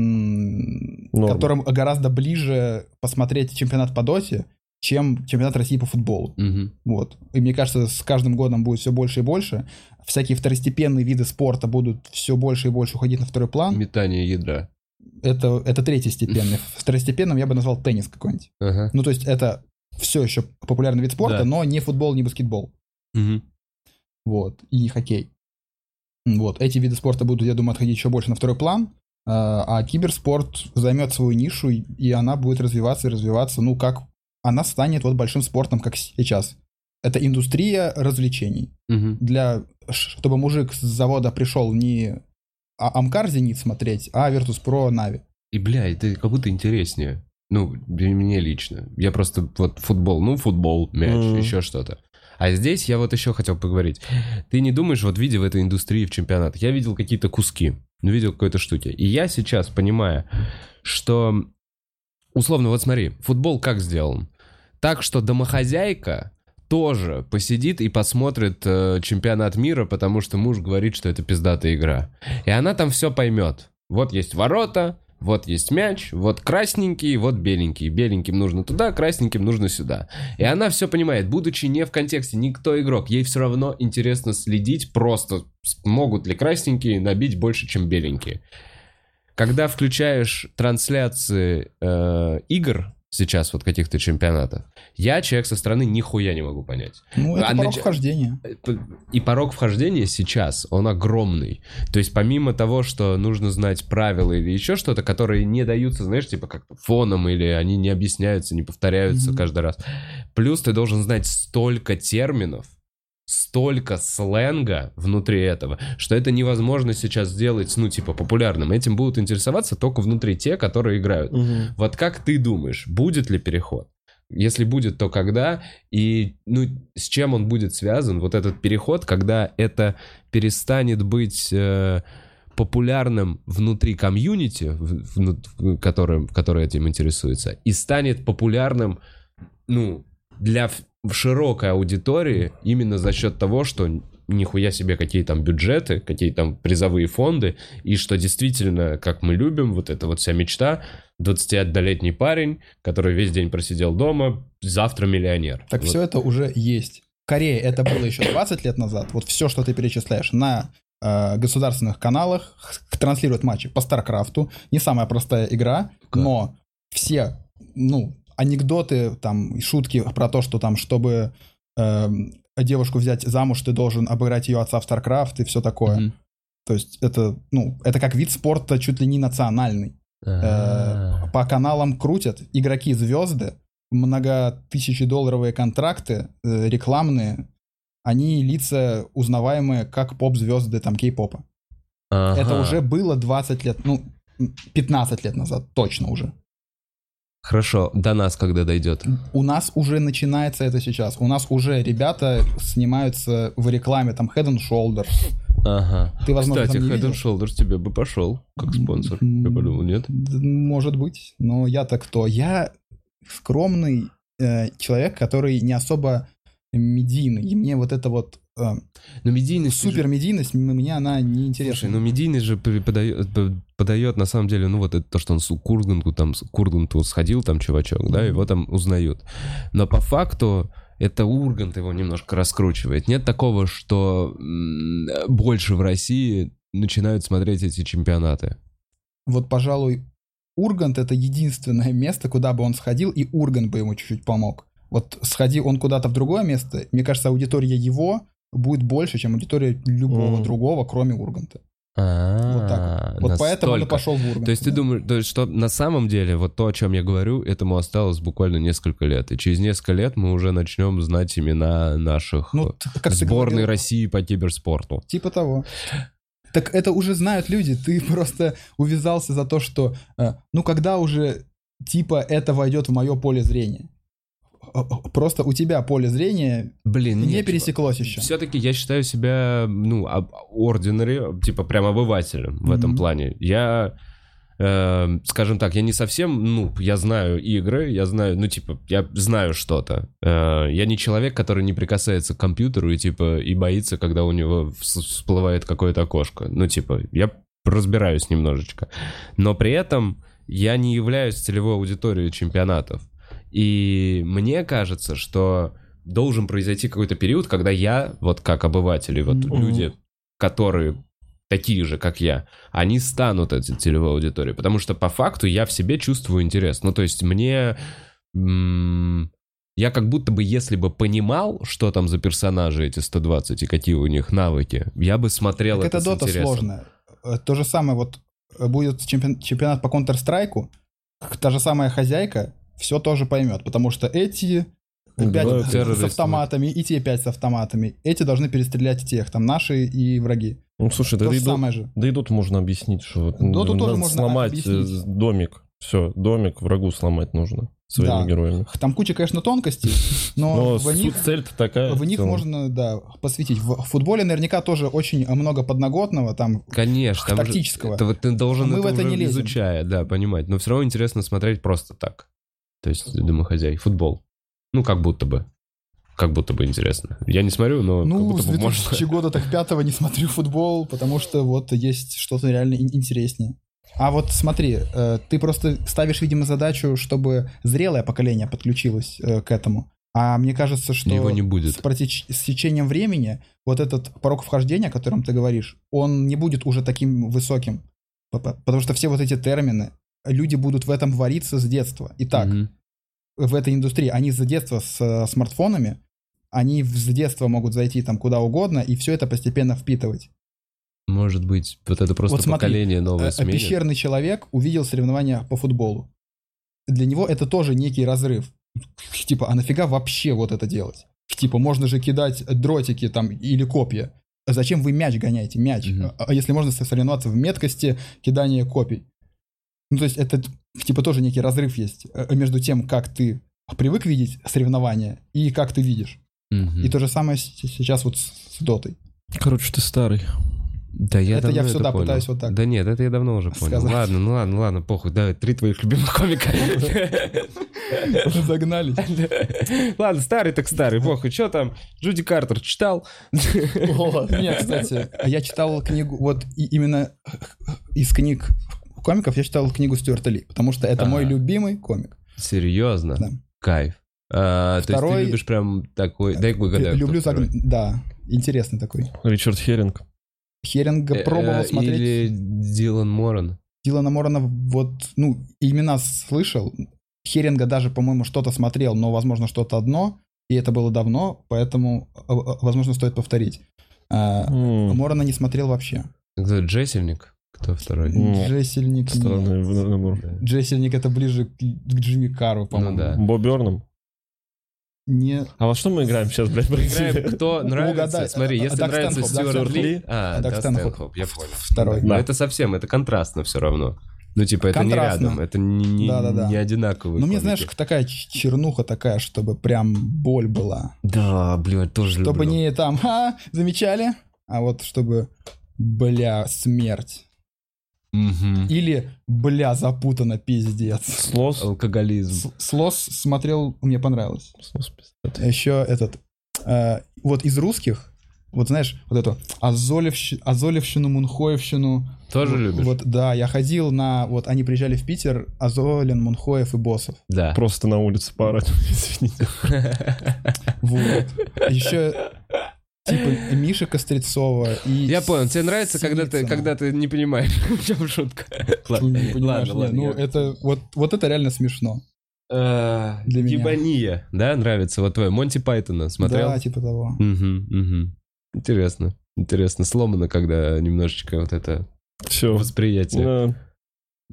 S3: м,
S2: Норм.
S3: которым гораздо ближе посмотреть чемпионат по доте, чем чемпионат России по футболу.
S1: Мгм.
S3: Вот. И мне кажется, с каждым годом будет все больше и больше. Всякие второстепенные виды спорта будут все больше и больше уходить на второй план.
S1: Метание ядра.
S3: Это, это третий степенный. Второстепенным я бы назвал теннис какой-нибудь.
S1: Ага.
S3: Ну, то есть это все еще популярный вид спорта,
S1: Да.
S3: но не футбол, не баскетбол.
S1: Мгм.
S3: Вот, и не хоккей. М, Вот, эти виды спорта будут, я думаю, отходить еще больше на второй план, э, а киберспорт займет свою нишу, и- и она будет развиваться и развиваться, ну, как она станет вот большим спортом, как сейчас. Это индустрия развлечений.
S1: Мгм.
S3: Для, ш- чтобы мужик с завода пришел не а- Амкар Зенит смотреть, а Virtus.pro Нави.
S1: И, бля, это как будто интереснее. Ну, для мне лично. Я просто вот футбол, ну, футбол, мяч,
S2: Мгм.
S1: еще что-то. А здесь я вот еще хотел поговорить. Ты не думаешь, вот видя в этой индустрии в чемпионат, я видел какие-то куски, ну, видел какой-то штуки. И я сейчас понимаю, что, условно, вот смотри, футбол как сделан? Так, что домохозяйка тоже посидит и посмотрит э, чемпионат мира, потому что муж говорит, что это пиздатая игра. И она там все поймет. Вот есть ворота, вот есть мяч, вот красненький, вот беленький. Беленьким нужно туда, красненьким нужно сюда. И она все понимает, будучи не в контексте, никто игрок. Ей все равно интересно следить просто, могут ли красненькие набить больше, чем беленькие. Когда включаешь трансляции э, игр сейчас вот каких-то чемпионатов. Я, человек со стороны, нихуя не могу понять.
S3: Ну, это
S1: А
S3: порог
S1: нач-
S3: вхождения.
S1: И порог вхождения сейчас, он огромный. То есть помимо того, что нужно знать правила или еще что-то, которые не даются, знаешь, типа как фоном, или они не объясняются, не повторяются
S3: Мгм.
S1: каждый раз. Плюс ты должен знать столько терминов, столько сленга внутри этого, что это невозможно сейчас сделать, ну, типа, популярным. Этим будут интересоваться только внутри те, которые играют.
S2: Мгм.
S1: Вот как ты думаешь, будет ли переход? Если будет, то когда? И ну, с чем он будет связан, вот этот переход, когда это перестанет быть э, популярным внутри комьюнити, в- вну- в- которым- которое этим интересуется, и станет популярным, ну, для в- в широкой аудитории именно за счет того, что нихуя себе какие там бюджеты, какие там призовые фонды, и что действительно, как мы любим, вот эта вот вся мечта, 21-летний парень, который весь день просидел дома, завтра миллионер.
S3: Так
S1: Вот.
S3: все это уже есть. В Корее это было еще 20 лет назад. Вот все, что ты перечисляешь на э, государственных каналах, х- транслируют матчи по Старкрафту. Не самая простая игра,
S1: Как?
S3: но все, ну, анекдоты, там, и шутки про то, что там, чтобы э, девушку взять замуж, ты должен обыграть ее отца в Старкрафт и все такое.
S1: Мгм.
S3: То есть это, ну, это как вид спорта чуть ли не национальный. Э,
S1: А.
S3: по каналам крутят игроки звезды, многотысячедолларовые контракты э, рекламные, они лица узнаваемые как поп-звезды там кей-попа. Это
S1: Ага.
S3: уже было 20 лет, ну, 15 лет назад, точно уже.
S1: Хорошо, до нас когда дойдет.
S3: У нас уже начинается это сейчас. У нас уже ребята снимаются в рекламе там Head and Shoulders.
S1: Ага.
S3: Ты, возможно,
S1: Кстати,
S3: там не
S1: Head and
S3: видел?
S1: Shoulders тебе бы пошел как спонсор. Я подумал, нет?
S3: Д- Может быть, но я-то кто? Я скромный э, человек, который не особо медийный. И мне вот эта вот э,
S1: Но медийность... же-
S3: супермедийность, м- мне она не
S1: Слушай,
S3: интересна.
S1: ну медийность же подает, подает на самом деле, ну вот это то, что он с Курганту там, с Курганту сходил там чувачок, да, его там узнают. Но по факту это Ургант его немножко раскручивает. Нет такого, что м, больше в России начинают смотреть эти чемпионаты.
S3: Вот, пожалуй, Ургант это единственное место, куда бы он сходил, и Ургант бы ему чуть-чуть помог. Вот сходи он куда-то в другое место, мне кажется, аудитория его будет больше, чем аудитория любого
S2: Мгм.
S3: другого, кроме Урганта. Вот так
S1: А,
S3: вот. Вот поэтому он и
S1: настолько.
S3: пошел в Ургант.
S1: То есть ты
S3: да.
S1: думаешь, то есть, что на самом деле вот то, о чем я говорю, этому осталось буквально несколько лет. И через несколько лет мы уже начнем знать имена наших
S3: Ну,
S1: э,
S3: т- как ты
S1: сборной
S3: говорил,
S1: России по киберспорту.
S3: Типа того. Так это уже знают люди, ты просто увязался за то, что э, ну когда уже типа это войдет в мое поле зрения. Э, э, Просто у тебя поле зрения
S1: Блин,
S3: не
S1: нет, чувак.
S3: пересеклось еще.
S1: Все-таки я считаю себя, ну, об- ordinary, типа прям обывателем в этом
S3: Мгм.
S1: плане. Я, э, скажем так, я не совсем, ну, я знаю игры, я знаю, ну, типа, я знаю что-то. Э, я не человек, который не прикасается к компьютеру и, типа, и боится, когда у него вс- всплывает какое-то окошко. Ну, типа, я разбираюсь немножечко. Но при этом я не являюсь целевой аудиторией чемпионатов. И мне кажется, что должен произойти какой-то период, когда я, вот как обыватели, вот
S3: Мгм.
S1: люди, которые такие же, как я, они станут этой целевой аудиторией. Потому что по факту я в себе чувствую интерес. Ну, то есть мне... м, я как будто бы, если бы понимал, что там за персонажи эти 120 и какие у них навыки, я бы смотрел
S3: Так
S1: это
S3: это
S1: с
S3: дота
S1: интересом.
S3: сложная. Э, То же самое вот э, будет чемпион- чемпионат по Counter-Strike, к- та же самая хозяйка все тоже поймет, потому что эти
S2: Ну,
S3: пять
S2: да,
S3: с
S1: террористы.
S3: автоматами, и те пять с автоматами, эти должны перестрелять тех, там наши и враги.
S2: Ну, слушай, да
S3: То
S2: и
S3: же
S2: до-
S3: самое же.
S2: Да и тут можно объяснить, что вот ну,
S3: Доту
S2: надо
S3: тоже можно
S2: сломать э,
S3: объяснить.
S2: домик. Все, домик врагу сломать нужно своими
S3: Да.
S2: героями.
S3: Там куча, конечно, тонкостей, но,
S2: Но
S3: в, них,
S2: суть- цель-то такая.
S3: в
S2: в
S3: них
S2: целом.
S3: можно, да, посвятить. В футболе наверняка тоже очень много подноготного, там
S1: Конечно. там же-
S3: Тактического.
S1: это вот ты должен
S3: Мы
S1: это
S3: в это
S1: уже
S3: не лезем.
S1: изучая, да, понимать. Но все равно интересно смотреть просто так. То есть домохозяй, футбол. Ну, как будто бы. Как будто бы интересно. Я не смотрю, но как
S3: Ну,
S1: будто
S3: с
S1: бы можно.
S3: 2000 года так пятого не смотрю футбол, потому что вот есть что-то реально ин- интереснее. А вот смотри, э, ты просто ставишь, видимо, задачу, чтобы зрелое поколение подключилось э, к этому. А мне кажется, что
S1: Его не
S3: с,
S1: будет.
S3: протеч- с течением времени вот этот порог вхождения, о котором ты говоришь, он не будет уже таким высоким. П- п- Потому что все вот эти термины, люди будут в этом вариться с детства. Итак,
S1: Мгм.
S3: в этой индустрии, они с детства с э, смартфонами, они в- с детства могут зайти там куда угодно и все это постепенно впитывать.
S1: Может быть, вот это просто
S3: Вот смотри,
S1: поколение новое
S3: Э, э,
S1: сменит.
S3: Пещерный человек увидел соревнования по футболу. Для него это тоже некий разрыв. Типа, а нафига вообще вот это делать? Типа, можно же кидать дротики там или копья. А Зачем вы мяч гоняете? Мяч.
S1: Мгм.
S3: А- а Если можно соревноваться в меткости кидания копий. Ну, то есть это типа тоже некий разрыв есть э, между тем, как ты привык видеть соревнования и как ты видишь.
S1: Мгм.
S3: И то же самое с- сейчас вот с с Дотой.
S2: Короче, ты старый.
S1: Да я
S3: Это я
S1: давно
S3: всегда
S1: понял.
S3: пытаюсь вот так
S1: Да нет, это я давно уже понял.
S3: сказать.
S1: Ладно, ну ладно, ладно, похуй. Давай, три твоих любимых комика.
S3: Загнали.
S1: Ладно, старый так старый, похуй. Че там? Джуди Картер читал?
S3: Нет, кстати, А я читал книгу, вот и- именно из книг комиков я читал книгу Стюарта Ли, потому что это
S1: Ага.
S3: мой любимый комик.
S1: Серьезно?
S3: Да.
S1: Кайф. А, То есть ты
S3: Второй-
S1: любишь прям такой... Дай угадаю,
S3: Лю-
S1: кто
S3: Люблю
S1: второй.
S3: загн... Да, интересный такой.
S2: Ричард Херинг.
S3: Херинга
S1: Э, э,
S3: пробовал смотреть.
S1: Или Дилан Моран.
S3: Дилана Морона вот, ну, имена слышал. Херинга даже, по-моему, что-то смотрел, но, возможно, что-то одно, и это было давно, поэтому, э, э, возможно, стоит повторить. А,
S2: М,
S3: Морона не смотрел вообще.
S1: Кто, Джессельник? Кто второй?
S2: Нет.
S3: Джессельник... нет.
S2: Странный в- э, набор.
S1: Да.
S3: Джессельник это ближе к, к Джимми Кару, по-моему.
S1: Ну да.
S2: Боб Бёрном.
S3: Не,
S2: А во что мы играем сейчас, блядь,
S1: Играем,
S2: проиграем?
S1: кто
S3: Ну,
S1: нравится.
S3: угадай.
S1: Смотри,
S3: А, а,
S1: если
S3: Даг
S1: нравится
S3: Стэнхоп, Даг
S1: Стюарт
S2: Стэнхоп.
S1: Ли... А,
S3: А, Даг
S1: Даг
S3: Стэнхоп.
S1: Стэнхоп, я понял.
S3: второй.
S1: Но
S2: Да.
S1: это совсем, это контрастно все равно. Ну, типа, это не
S3: Контрастно.
S1: рядом, это не, не,
S3: Да-да-да.
S1: не одинаковые
S3: Ну, мне,
S1: комики.
S3: знаешь, такая ч- чернуха такая, чтобы прям боль была.
S1: Да, блядь, тоже
S3: Чтобы
S1: люблю.
S3: не там, ха, замечали, а вот чтобы, бля, смерть.
S1: Мгм.
S3: Или, бля, запутано, пиздец.
S2: Слос.
S1: Алкоголизм.
S3: С- Слос смотрел, мне понравилось.
S2: Слос,
S3: А Еще этот, э, вот из русских, вот знаешь, вот эту Азолевщ- Азолевщину, Мунхоевщину.
S1: Тоже
S3: Вот-
S1: любишь?
S3: Вот, да, я ходил на, вот они приезжали в Питер, Азолин, Мунхоев и Боссов.
S1: Да.
S2: Просто на улице пара. Извините.
S3: Вот. Еще типа Миша Кострецова и...
S1: Я понял, тебе нравится, когда ты,
S3: Синицына.
S1: когда ты не понимаешь, в чем шутка.
S3: Ты не понимаешь,
S1: ладно,
S3: не,
S1: ладно,
S3: ну
S1: я-
S3: это вот, вот это реально смешно.
S1: Э,
S3: Для меня.
S1: Ебания, да, нравится? Вот твой Монти Пайтона смотрел?
S3: Да, типа того.
S1: Мгм, мгм. Интересно. Интересно, сломано, когда немножечко вот это
S2: Все.
S1: восприятие. Хм,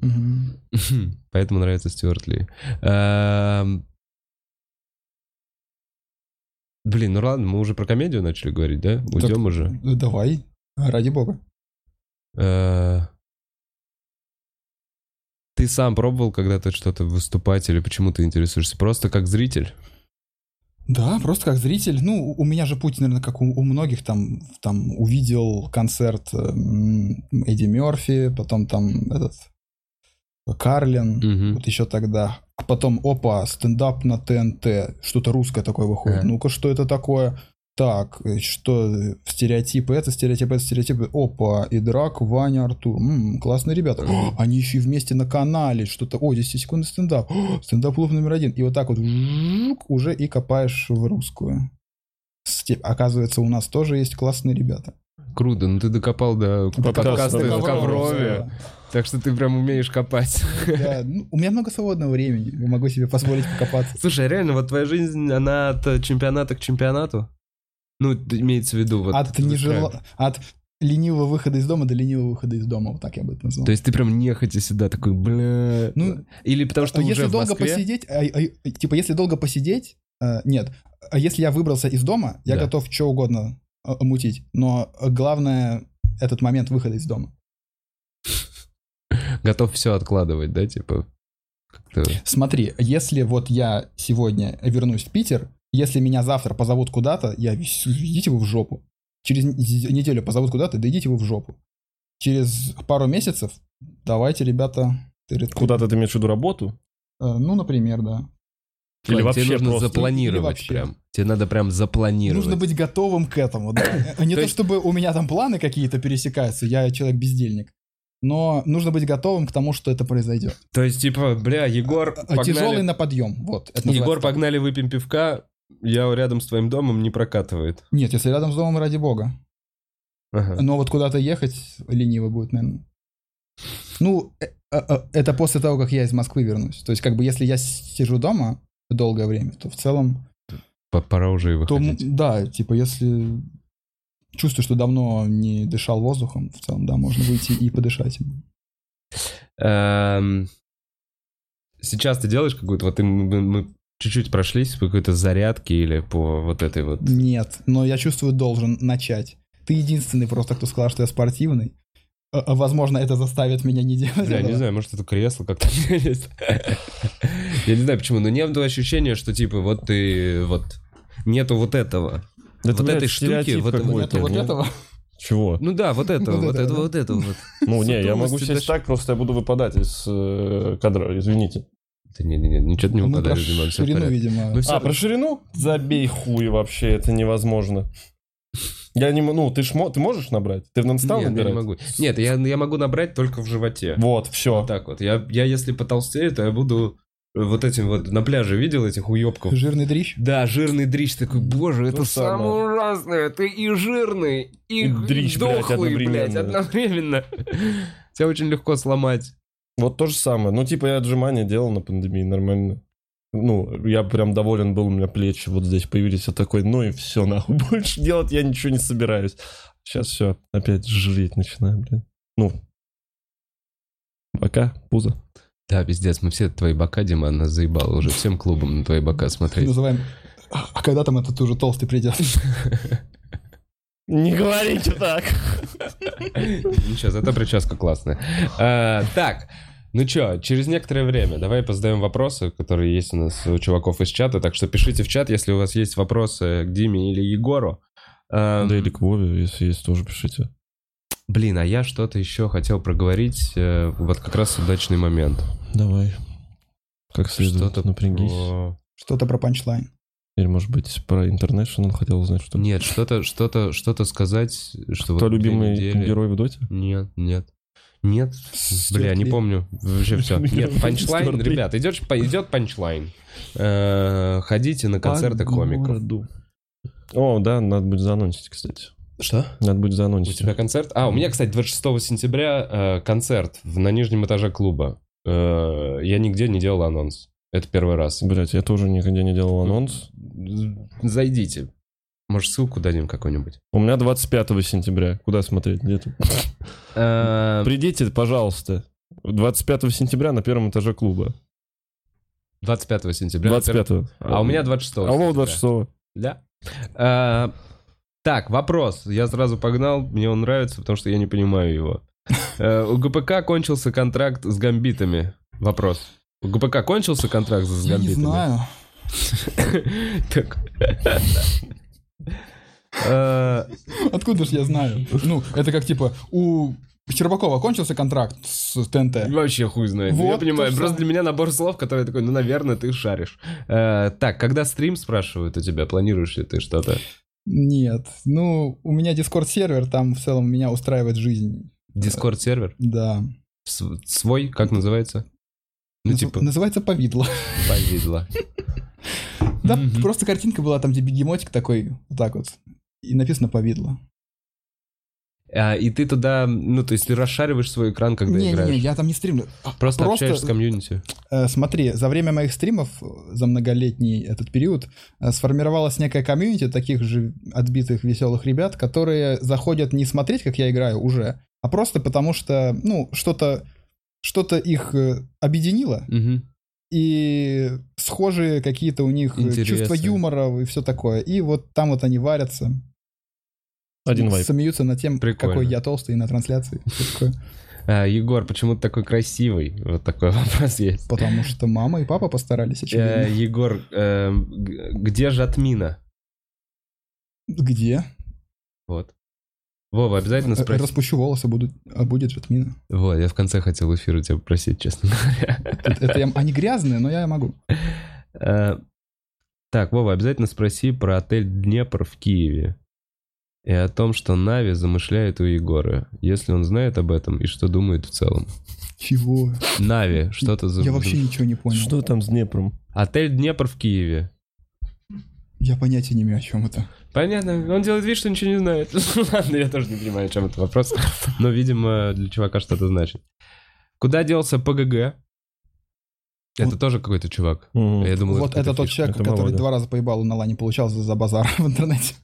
S3: Мгм.
S1: Поэтому нравится Стюарт Ли. Эм, Блин, ну ладно, мы уже про комедию начали говорить, да? Уйдем уже.
S3: Ну, Давай, ради бога.
S1: Э, Ты сам пробовал когда-то что-то выступать или почему ты интересуешься? Просто как зритель?
S3: Да, просто как зритель. Ну, у меня же путь, наверное, как у, у многих, там, там увидел концерт эм, Эдди Мерфи, потом там этот э, Карлин,
S1: Мгм.
S3: вот еще тогда. А Потом, опа, стендап на ТНТ, что-то русское такое выходит.
S1: Ага.
S3: Ну-ка, что это такое? Так, э, что э, стереотипы, это стереотипы, это стереотипы. Опа, и драк, Ваня, Артур. М, классные ребята. О, они еще и вместе на канале что-то. О, 10 секунд стендап. О, стендап-клуб номер один. И вот так вот жук, уже и копаешь в русскую. Сте- Оказывается, у нас тоже есть классные ребята.
S1: Круто, ну ты докопал до подкаста
S2: До
S1: в
S2: Коврова,
S1: Коврове. Так что ты прям умеешь копать.
S3: Да, ну, у меня много свободного времени. я Могу себе позволить покопаться.
S1: Слушай, а реально, вот твоя жизнь, она от э, чемпионата к чемпионату? Ну, т- имеется в виду... Вот,
S3: от,
S1: вот
S3: нежела-
S1: прям.
S3: от ленивого выхода из дома до ленивого выхода из дома, вот так я бы это назвал.
S1: То есть ты прям нехотя всегда такой, бля...
S3: Ну,
S1: Или потому что
S3: А
S1: уже
S3: если
S1: в
S3: долго
S1: Москве...
S3: посидеть, а- а- типа, если долго посидеть, э, нет, а если я выбрался из дома, я
S1: Да.
S3: готов что угодно э, мутить, но главное этот момент выхода из дома.
S1: Готов все откладывать, да, типа... как-то-
S3: Смотри, если вот я сегодня вернусь в Питер, если меня завтра позовут куда-то, я вис- идите вы в жопу. Через н- неделю позовут куда-то, да идите вы в жопу. Через пару месяцев, давайте, ребята, тыры-тыры.
S2: Куда-то ты имеешь в виду работу?
S3: Э, Ну, например, да.
S2: Или
S1: Тебе
S2: вообще
S1: нужно
S2: просто?
S1: запланировать
S3: Или вообще.
S1: прям. Тебе надо прям запланировать.
S3: Нужно быть готовым к этому, да. А Не
S1: То
S3: то,
S1: есть-
S3: чтобы у меня там планы какие-то пересекаются, я человек-бездельник. Но нужно быть готовым к тому, что это произойдет.
S1: То есть, типа, бля, Егор,
S3: А
S1: погнали-
S3: Тяжелый на подъем, вот. это
S1: Егор,
S3: называется.
S1: погнали выпьем пивка, я рядом с твоим домом не прокатывает.
S3: Нет, если рядом с домом, ради бога.
S1: Ага.
S3: Но вот куда-то ехать лениво будет, наверное. Ну, э, э, э, это после того, как я из Москвы вернусь. То есть, как бы, если я с- сижу дома, долгое время, то в целом...
S1: П- Пора уже и
S3: То, м,
S1: выходить.
S3: да, типа, если чувствуешь, что давно не дышал воздухом, в целом, да, можно выйти и подышать им.
S1: Эм, Сейчас ты делаешь какую-то, вот ты- мы мы чуть-чуть прошлись по какой-то зарядке или по вот этой вот...
S3: Нет, но я чувствую, должен начать. Ты единственный просто, кто сказал, что я спортивный. Э, э, Возможно, это заставит меня не делать
S1: Бля, не
S3: этого.
S1: знаю, может, это кресло как-то есть. Я не знаю почему, но нет ощущения, что типа вот ты вот... Нету вот этого.
S2: Это,
S1: Вот
S2: блядь,
S1: этой штуки,
S2: стереотип
S1: вот-
S2: какой-то,
S3: Нету вот
S2: нет?
S3: этого.
S2: Чего?
S1: Ну да, вот этого,
S3: Вот
S1: вот
S3: это,
S1: этого,
S3: да.
S1: вот этого. вот.
S2: Ну, не, я могу
S1: Сутулости
S2: сесть так, просто я буду выпадать из э, кадра, извините.
S1: Да не-не-не, ничего ты не
S3: Мы Ну, про
S1: угадаешь, Диман, все в
S3: ширину,
S1: порядке.
S3: видимо.
S1: Ну всё,
S2: А, про ширину? Забей хуй вообще, это невозможно. Я не... м- Ну, ты, ж, мо- ты можешь набрать? Ты в нонстал
S1: Нет, я не
S2: набирать?
S1: могу. Нет, я, я могу набрать только в животе.
S2: Вот, все.
S1: Вот так вот. Я, я если потолстею, то я буду э, вот этим вот на пляже видел этих уебков.
S3: Жирный дрищ.
S1: Да, жирный дрищ такой, боже, это
S2: самое.
S1: ну, самое ужасное. Ты и жирный, и,
S2: И дрищ, блядь,
S1: дохлый, блядь,
S2: одновременно.
S1: одновременно. Тебя очень легко сломать.
S2: Вот то же самое. Ну, типа, я отжимания делал на пандемии нормально. Ну, я прям доволен был, у меня плечи вот здесь появились. Я такой, ну и все, нахуй, больше делать я ничего не собираюсь. Сейчас все, опять жреть начинаю, блядь. Ну, пока, пузо.
S1: Да, пиздец, мы все твои бока, Дима, она заебала уже всем клубом на твои бока смотреть.
S3: Называем. А когда там этот уже толстый придет?
S2: Не говорите так.
S1: Ничего, Ну зато прическа классная. А, Так, ну чё, через некоторое время давай позадаем вопросы, которые есть у нас у чуваков из чата, так что пишите в чат, если у вас есть вопросы к Диме или Егору. Эм,
S2: Да или к Вове, если есть, тоже пишите.
S1: Блин, а я что-то еще хотел проговорить, э, вот как раз удачный момент.
S2: Давай. Как следует,
S1: Что-то
S2: напрягись.
S1: про-
S3: Что-то про панчлайн.
S2: Или, может быть, про International хотел узнать, что ли?
S1: Нет, что-то, что-то, что-то сказать, что
S2: Кто
S1: вот две
S2: любимый
S1: недели-
S2: герой в Доте?
S1: Нет, нет. Нет,
S3: С
S1: бля, не
S3: Стерпи.
S1: помню. Вообще все. Нет, панчлайн,
S2: Стерпи.
S1: ребят, идет, идет панчлайн. Э, Ходите на концерты комиков.
S2: О, да, надо будет заанонсить, кстати.
S1: Что?
S2: Надо будет
S1: У
S2: заанонсить.
S1: тебя концерт? А, у меня, кстати, 26 сентября э, концерт в- на нижнем этаже клуба. Э, Я нигде не делал анонс. Это первый раз.
S2: Блять, я тоже никогда не
S1: Ну.
S2: делал анонс.
S1: Зайдите. Может, ссылку дадим какую-нибудь?
S2: У меня 25 сентября. Куда смотреть? Где тут?
S1: Э,
S2: Придите, пожалуйста. 25 сентября на первом этаже клуба.
S1: 25 сентября.
S2: 25
S1: А у меня 26
S2: А у Вова
S1: сентября.
S2: 26
S1: Да. А, Так, вопрос. Я сразу погнал, мне он нравится, потому что я не понимаю его. Э, У ГПК кончился контракт с гамбитами. Вопрос. У ГПК кончился контракт с
S3: Я не
S1: гамбитами?
S3: знаю.
S1: Так. Э,
S3: Откуда же я знаю? Ну, это как типа у Щербакова кончился контракт с ТНТ.
S1: Вообще хуй знает. Ну, Я
S3: Вот
S1: понимаю,
S3: то
S1: просто
S3: самое.
S1: для меня набор слов, который такой, ну, наверное, ты шаришь. Э, Так, когда стрим спрашивают у тебя, планируешь ли ты что-то?
S3: Нет. Ну, у меня Discord сервер, там в целом меня устраивает жизнь.
S1: Дискорд сервер?
S3: Да.
S1: Свой, как называется? Ну,
S3: Наз-
S1: типа,
S3: Называется повидло.
S1: повидло.
S3: Да,
S1: Мгм.
S3: просто картинка была там, где бегемотик такой, вот так вот. И написано повидло.
S1: А, и ты туда, ну, то есть ты расшариваешь свой экран, когда играешь.
S3: Не-не-не, я там не стримлю. А,
S1: Просто,
S3: Просто-
S1: общаешься с комьюнити.
S3: Э, Смотри, за время моих стримов, э, за многолетний этот период, э, сформировалась некая комьюнити таких же отбитых веселых ребят, которые заходят не смотреть, как я играю уже, а просто потому что, ну, что-то что-то их э, объединило,
S1: Мгм.
S3: и схожие какие-то у них э, чувства
S1: Интересы.
S3: юмора и все такое. И вот там вот они варятся,
S2: Один вайп.
S3: смеются над тем,
S1: Прикольно.
S3: какой я толстый на трансляции. всё такое.
S1: А, Егор, почему ты такой красивый? Вот такой вопрос есть.
S3: Потому что мама и папа постарались,
S1: Э,
S3: очевидно.
S1: Егор, эм, г- где Жатмина?
S3: Где?
S1: Вот. Вова, обязательно
S3: Э,
S1: спроси.
S3: Распущу волосы, будут, а будет жатмина.
S1: Вот, я в конце хотел эфира тебя попросить, честно говоря.
S3: Это я- они грязные, но я могу.
S1: Э, Так, Вова, обязательно спроси про отель Днепр в Киеве. И о том, что Нави замышляет у Егора. Если он знает об этом и что думает в целом.
S3: Чего?
S1: Нави, что-то за...
S3: Я вообще ничего не понял.
S2: Что там с Днепром?
S1: Отель Днепр в Киеве.
S3: Я понятия не имею, о чем это.
S1: Понятно, он делает вид, что ничего не знает. Ладно, я тоже не понимаю, о чем это вопрос. Но, видимо, для чувака что-то значит. Куда делся ПГГ? Это тоже какой-то чувак.
S2: Мгм.
S1: Я думал,
S3: Ну, вот это
S1: какой-то
S3: тот
S1: фиш.
S3: человек,
S2: Это
S3: который
S2: Володя.
S3: два раза поебал на лане получал за, за базар в интернете.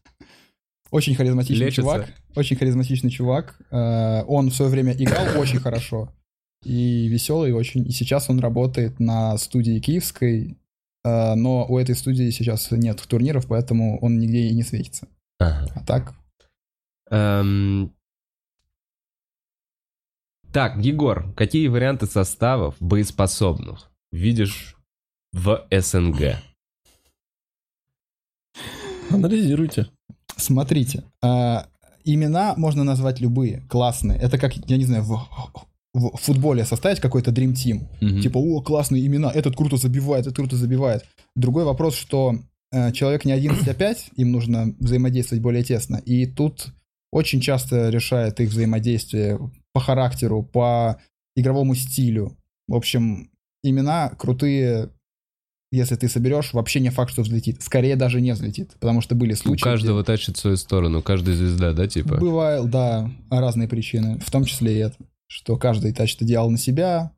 S3: Очень харизматичный
S1: Лечится.
S3: чувак. Очень харизматичный чувак. Э, Он в свое время играл очень хорошо. И веселый очень. И сейчас он работает на студии киевской. э, Но у этой студии сейчас нет турниров, поэтому он нигде и не светится.
S1: Ага.
S3: А так,
S1: Эм, Так, Егор, какие варианты составов боеспособных видишь в СНГ?
S2: Анализируйте.
S3: смотрите. э, Имена можно назвать любые, классные. Это как, я не знаю, в, в футболе составить какой-то Dream Team.
S1: Мгм.
S3: Типа, о, классные имена, этот круто забивает, этот круто забивает. Другой вопрос, что э, человек не 11, а 5, им нужно взаимодействовать более тесно. И тут очень часто решает их взаимодействие по характеру, по игровому стилю. В общем, имена крутые, если ты соберешь, вообще не факт, что взлетит. Скорее даже не взлетит, потому что были
S1: У
S3: случаи.
S1: каждого тащит в свою сторону, каждая звезда, да,
S3: где
S1: типа?
S3: Бывают, да, разные причины, в том числе и это, что каждый тащит одеяло на себя,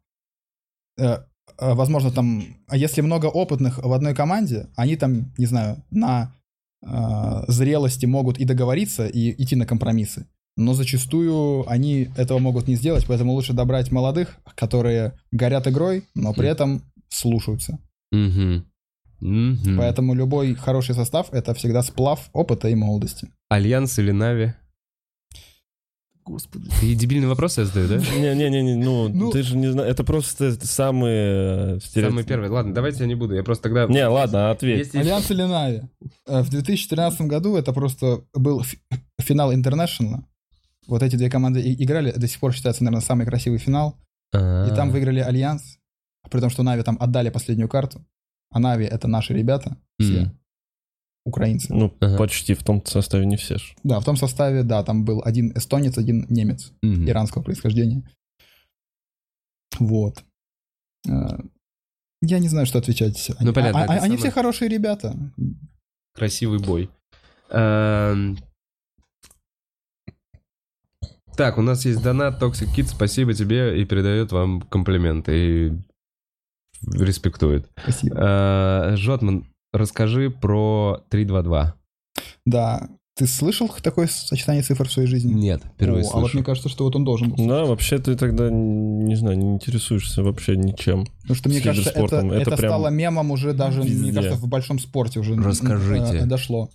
S3: Э, э, возможно, там, а если много опытных в одной команде, они там, не знаю, на э, зрелости могут и договориться, и идти на компромиссы. Но зачастую они этого могут не сделать, поэтому лучше добрать молодых, которые горят игрой, но при
S1: Мгм.
S3: этом слушаются.
S1: Мгм. Мгм.
S3: Поэтому любой хороший состав — это всегда сплав опыта и молодости.
S1: Альянс или Нави?
S3: Господи.
S1: И дебильный вопрос я задаю, да?
S2: Не-не-не, ну,
S3: Ну.
S2: ты же не знаешь, это просто самые... э, стереотипы.
S1: Самый первый. Ладно, давайте я не буду, я просто тогда...
S2: Не, ладно, ответь.
S1: Если-
S3: Альянс или Нави? Э, В 2013 году это просто был фи- финал Интернешнл. Вот эти две команды и- играли, до сих пор считается, наверное, самый красивый финал.
S1: А.
S3: И там выиграли Альянс, при том, что Нави там отдали последнюю карту. А Нави — это наши ребята, все
S1: Мгм.
S3: украинцы.
S2: Ну,
S1: Ага.
S2: почти в том составе не все ж.
S3: Да, в том составе, да, там был один эстонец, один немец
S1: Мгм.
S3: иранского происхождения. Вот. Э, Я не знаю, что отвечать.
S1: Ну,
S3: Они-
S1: понятно,
S3: а- а-
S1: это
S3: они
S1: самое-
S3: все хорошие ребята.
S1: Красивый бой. Эм. Так, у нас есть донат Toxic Kid, спасибо тебе и передает вам комплименты и респектует.
S3: Спасибо.
S1: Э, Жотман, расскажи про 322.
S3: Да. Ты слышал такое сочетание цифр в своей жизни?
S1: Нет, впервые
S3: О, А вот мне
S1: слышу.
S3: кажется, что вот он должен был.
S2: Да, вообще ты тогда, не знаю, не интересуешься вообще ничем.
S3: Потому что мне
S2: с
S3: кажется, это,
S2: киберспортом это
S3: это
S2: прям
S3: стало мемом уже даже, мне
S2: везде.
S3: кажется, в большом спорте уже м,
S1: Расскажите.
S3: э, дошло.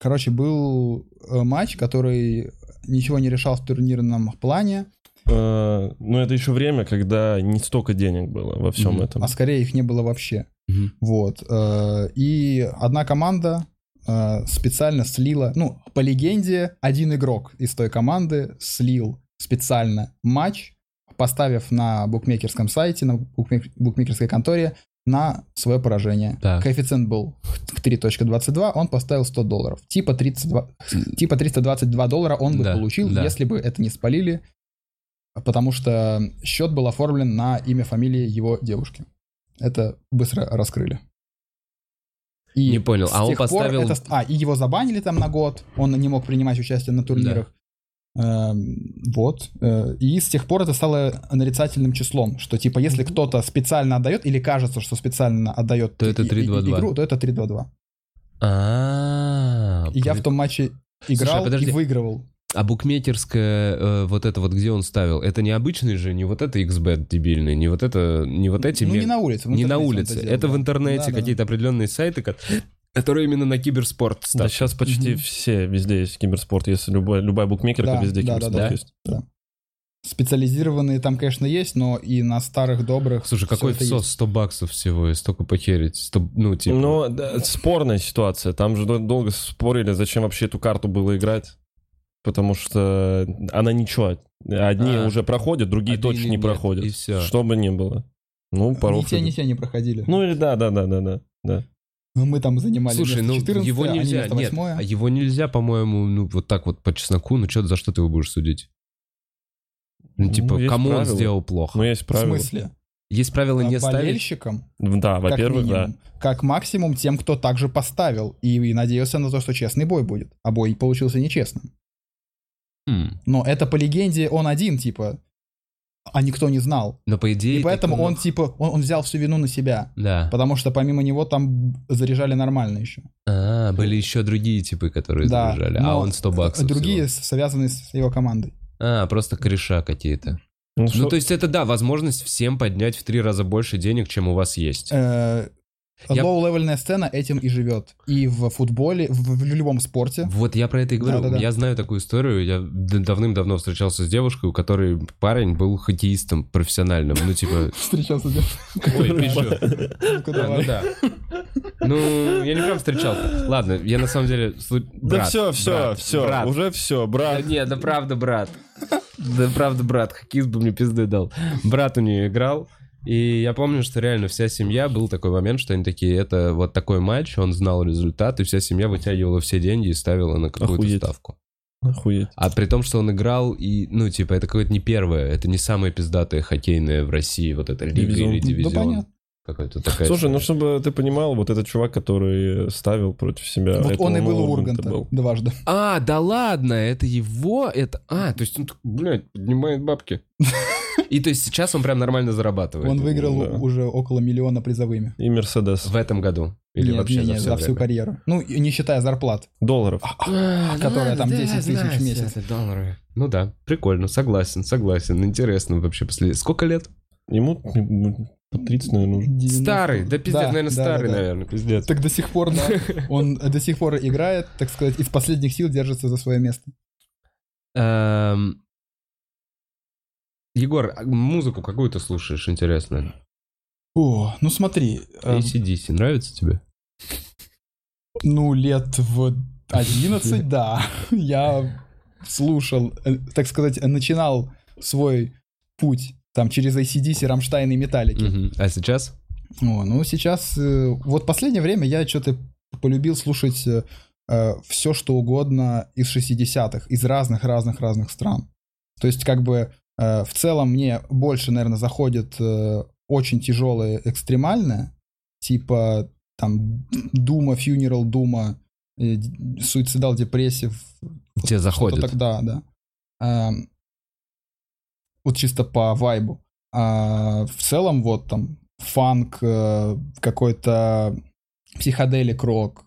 S3: Короче, был э, матч, который ничего не решал в турнирном плане,
S2: Э, Но это еще время, когда не столько денег было во всем
S1: Мгм.
S2: этом.
S3: а скорее их не было вообще.
S1: Мгм.
S3: Вот. э, И одна команда э, специально слила, ну, по легенде, один игрок из той команды слил специально матч, поставив на букмекерском сайте, на букмек- букмекерской конторе на свое поражение.
S1: Так.
S3: Коэффициент был 3.22, он поставил 100 долларов. Типа, 32, типа 322 доллара он бы
S1: Да,
S3: получил,
S1: да.
S3: если бы это не спалили, потому что счет был оформлен на имя, фамилии его девушки. Это быстро раскрыли. И
S1: Не понял,
S3: с
S1: а он
S3: тех пор
S1: поставил-
S3: это ст- А, и его забанили там на год, он не мог принимать участие на турнирах. Эм, Вот. Э, И с тех пор это стало нарицательным числом, что типа если кто-то специально отдает или кажется, что специально отдает
S1: То это
S3: и- и-
S1: 3-2-2.
S3: игру, то это 3-2-2.
S1: А,
S3: И я
S1: при-
S3: в том матче играл
S1: подожди.
S3: и выигрывал.
S1: А букмекерская э, вот это вот, где он ставил, это не обычный же, не вот это XBet дебильный, не вот это, не вот эти...
S3: ну,
S1: мег-
S3: не на улице. в
S1: Не на
S3: интернете он
S1: улице,
S3: сделал,
S1: это в
S3: да.
S1: интернете
S3: Да-да-да.
S1: какие-то определенные сайты, ко- которые именно на киберспорт
S2: Да,
S1: ставят.
S2: сейчас почти
S3: Мгм.
S2: все везде есть киберспорт. Если любая, любая букмекерка,
S3: Да,
S2: везде
S3: да, да,
S2: киберспорт
S1: да.
S2: есть.
S3: Специализированные там, конечно, есть, но и на старых добрых.
S1: Слушай,
S3: всё
S1: какой
S3: это
S1: всос,
S3: есть.
S1: 100 баксов всего, и столько похерить, 100, ну, типа...
S2: Но да, спорная ситуация. Там же дол- долго спорили, зачем вообще эту карту было играть. Потому что она ничего. Одни
S1: А.
S2: уже проходят, другие
S1: Одни
S2: точно не
S1: нет,
S2: проходят.
S1: и всё.
S2: Что бы ни было. Ну,
S3: Ни
S2: поров.
S3: те, ни те не проходили.
S2: Ну или да, да, да, да, да. да.
S3: Но Ну, мы там занимали
S1: Слушай,
S3: место
S1: ну
S3: 14,
S1: его
S3: они
S1: нельзя,
S3: место
S1: нет,
S3: восьмое.
S1: а его нельзя, по-моему, ну вот так вот по чесноку, ну что за что ты его будешь судить? Ну,
S2: Ну,
S1: типа,
S2: есть
S1: кому он
S2: правила.
S1: сделал плохо?
S2: Ну, есть
S3: В
S2: правила.
S3: смысле?
S1: Есть правила не
S3: А
S1: ставить?
S3: болельщикам,
S2: Да,
S3: как
S2: во-первых, да.
S3: минимум. Как максимум тем, кто также поставил и, и надеялся на то, что честный бой будет. А бой получился нечестным.
S1: М.
S3: Но это по легенде он один, типа. а никто не знал.
S1: Но по идее...
S3: И
S1: ты
S3: поэтому
S1: мог-
S3: он, типа, он, он взял всю вину на себя.
S1: Да.
S3: Потому что помимо него там заряжали нормально еще.
S1: А, были еще другие типы, которые
S3: Э, Да,
S1: заряжали. А
S3: но э,
S1: он 100 баксов
S3: Другие
S1: всего.
S3: с- связаны с его командой.
S1: А, просто кореша какие-то.
S2: Ну,
S1: Ну,
S2: что-
S1: то есть это, да, возможность всем поднять в три раза больше денег, чем у вас есть.
S3: Э,
S1: Я-
S3: Лоу-левельная сцена этим и живет. И в футболе, в, в любом спорте.
S1: Вот я про это и говорю.
S3: Да-да-да.
S1: Я знаю такую историю. Я д- давным-давно встречался с девушкой, у которой парень был хоккеистом профессиональным. Ну, типа...
S3: Встречался
S1: Ой, пищу. А, ну
S3: где-то.
S1: да. Ну, я не прям встречал. Ладно, я на самом деле... слу-
S2: Да
S1: брат,
S2: все, все,
S1: брат,
S2: все,
S1: брат.
S2: уже все,
S1: Да
S2: брат.
S1: Э, не, да правда, брат. Да правда, брат. Хоккеист бы мне пизды дал. Брат у нее играл. И я помню, что реально вся семья, был такой момент, что они такие, это вот такой матч, он знал результат, и вся семья вытягивала все деньги и ставила на какую-то
S2: Охуеть.
S1: ставку.
S2: Охуеть.
S1: А при том, что он играл, и, ну, типа, это какое-то не первое, это не самое пиздатое хоккейное в России, вот это лига
S2: Дивизион. Ну,
S1: или
S2: Да
S1: дивизион.
S3: понятно.
S1: Какой-то такая.
S2: Слушай, ну
S1: история.
S2: чтобы ты понимал, вот этот чувак, который ставил против себя.
S3: Вот
S2: этого
S3: он и был у
S2: Урганта
S3: Урганта
S2: был.
S3: дважды.
S1: А, да ладно, это его, это... А, то есть он, так, блядь, поднимает бабки. И то есть сейчас он прям нормально зарабатывает.
S3: Он
S2: да.
S3: выиграл уже около миллиона призовыми.
S2: И Мерседес.
S1: В этом году? Или
S3: Нет,
S1: вообще
S3: не, не,
S1: за,
S3: за всю карьеру. Ну, и не считая зарплат.
S2: Долларов.
S1: А,
S3: которая там 10 тысяч в месяц.
S1: Ну да, прикольно, согласен, согласен. Интересно вообще после... Сколько лет?
S2: Ему м, по 30, наверное, уже.
S3: 90.
S1: Старый, да пиздец,
S3: Да,
S1: наверное,
S3: да,
S1: старый,
S3: да, да.
S1: наверное, пиздец.
S3: Так до сих пор, да. Он до сих пор играет, так сказать, из последних сил держится за свое место.
S1: Эм, Егор, а музыку какую ты слушаешь, интересно?
S3: О, ну смотри, э,
S1: ACDC нравится тебе?
S3: ну лет в 11, да, я слушал, э, так сказать, э, начинал свой путь там через ACDC, Рамштайн и Металлики.
S1: Мгм. А сейчас?
S3: О, ну сейчас, э, вот последнее время я что-то полюбил слушать все, что угодно из 60-х, из разных-разных-разных стран. То есть, как бы, э, в целом мне больше, наверное, заходит э, очень тяжелое экстремальное, типа, там, Дума, Funeral Дума, э, Суицидал Депрессив,
S1: Тебе
S3: то
S1: заходит?
S3: тогда, да. Эм, Вот чисто по вайбу. А В целом вот там фанк, э, какой-то психоделик рок,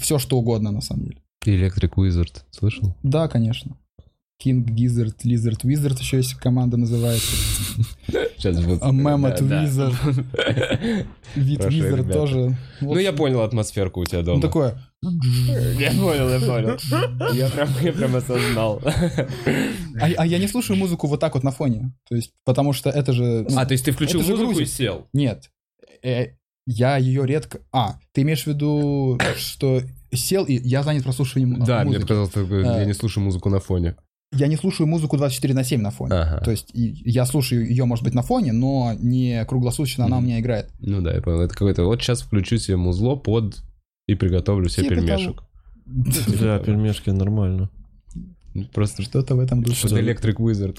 S3: все что угодно на самом деле.
S1: Electric Wizard, слышал?
S3: Да, конечно. King, Gizzard, Lizard, Wizard еще есть команда называется.
S1: Сейчас будет.
S3: А Mammoth
S1: Да, да.
S3: Wizard, Вид
S1: Хорошо,
S3: Wizard
S1: ребята.
S3: тоже.
S1: Ну, я понял атмосферку у тебя дома.
S3: Ну, такое.
S1: Я понял, я понял. Я прям, я прям осознал.
S3: Ну, А, а я не слушаю музыку вот так вот на фоне. То есть, потому что это же... ну,
S1: А, то есть ты включил
S3: Это же
S1: музыку и
S3: грузит.
S1: сел?
S3: Нет. Э, я ее редко... А, ты имеешь в виду, что сел и я занят прослушиванием э,
S1: Да, мне
S3: музыки.
S1: показалось, ты говоришь,
S3: А.
S1: я не слушаю музыку на фоне.
S3: Я не слушаю музыку 24 на 7 на фоне. То
S1: Ага.
S3: есть и- я слушаю ее, может быть, на фоне, но не круглосуточно она у
S1: Мгм.
S3: меня играет.
S1: Ну да, я понял. Это какой-то... Вот сейчас включу себе музло под... И приготовлю себе
S3: Типа того.
S1: пельмешек.
S2: Да, пельмешки нормально.
S1: Ну, Просто что-
S3: Что-то в этом духе.
S1: что-то Electric Wizard.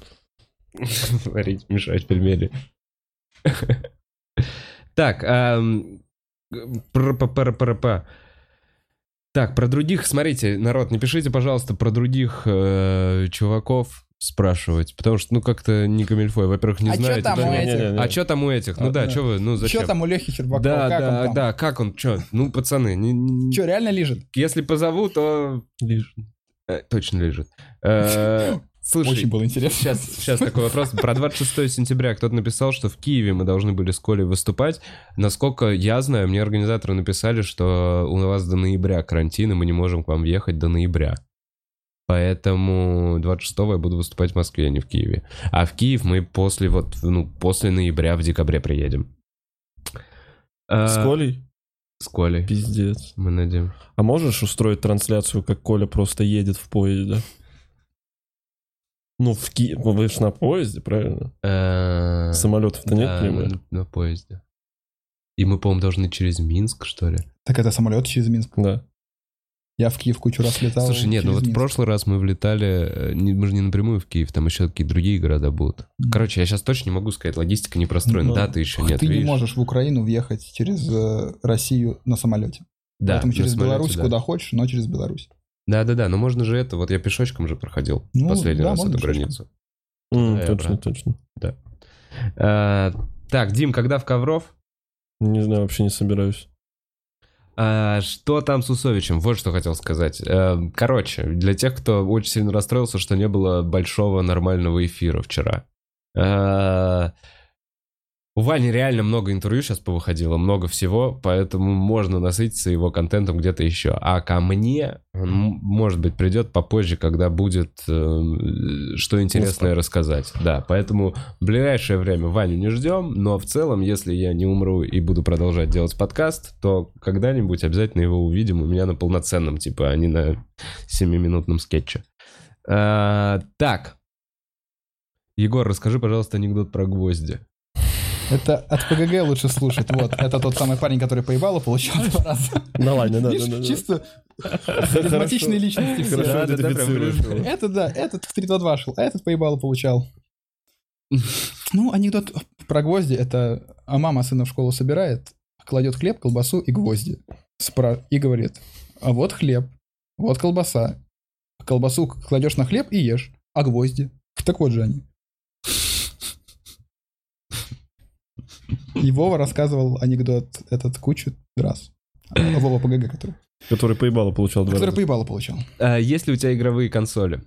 S1: Варить, мешать пельмени. Так, ам, г- пра-па-пара-пара-па. Так, про других, смотрите, народ, не пишите, пожалуйста, про других э, чуваков спрашивать, потому что, ну, как-то не камильфой. Во-первых, не
S3: А чё
S1: знаете.
S3: там у
S1: да.
S3: этих?
S2: Не-не-не.
S1: А что там у этих? Ну
S2: А,
S1: да,
S3: да.
S1: что вы, ну зачем?
S3: Что там у Лехи Щербакова?
S1: Да,
S3: как
S1: да,
S3: он там?
S1: да, как он, что? Ну, пацаны, не- не-
S3: Че, реально лежит?
S1: если позову, то...
S2: Лишь.
S1: э, точно лежит. Э, Слушай,
S3: Очень было интересно.
S1: Сейчас, сейчас такой вопрос. Про 26 сентября кто-то написал, что в Киеве мы должны были с Колей выступать. Насколько я знаю, мне организаторы написали, что у вас до ноября карантин, и мы не можем к вам въехать до ноября. Поэтому 26 я буду выступать в Москве, а не в Киеве. А в Киев мы после вот, ну, после ноября в декабре приедем. А,
S2: С Колей?
S1: С Колей.
S2: Пиздец.
S1: Мы надеем.
S2: А можешь устроить трансляцию, как Коля просто едет в поезде? Ну, в Ки... Вы ж на поезде, правильно?
S1: Э,
S2: Самолетов-то нет
S1: да,
S2: прямых.
S1: на, на поезде. И мы, по-моему, должны через Минск, что ли?
S3: Так это самолет через Минск.
S2: Да.
S3: Я в Киев кучу раз летал.
S1: Слушай, нет, ну
S3: через
S1: вот в
S3: Минск.
S1: прошлый раз мы влетали, э, не- мы же не напрямую в Киев, там еще какие-то другие города будут.
S3: Мгм.
S1: Короче, я сейчас точно не могу сказать, логистика не простроена,
S2: Ну,
S1: даты еще
S3: Ух,
S1: нет,
S3: Ты не
S1: видишь?
S3: можешь в Украину въехать через э, Россию на самолете.
S1: Да,
S3: Поэтому
S1: на
S3: через
S1: самолете,
S3: Беларусь
S1: да.
S3: куда хочешь, но через Беларусь.
S1: Да-да-да, но можно же это, вот я пешочком же проходил
S3: Ну,
S1: последний
S3: да,
S1: раз
S3: можно
S1: эту
S3: пешочком.
S1: границу.
S2: М,
S1: Да, я
S2: Точно,
S1: брат.
S2: точно.
S1: Э, Так, Дим, когда в Ковров?
S2: Не знаю, вообще не собираюсь.
S1: А, что там с Усовичем? Вот что хотел сказать. Э, Короче, для тех, кто очень сильно расстроился, что не было большого нормального эфира вчера. Э, У Вани реально много интервью сейчас повыходило, много всего, поэтому можно насытиться его контентом где-то еще. А ко мне, м, может быть, придет попозже, когда будет э, что интересное рассказать. Да, поэтому в ближайшее время Ваню не ждем, но в целом, если я не умру и буду продолжать делать подкаст, то когда-нибудь обязательно его увидим у меня на полноценном, типа, а не на 7-минутном скетче. А, так. Егор, расскажи, пожалуйста, анекдот про гвозди.
S3: Это от ПГГ лучше слушать. Вот, это тот самый парень, который поебало получил два раза.
S2: Ну ладно, да, да, да, да.
S3: Видишь, чисто харизматичные личности все.
S2: Хорошо
S1: Да, да, да, прям
S2: идентифицируешь.
S1: врезал.
S3: Это да, этот в 3-2-2 шел, а этот поебало получал. Ну, анекдот про гвозди. Это а мама сына в школу собирает, кладет хлеб, колбасу и гвозди. Спра- И говорит, а вот хлеб, вот колбаса. Колбасу кладешь на хлеб и ешь, а гвозди? Так вот же они. И Вова рассказывал анекдот этот кучу раз. Вова ПГГ, который,
S2: Который поебало получал два
S3: который
S2: раза.
S3: поебало получал.
S1: А есть ли у тебя игровые консоли?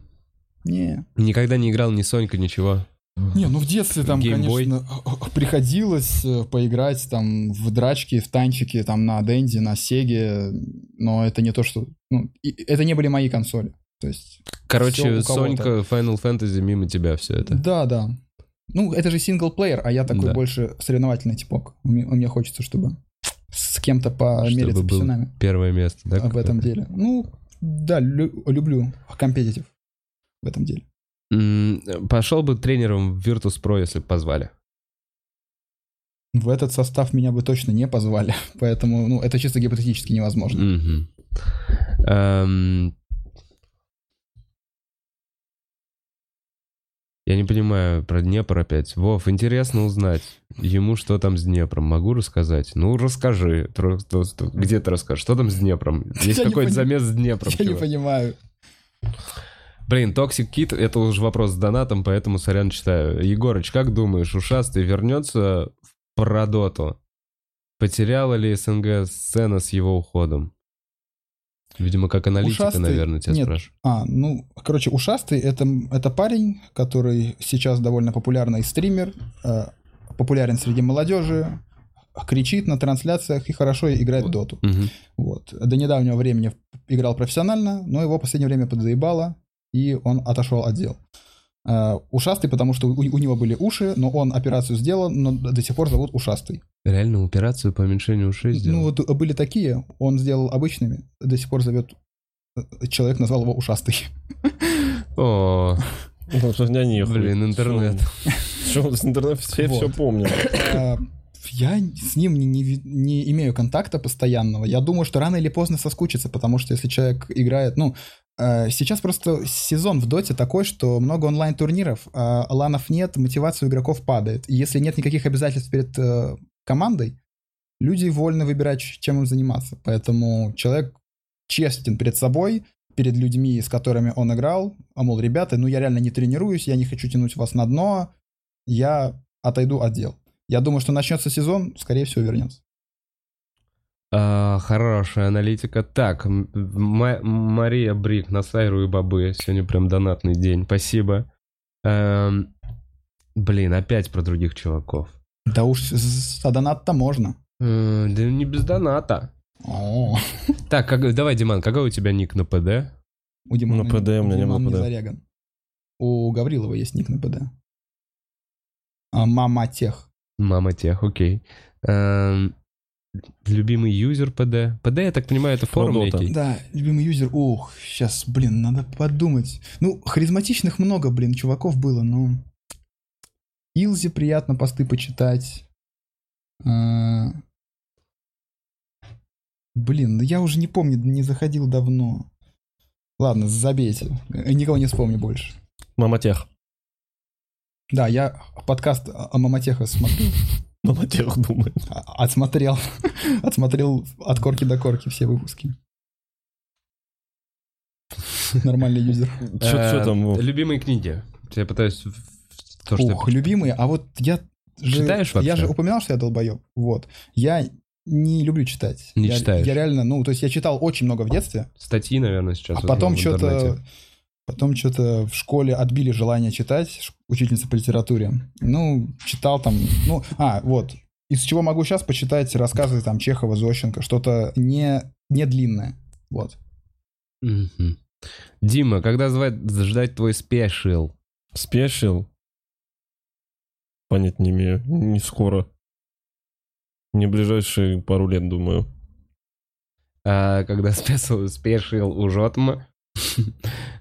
S3: Не.
S1: Никогда не играл ни Сонька, ничего.
S3: Не, ну в детстве там,
S1: Геймбой.
S3: конечно, приходилось э, поиграть там в драчки, в танчики, там на Денди, на Сеге, но это не то, что... Ну, и- это не были мои консоли. То есть...
S1: Короче,
S3: у кого-то.
S1: Сонька, Final Fantasy, мимо тебя все это.
S3: Да, да. Ну, это же синглплеер, а я такой
S1: Да.
S3: больше соревновательный типок. Мне, мне хочется, чтобы с кем-то помериться
S1: был
S3: писюнами
S1: Первое место, да?
S3: в этом
S1: какое-то?
S3: деле. Ну, да, лю- люблю компетитив в этом деле.
S1: М, Пошел бы тренером в Virtus.pro, если бы позвали.
S3: В этот состав меня бы точно не позвали, поэтому, ну, это чисто гипотетически невозможно.
S1: Мгм. Эм, Я не понимаю про Днепр опять. Вов, интересно узнать, ему что там с Днепром. Могу рассказать? Ну, расскажи. Тро- то- то- Где ты расскажешь? Что там с Днепром? Есть
S3: Я не
S1: какой-то
S3: пони-
S1: замес с Днепром?
S3: Я не
S1: чувак?
S3: понимаю.
S1: Блин, Toxic Kid, это уже вопрос с донатом, поэтому, сорян, читаю. Егорыч, как думаешь, ушастый вернется в Парадоту? Потеряла ли СНГ сцена с его уходом? Видимо, как аналитика,
S3: Ушастый-
S1: наверное, тебя
S3: нет.
S1: спрашивают.
S3: А, ну, короче, ушастый это, это парень, который сейчас довольно популярный стример, э, популярен среди молодежи, кричит на трансляциях и хорошо играет в доту.
S1: Мгм.
S3: Вот. До недавнего времени играл профессионально, но его в последнее время подзаебало, и он отошел от дел. Э, Ушастый, потому что у, у него были уши, но он операцию сделал, но до сих пор зовут ушастый.
S1: Реально операцию по уменьшению ушей
S3: Ну,
S1: сделал?
S3: вот были такие, он сделал обычными, до сих пор зовет э, человек назвал его ушастый.
S1: О,
S2: Ну, Распространение хуй.
S1: блин, интернет.
S2: Всё, всё, интернет все все
S3: Вот.
S2: помнят.
S3: Э, Я с ним не, не ви- не имею контакта постоянного. Я думаю, что рано или поздно соскучится, потому что если человек играет, ну, э, сейчас просто сезон в доте такой, что много онлайн-турниров, а ланов нет, мотивация у игроков падает. И если нет никаких обязательств перед э, командой, люди вольны выбирать, ч- чем им заниматься. Поэтому человек честен перед собой, перед людьми, с которыми он играл, а мол, ребята, ну я реально не тренируюсь, я не хочу тянуть вас на дно, я отойду от дел. Я думаю, что начнется сезон, скорее всего, вернется.
S1: А, хорошая аналитика. Так, М- Ма- Мария Брик на Сайру и Бобы. Сегодня прям донатный день. Спасибо. Эм, блин, опять про других чуваков.
S3: Да уж, с- за донат-то можно.
S1: Э, Да не без доната.
S3: О,
S1: Так, как- давай, Диман, какой у тебя ник на ПД?
S3: у Димана,
S2: На PD Ну, у меня не
S3: Диман
S2: было PD.
S3: заряган. У Гаврилова есть ник на ПД. А, мама тех.
S1: Мама тех, окей. Эм, Любимый юзер ПД. ПД, я так понимаю, это форум
S2: Продота.
S1: некий.
S3: Да, любимый юзер. Ух, сейчас, блин, надо подумать. Ну, харизматичных много, блин, чуваков было, но... Илзе приятно посты почитать. А, Блин, да я уже не помню, не заходил давно. Ладно, забейте. Э, Никого не вспомню больше.
S2: Маматех.
S3: Да, я подкаст о о Маматеха смотрю.
S2: Маматех думает.
S3: А- Отсмотрел. Отсмотрел от корки до корки все выпуски. Нормальный юзер.
S2: Что
S1: Эм,
S2: там? Вов?
S1: Любимые книги. Э, Я пытаюсь в- то, что я
S3: Ух, любимые, а вот я же,
S1: Читаешь
S3: я
S1: вообще?
S3: же упоминал, что я долбоеб, вот. Я не люблю читать.
S1: Не
S3: я,
S1: читаешь.
S3: Я реально, ну, то есть я читал очень много в детстве,
S1: статьи, наверное, сейчас.
S3: а
S1: в
S3: потом
S1: основном в
S3: что-то...
S1: интернете.
S3: Потом что-то в школе отбили желание читать, ш- учительница по литературе. Ну, читал там, ну, а, вот. Из чего могу сейчас почитать рассказы там Чехова, Зощенко, что-то не, не длинное. Вот.
S1: Мгм. Дима, когда звать, ждать твой спешил?
S2: Спешил? Понять не имею. Не скоро. Не ближайшие пару лет, думаю.
S1: А, когда спешил, спешил у Жотма.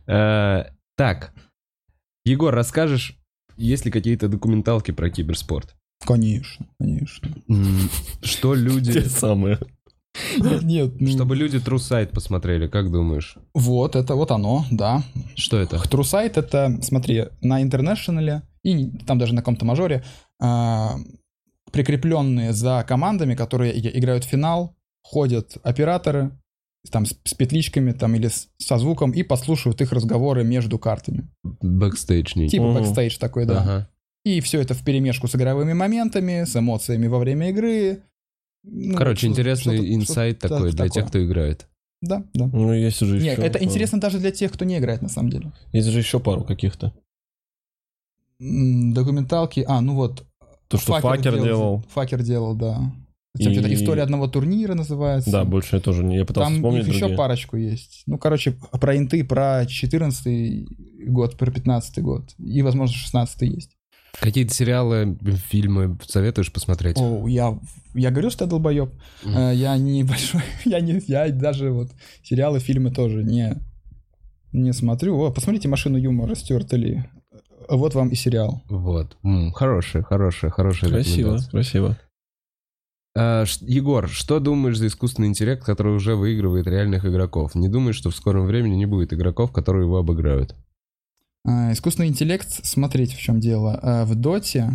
S1: А, Так, Егор, расскажешь, есть ли какие-то документалки про киберспорт?
S3: Конечно, конечно.
S1: М, Что
S2: Те
S1: люди...
S2: самые.
S3: Нет, ну,
S1: Чтобы люди трусайт посмотрели, как думаешь?
S3: вот это вот оно, да.
S1: Что это?
S3: Трусайт Э, это, смотри, на интернешнале и там даже на каком-то мажоре а, прикрепленные за командами, которые и- играют в финал, ходят операторы там с, с петличками там или с- со звуком и послушают их разговоры между картами.
S1: Бэкстейдж не-
S3: Типа
S2: Мгм.
S3: бэкстейдж такой, да.
S1: Ага.
S3: И все это в перемешку с игровыми моментами, с эмоциями во время игры. Ну,
S1: Короче,
S3: что-
S1: интересный
S3: что-то-
S1: инсайт
S3: что-то
S1: такой для
S3: такое.
S1: тех, кто играет.
S3: Да, да.
S2: Ну, есть уже
S3: Не,
S2: еще.
S3: это
S2: пару.
S3: интересно даже для тех, кто не играет, на самом деле.
S2: Есть же еще пару каких-то.
S3: М, Документалки, а, ну вот,
S2: То, что факер делал.
S3: Факер делал, да. Там
S2: И-
S3: что-то история одного турнира называется.
S2: Да, больше я тоже не. Я пытался
S3: Там
S2: вспомнить
S3: их еще
S2: другие.
S3: парочку есть. Ну, короче, про инты, про 14 год, про 15 год. И, возможно, 16 есть.
S1: Какие-то сериалы, фильмы советуешь посмотреть?
S3: О, я, я говорю, что я долбоеб.
S1: Мгм.
S3: Э, Я не большой, я не, я даже вот сериалы, фильмы тоже не, не смотрю. О, посмотрите «Машину юмора» Стюарта Ли. Вот вам и сериал.
S1: Вот. М, Хорошая, хорошая, хорошая
S2: Красиво,
S1: рекомендация.
S2: красиво.
S1: А, Ш- Егор, что думаешь за искусственный интеллект, который уже выигрывает реальных игроков? Не думаешь, что в скором времени не будет игроков, которые его обыграют?
S3: А, Искусственный интеллект, смотрите, в чем дело. А, В доте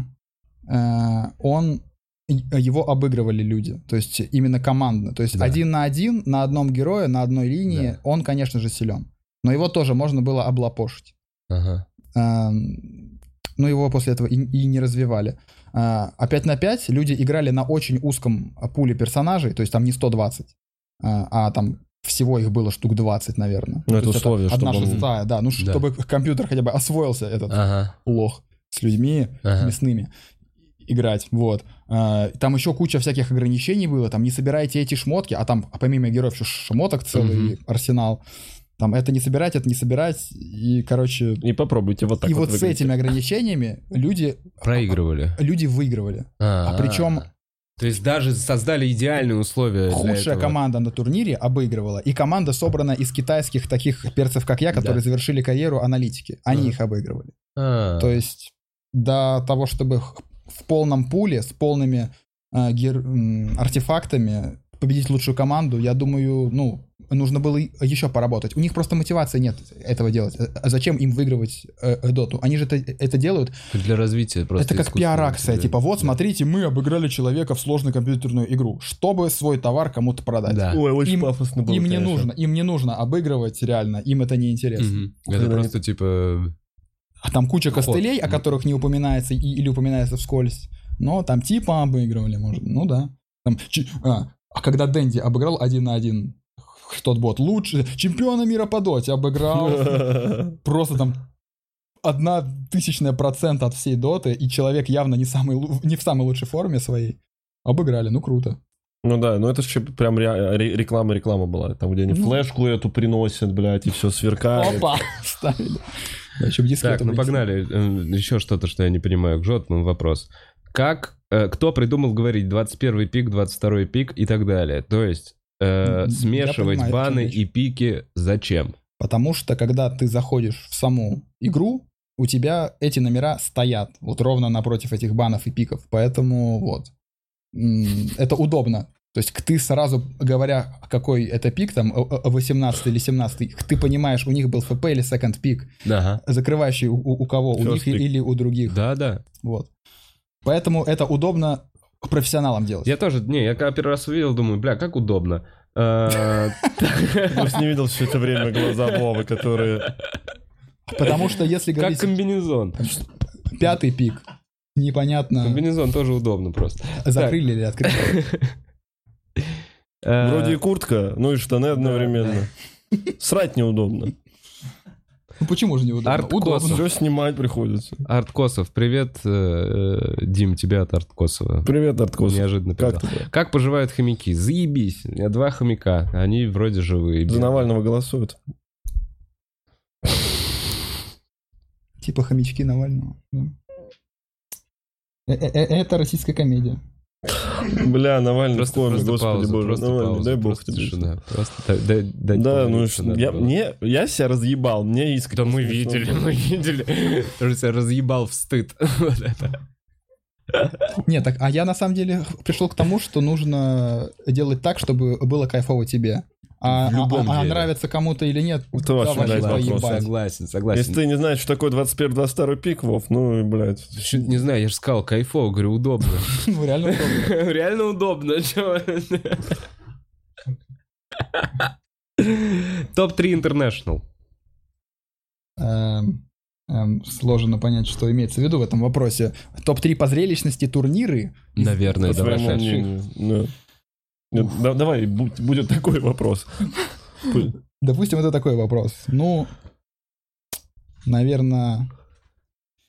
S3: а, он и- а, его обыгрывали люди, то есть именно командно. То есть
S1: Да.
S3: один на один, на одном герое, на одной линии,
S1: Да.
S3: он, конечно же, силен. Но его тоже можно было облапошить.
S1: Ага.
S3: А, Но его после этого и, и не развивали. А, А 5 на 5 люди играли на очень узком а, пуле персонажей, то есть там не 120, а а там всего их было штук 20, наверное.
S2: Ну,
S3: То
S2: это
S3: есть
S2: условие,
S3: Одна
S2: чтобы А. он-
S3: шестая, да. Ну,
S1: Да.
S3: чтобы компьютер хотя бы освоился этот
S1: Ага.
S3: лох с людьми
S2: А.
S1: Ага.
S3: мясными играть, вот. А, Там еще куча всяких ограничений было, там не собирайте эти шмотки, а там а помимо героев еще шмоток целый арсенал. Там это не собирать, это не собирать, и, короче...
S2: И попробуйте вот так
S3: и вот, с
S2: выглядеть.
S3: этими ограничениями люди,
S1: Проигрывали.
S3: люди выигрывали.
S1: А,
S3: причем-
S1: То есть даже создали идеальные условия. для
S3: Худшая
S1: этого.
S3: команда на турнире обыгрывала, и команда собрана из китайских таких перцев, как я, которые
S1: Да.
S3: завершили карьеру аналитики. Они
S1: Ага.
S3: их обыгрывали.
S1: А,
S3: То есть до того, чтобы х- в полном пуле с полными э, гер- м, артефактами победить лучшую команду, я думаю, ну, нужно было и- еще поработать. У них просто мотивации нет этого делать. Э, а Зачем им выигрывать э, э, доту? Они же это, это делают.
S1: Для развития просто.
S3: это как
S1: искусственного
S3: пиар-акция.
S1: интеллекта.
S3: Типа, вот, смотрите, мы обыграли человека в сложную компьютерную игру, чтобы свой товар кому-то продать.
S1: Да.
S2: Ой, очень
S3: Им-
S2: пафосно было.
S3: Им не
S2: конечно.
S3: нужно, им не нужно обыгрывать реально, им это не интересно.
S1: Мгм. Это
S2: Когда
S1: просто типа...
S3: А там куча
S2: Ход.
S3: костылей, о которых не упоминается и, или упоминается вскользь. Но там типа обыгрывали, может. Ну да. Там чи- а, а когда Дэнди обыграл один на один х- тот бот лучше, чемпиона мира по доте обыграл. Просто там одна тысячная процент от всей доты, и человек явно не, самый, лу- не в самой лучшей форме своей. Обыграли, ну круто.
S2: Ну да, ну это же прям реклама-реклама была. Там, где они
S3: Ну.
S2: флешку эту приносят, блядь, и все сверкает.
S3: Опа! Ставили. Да, еще в диск
S1: Так,
S3: это
S1: ну
S3: вынесли.
S1: погнали. Э, Еще что-то, что я не понимаю. К Жотману вопрос. Как, э, кто придумал говорить 21 пик, 22 пик и так далее? То есть э,
S3: Я
S1: смешивать
S3: понимаю, о чем
S1: баны
S3: речь.
S1: и пики зачем?
S3: Потому что, когда ты заходишь в саму игру, у тебя эти номера стоят вот ровно напротив этих банов и пиков. Поэтому вот. М, Это удобно. То есть к- ты сразу, говоря, какой это пик, там, э, э, 18 или 17, ты понимаешь, у них был ФП или секонд пик,
S1: Ага.
S3: закрывающий у, у кого, у
S2: First
S3: них
S2: pick.
S3: или у других.
S1: Да-да.
S3: Вот. Поэтому это удобно профессионалам делать.
S1: Я тоже, не, я когда первый раз увидел, думаю, бля, как удобно. Э,
S2: Я просто не видел все это время глаза Вовы, которые...
S3: Потому что если
S1: Как
S3: говорить...
S1: комбинезон.
S3: Пятый пик. Непонятно,
S1: Комбинезон тоже удобно просто.
S3: закрыли или открыли.
S2: Вроде и
S1: Вроде...
S2: куртка, ну и штаны одновременно. Срать неудобно.
S3: Ну почему же неудобно?
S1: Арт
S3: Удобно.
S1: Косов.
S2: Все снимать приходится.
S1: Арт Косов, привет, э, э, Дим, тебя от Арт Косова.
S2: Привет, Арткос.
S1: Неожиданно
S2: Как
S1: передал.
S2: ты? бля?
S1: Как поживают хомяки? Заебись. У меня два хомяка. Они вроде живые.
S2: За Навального голосуют.
S3: Типа хомячки Навального. да. Э- э- э- Это российская комедия.
S2: Бля, Навальный
S1: Просто,
S2: в коме,
S1: просто
S2: господи
S1: пауза,
S2: боже.
S1: просто
S2: Навальный,
S1: пауза,
S2: дай бог
S1: просто
S2: тебе.
S1: тишина. Просто да- да- дать
S2: Да, ну
S1: поговорить, что
S2: что,
S1: надо
S2: я,
S1: было.
S2: мне, я себя разъебал, мне искренне.
S1: Да мы
S2: смешно
S1: видели,
S2: было.
S1: мы видели. Тоже себя разъебал в стыд. Вот это.
S3: Нет, так, а я на самом деле пришел к тому, что нужно делать так, чтобы было кайфово тебе. А,
S1: В любом
S3: а- а
S1: деле. нравится
S3: нравится кому-то или нет,
S2: Это ваше,
S3: да,
S2: блядь,
S3: вообще
S2: вопрос.
S3: поебать.
S1: Согласен,
S2: Если
S1: согласен.
S2: ты не знаешь, что такое 21-22 пик, Вов, ну, и, блядь.
S1: Чё, Не знаю, я же сказал, кайфово, говорю, удобно.
S3: Ну, реально удобно.
S1: Реально удобно. Топ-3 International.
S3: Эм, эм, Сложно понять, что имеется в виду в этом вопросе. Топ-3 по зрелищности турниры.
S1: Наверное,
S2: по
S1: да.
S2: своему
S3: большая
S2: мнению. Ну, ну, да- Давай, будь- будет такой вопрос. П-
S3: Допустим, это такой вопрос. Ну, наверное...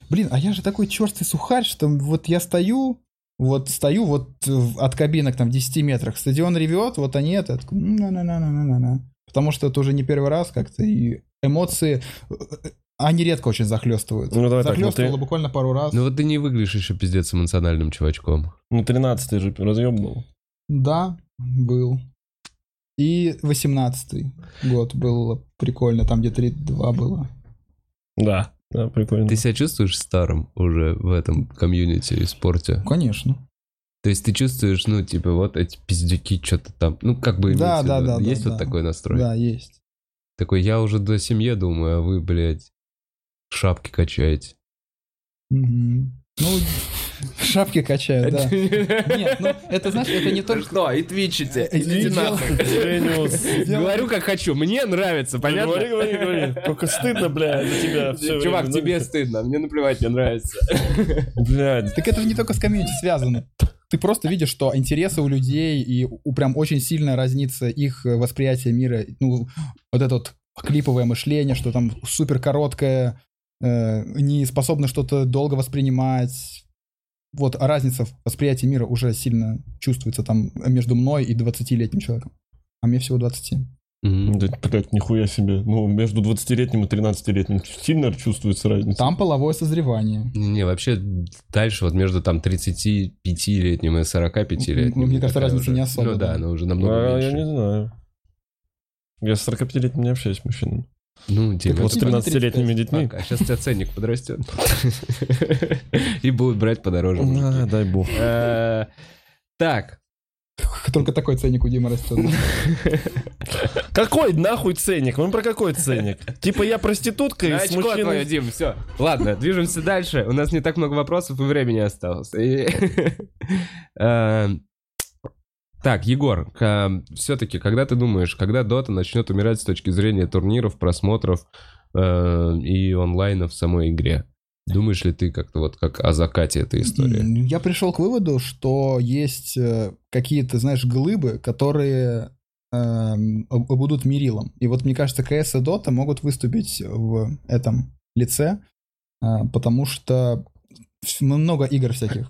S3: Блин, а я же такой черствый сухарь, что вот я стою, вот стою вот в- от кабинок там в 10 метрах, стадион ревет, вот они это... так, «На-на-на-на-на-на-на». Потому что это уже не первый раз как-то, и эмоции... э, э, Они редко очень захлестывают.
S2: Ну, давай так, ну,
S3: Захлестывало
S2: ты-
S3: буквально пару раз.
S1: Ну вот ты не выглядишь еще пиздец эмоциональным чувачком.
S2: Ну, 13 же разъеб был.
S3: Да, был. И 18-й год было прикольно, там где 3-2 было.
S2: Да. Да, прикольно.
S1: Ты себя чувствуешь старым уже в этом комьюнити и спорте?
S3: Конечно.
S1: То есть ты чувствуешь, ну, типа, вот эти пиздюки что-то там, ну, как бы
S3: Да,
S1: имеется в
S3: да,
S1: виду.
S3: да, да,
S1: Есть вот
S3: да.
S1: такой настрой?
S3: Да, есть.
S1: Такой, я уже до семье думаю, а вы, блядь, шапки качаете.
S3: Мгм. Ну, шапки качают, да. Нет, ну это знаешь, это не только.
S1: Что, и твичите?
S3: Э,
S1: Идите
S3: дело-
S1: нахуй.
S2: Гениус.
S1: Говорю, как хочу, мне нравится,
S2: Говори,
S1: понятно?
S2: говори, говори. Только стыдно, бля, за тебя ну все
S1: Чувак, тебе стыдно, мне наплевать, мне нравится.
S2: Блядь.
S3: Так это же не только с комьюнити связано. Ты просто видишь, что интересы у людей и у, прям очень сильно разнится их э, восприятие мира. Ну, вот это вот клиповое мышление, что там супер короткое, э, не способны что-то долго воспринимать. Вот а разница в восприятии мира уже сильно чувствуется там между мной и 20-летним человеком. А мне всего 20.
S2: Да, блядь, нихуя себе. Ну, между 20-летним и 13-летним сильно чувствуется разница.
S3: Там половое созревание.
S1: Не, вообще дальше вот между там 35-летним и 45-летним.
S3: М, мне кажется,
S1: такая
S3: разница
S1: уже.
S3: не особо,
S1: Ну да,
S3: да.
S1: она уже
S2: А,
S1: намного
S2: я не
S1: меньше.
S2: знаю. Я с 45-летним не общаюсь с мужчинами.
S1: Ну,
S2: Только
S1: типа,
S2: вот ну, с 13-летними детьми.
S1: так, а сейчас у тебя ценник подрастет. И будут брать подороже.
S2: Да,
S1: мужики.
S2: дай бог.
S1: Э, Так,
S3: Только такой ценник у Димы растет.
S2: Какой нахуй ценник? Мы про какой ценник? Типа я проститутка и
S1: на
S2: с
S1: очко твое,
S2: мужчиной...
S1: Дим, все. Ладно, движемся дальше. У нас не так много вопросов и времени осталось. И- Э, Так, Егор, все-таки, когда ты думаешь, когда Дота начнет умирать с точки зрения турниров, просмотров э, и онлайна в самой игре? Думаешь ли ты как-то вот как о закате этой истории?
S3: М, Я пришел к выводу, что есть э, какие-то, знаешь, глыбы, которые эм, б- будут мерилом. И вот мне кажется, КС и Дота могут выступить в этом лице, э, потому что вс- много игр всяких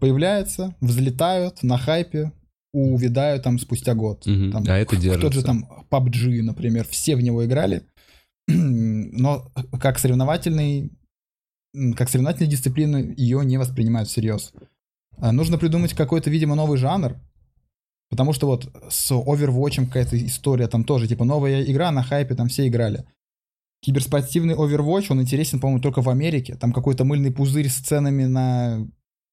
S3: появляется, взлетают на хайпе, увядают там спустя год.
S1: Мгм.
S3: Там
S1: а это держится.
S3: Тот же там PUBG, например, все в него играли, но как соревновательный, м, как соревновательная дисциплина ее не воспринимают всерьез. А Нужно придумать какой-то, видимо, новый жанр, потому что вот с Overwatch какая-то история там тоже, типа новая игра на хайпе, там все играли. Киберспортивный Overwatch, он интересен, по-моему, только в Америке. Там какой-то мыльный пузырь с ценами на,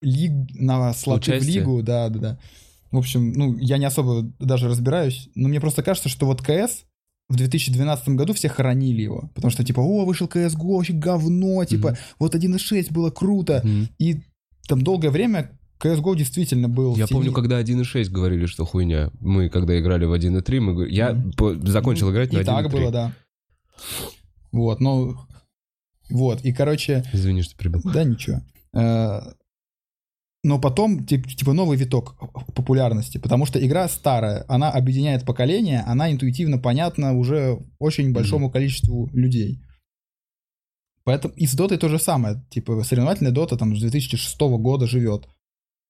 S3: лиг... на слоты в
S1: Участие.
S3: лигу, да, да, да. В общем, ну, я не особо даже разбираюсь, но мне просто кажется, что вот КС в 2012 году все хоронили его, потому что, типа, о, вышел КС Го, вообще говно, типа,
S1: Мгм.
S3: вот 1.6 было круто,
S1: Мгм.
S3: и там долгое время КС Го действительно был... в
S1: Я
S3: тени.
S1: помню, когда 1.6 говорили, что хуйня. Мы, когда играли в 1.3, мы говорили... Я
S3: Мгм.
S1: по- закончил играть на 1.3.
S3: И так было, да. Вот, но Вот, и, короче,
S1: Извини, что прибыл.
S3: да ничего. Э, Но потом, тип- типа, новый виток популярности, потому что игра старая, она объединяет поколения, она интуитивно понятна уже очень большому количеству людей. Поэтому и с Дотой то же самое. Типа, соревновательная Дота там с 2006 года живет.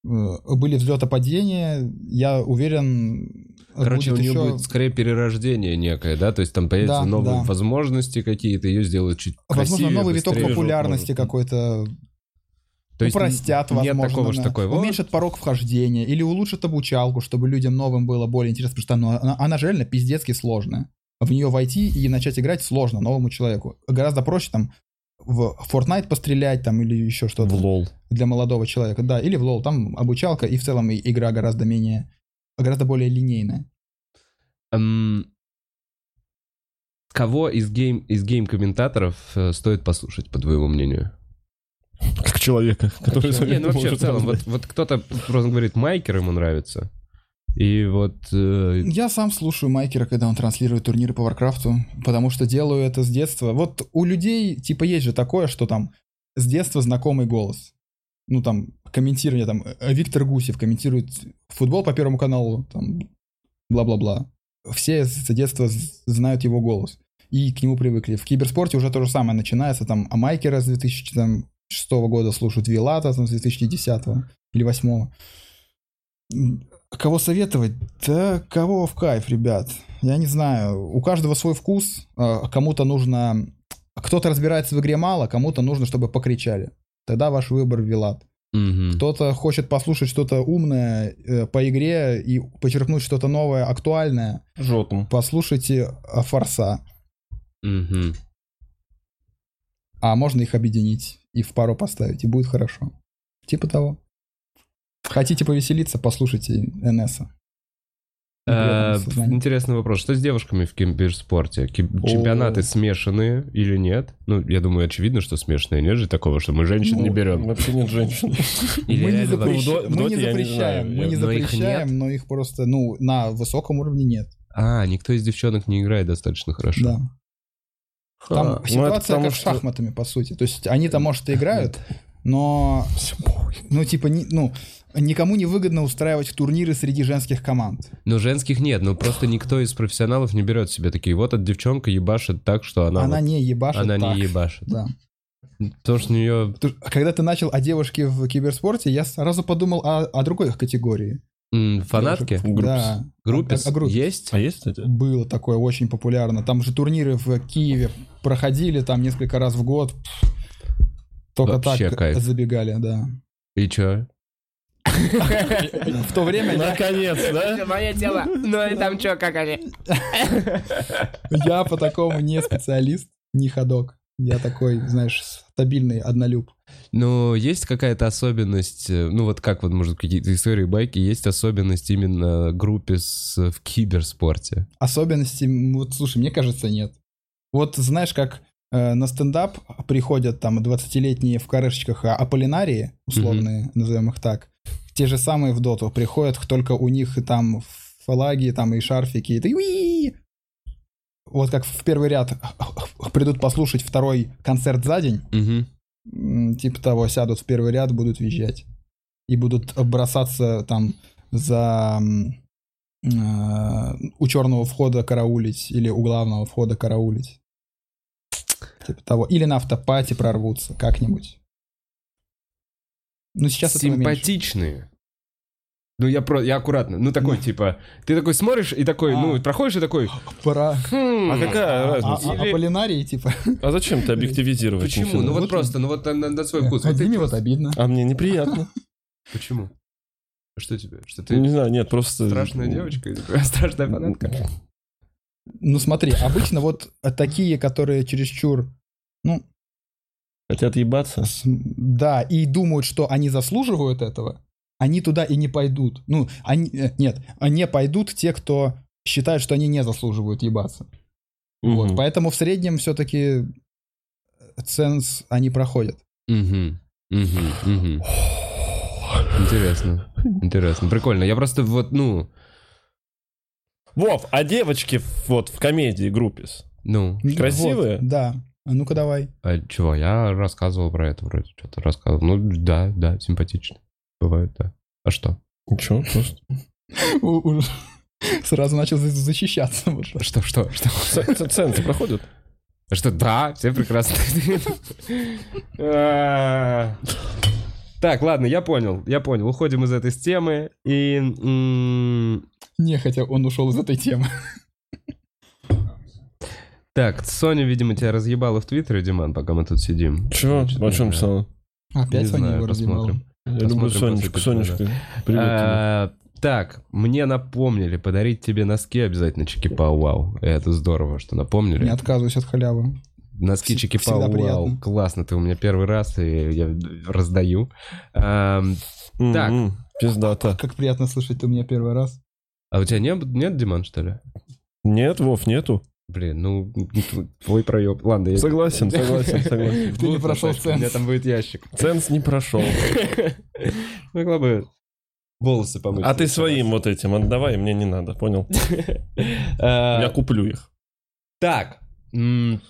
S3: Э, Были взлета-падения, я уверен,
S1: Короче,
S3: А будет
S1: у нее
S3: еще-
S1: будет скорее перерождение некое, да, то есть там появятся
S3: Да,
S1: новые
S3: да.
S1: возможности какие-то, ее сделают чуть
S3: возможно,
S1: красивее,
S3: новый виток
S1: быстрее.
S2: поп-
S3: популярности
S2: может.
S3: какой-то
S1: То есть
S3: упростят,
S1: нет
S3: возможно,
S1: такого,
S3: да.
S1: что такое, вот,
S3: уменьшат порог вхождения или улучшат обучалку, чтобы людям новым было более интересно, потому что ну, она, она же реально пиздецки сложная. В нее войти и начать играть сложно новому человеку. Гораздо проще там в Fortnite пострелять там или еще
S2: В
S3: что-то
S2: лол.
S3: для молодого человека, да, или в лол, там обучалка и в целом и- игра гораздо менее, гораздо более линейная.
S1: Эм, Кого из гейм из гейм-комментаторов э, стоит послушать, по твоему мнению?
S2: Как человека, который...
S1: Не, ну вообще в
S2: может
S1: целом, вот,
S2: раздать.
S1: вот кто-то просто говорит, Майкер ему нравится. И вот э,
S3: Я сам слушаю Майкера, когда он транслирует турниры по Варкрафту, потому что делаю это с детства. Вот у людей, типа, есть же такое, что там с детства знакомый голос. Ну, там, комментирование, там, э, Виктор Гусев комментирует футбол по Первому каналу, там, бла-бла-бла. Все с с детства з- знают его голос и к нему привыкли. В киберспорте уже то же самое начинается, там, а Майкера с 2006 года слушают, Вилата там, с 2010 или 2008. Кого советовать? Да кого в кайф, ребят. Я не знаю. У каждого свой вкус. А, Кому-то нужно... Кто-то разбирается в игре мало, кому-то нужно, чтобы покричали. Тогда ваш выбор Вилат.
S1: мгм.
S3: Кто-то хочет послушать что-то умное э, по игре и подчеркнуть что-то новое, актуальное.
S2: Жотом.
S3: Послушайте э, Форса.
S1: Мгм.
S3: А можно их объединить и в пару поставить, и будет хорошо. Типа того. Хотите повеселиться, послушайте А». НСа.
S1: Э, Интересный вопрос. Что с девушками в киберспорте? Киб-
S2: О.
S1: Чемпионаты смешанные или нет? Ну, я думаю, очевидно, что смешанные. Нет же такого, что мы женщин не берем.
S2: Ну, Вообще нет женщин.
S1: Или
S3: мы Ну, не,
S1: реально там-
S2: запрещаем. В
S3: запрещ-
S2: До- в
S3: мы не
S2: Доте я не
S3: запрещаем,
S2: знаю,
S3: мы не
S1: но их
S3: запрещаем, но их просто, ну, на высоком уровне нет.
S1: А, никто из девчонок не играет достаточно хорошо.
S3: Да.
S2: Ха,
S3: Там
S2: ну, это
S3: ситуация
S2: потому
S3: как с
S2: что-
S3: шахматами, по сути. То есть они там, может, и играют, но,
S2: Всё, похуй.
S3: ну, типа, ни- ну, никому не выгодно устраивать турниры среди женских команд.
S1: Но женских нет, ну просто никто из профессионалов не берет себе такие. Вот эта девчонка ебашит так, что она,
S3: она
S1: вот-
S3: не ебашит
S1: она
S3: так.
S1: не ебашит.
S3: Да.
S1: Потому что у нее...
S3: Потому что, Когда ты начал о девушке в киберспорте, я сразу подумал о, о другой категории.
S1: м, Фанатки?
S2: Группс.
S3: Да.
S1: Группис?
S3: О- о группе.
S1: Есть?
S2: А есть, кстати?
S3: Было такое очень популярно. Там же турниры в Киеве проходили там несколько раз в год. Только
S1: Вообще
S3: так
S1: кайф.
S3: забегали, да.
S1: И чё?
S3: В то время я,
S2: Наконец, да?
S4: Моя тело. Ну и там чё, как они?
S3: я по такому не специалист, не ходок. Я такой, знаешь, стабильный однолюб.
S1: Но есть какая-то особенность, э, ну вот как вот, может, какие-то истории, байки, есть особенность именно группе с, э, в киберспорте?
S3: Особенностей, м, вот слушай, мне кажется, нет. Вот знаешь, как э, на стендап приходят там 20-летние в корешечках а- аполлинарии, условные, назовем их так, те же самые в доту приходят, только у них и там флаги, там и шарфики, и ты «Уи!» Вот как в первый ряд э, придут послушать второй концерт за день,
S1: Угу.
S3: м, типа того, сядут в первый ряд, будут визжать. И будут бросаться там за м, э, у черного входа караулить или у главного входа караулить. Типа того. Или на автопате прорвутся как-нибудь. Ну, сейчас этого меньше.
S1: Симпатичные. Ну, я про, я аккуратно. Ну, такой, типа, ты такой смотришь и такой,
S3: А.
S1: ну, проходишь и такой,
S3: Пора.
S1: «Хм».
S2: А какая
S3: А,
S2: разница?
S3: а- Аполлинарии, типа.
S2: А зачем ты объективизировать?
S1: Почему?
S2: начинаешь?
S1: Ну, вот
S3: Вот
S1: просто, ну, вот на, на свой вкус. Вот ты
S3: Диме вот
S1: просто-
S3: обидно.
S2: А мне неприятно.
S1: Почему? А Что тебе? Что
S2: Ну, Не
S1: ты
S2: знаю, нет, просто...
S1: страшная девочка или какая страшная фанатка?
S3: Ну, смотри, обычно вот такие, которые чересчур
S2: Хотят ебаться?
S3: С- Да, и думают, что они заслуживают этого, они туда и не пойдут. Ну, они, э, нет, не пойдут те, кто считают, что они не заслуживают ебаться. Вот,
S2: Мгм.
S3: поэтому в среднем все-таки ценс они проходят.
S1: Мгм. Мгм. Мгм. Интересно. Интересно. Прикольно. Я просто вот, ну,
S2: Вов, а девочки в- вот в комедии группис?
S1: ну,
S2: Красивые?
S3: Вот, да. А ну-ка давай.
S1: А чего? Я рассказывал про это вроде, что-то рассказывал. Ну да, да, симпатично. Бывает, да. А что?
S2: Ничего, просто.
S3: У- у- Сразу начал за- защищаться. вот так.
S1: Что, что, что?
S2: Ценз проходит?
S1: А Что, да, все прекрасно. А. Так, ладно, я понял, я понял. Уходим из этой темы. И м,
S3: Не, хотя он ушел из этой темы.
S1: так, Соня, видимо, тебя разъебала в Твиттере, Диман, пока мы тут сидим.
S2: Чего?
S1: Значит,
S2: О чем
S1: да.
S2: писала?
S1: Не
S3: Опять Соня
S1: знаю,
S3: его разъебала.
S1: посмотрим.
S2: Я люблю
S1: Посмотрим
S2: Сонечку.
S1: после
S2: Сонечка, привет тебе.
S1: А, Так, мне напомнили подарить тебе носки обязательно Чики-Пау-Вау. Это здорово, что напомнили.
S3: Не отказываюсь от халявы.
S1: Носки
S3: Вс-
S1: чики
S3: всегда
S1: вау,
S3: приятно.
S1: классно, ты у меня первый раз, и я раздаю. Ам, так.
S2: М-м, Пиздата.
S3: Как приятно слышать, ты у меня первый раз.
S1: А у тебя не, б- нет, Диман, что ли?
S2: Нет, Вов, нету.
S1: Блин, ну, тв- твой проеб.
S2: Э.
S1: Ладно, я...
S2: Согласен, согласен, согласен.
S3: Ты не прошел
S1: У меня
S3: ценз.
S1: там будет ящик.
S2: Ценз не прошел.
S1: Могла бы волосы помыть.
S2: А ты своим вот этим отдавай, мне не надо, понял?
S1: А,
S2: Я куплю их.
S1: Так. м,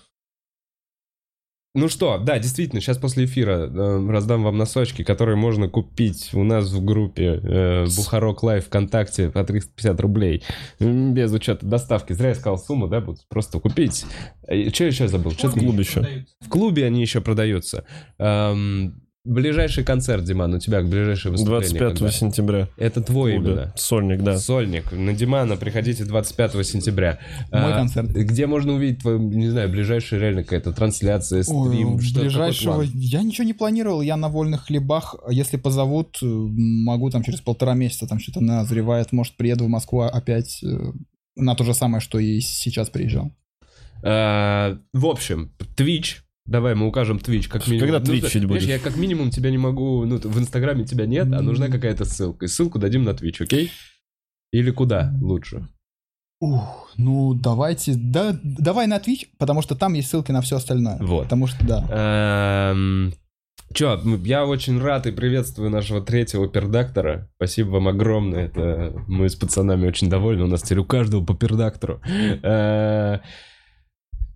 S1: Ну что, да, действительно, сейчас после эфира э, раздам вам носочки, которые можно купить у нас в группе э, Бухарок Лайв ВКонтакте по 350 рублей. М, Без учета доставки. Зря я сказал сумму, да, будут просто купить. Че еще забыл? Чё
S2: В клубе еще.
S1: В клубе они еще продаются. Эм, ближайший концерт, Диман, у тебя ближайшее выступление.
S2: 25
S1: когда?
S2: сентября.
S1: Это
S2: в
S1: твой
S2: клубе.
S1: именно.
S2: Сольник, да.
S1: Сольник. На Димана приходите 25 сентября.
S3: Мой
S1: А,
S3: концерт.
S1: Где можно увидеть твою, не знаю, ближайшую реально какая-то трансляция,
S3: Ой,
S1: стрим, что какой
S3: ближайшего
S1: план?
S3: я ничего не планировал, я на вольных хлебах, если позовут, э, могу там через полтора месяца, там что-то назревает, может, приеду в Москву опять э, на то же самое, что и сейчас приезжал.
S1: А, в общем, Twitch. Давай мы укажем Twitch, как минимум.
S2: Когда
S1: Ну,
S2: твитчить
S1: ты-
S2: будешь?
S1: видишь, я как минимум тебя не могу, ну, в Инстаграме тебя нет, а нужна какая-то ссылка. И ссылку дадим на Twitch, окей? Или куда лучше?
S3: Ух, ну давайте, да, давай на Twitch, потому что там есть ссылки на все остальное.
S1: Вот.
S3: Потому что, да.
S1: Эм, Чё, м, я очень рад и приветствую нашего третьего пердактора. Спасибо вам огромное. Это мы с пацанами очень довольны. У нас теперь у каждого по пердактору.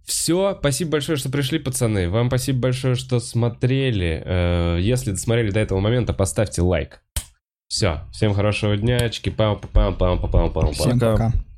S1: Все, спасибо большое, что пришли, пацаны. Вам спасибо большое, что смотрели. Э, Если досмотрели до этого момента, поставьте лайк. Все, всем хорошего дня. Чики пам пам пам пам пам пам пам
S3: Всем
S2: пока.
S3: пока.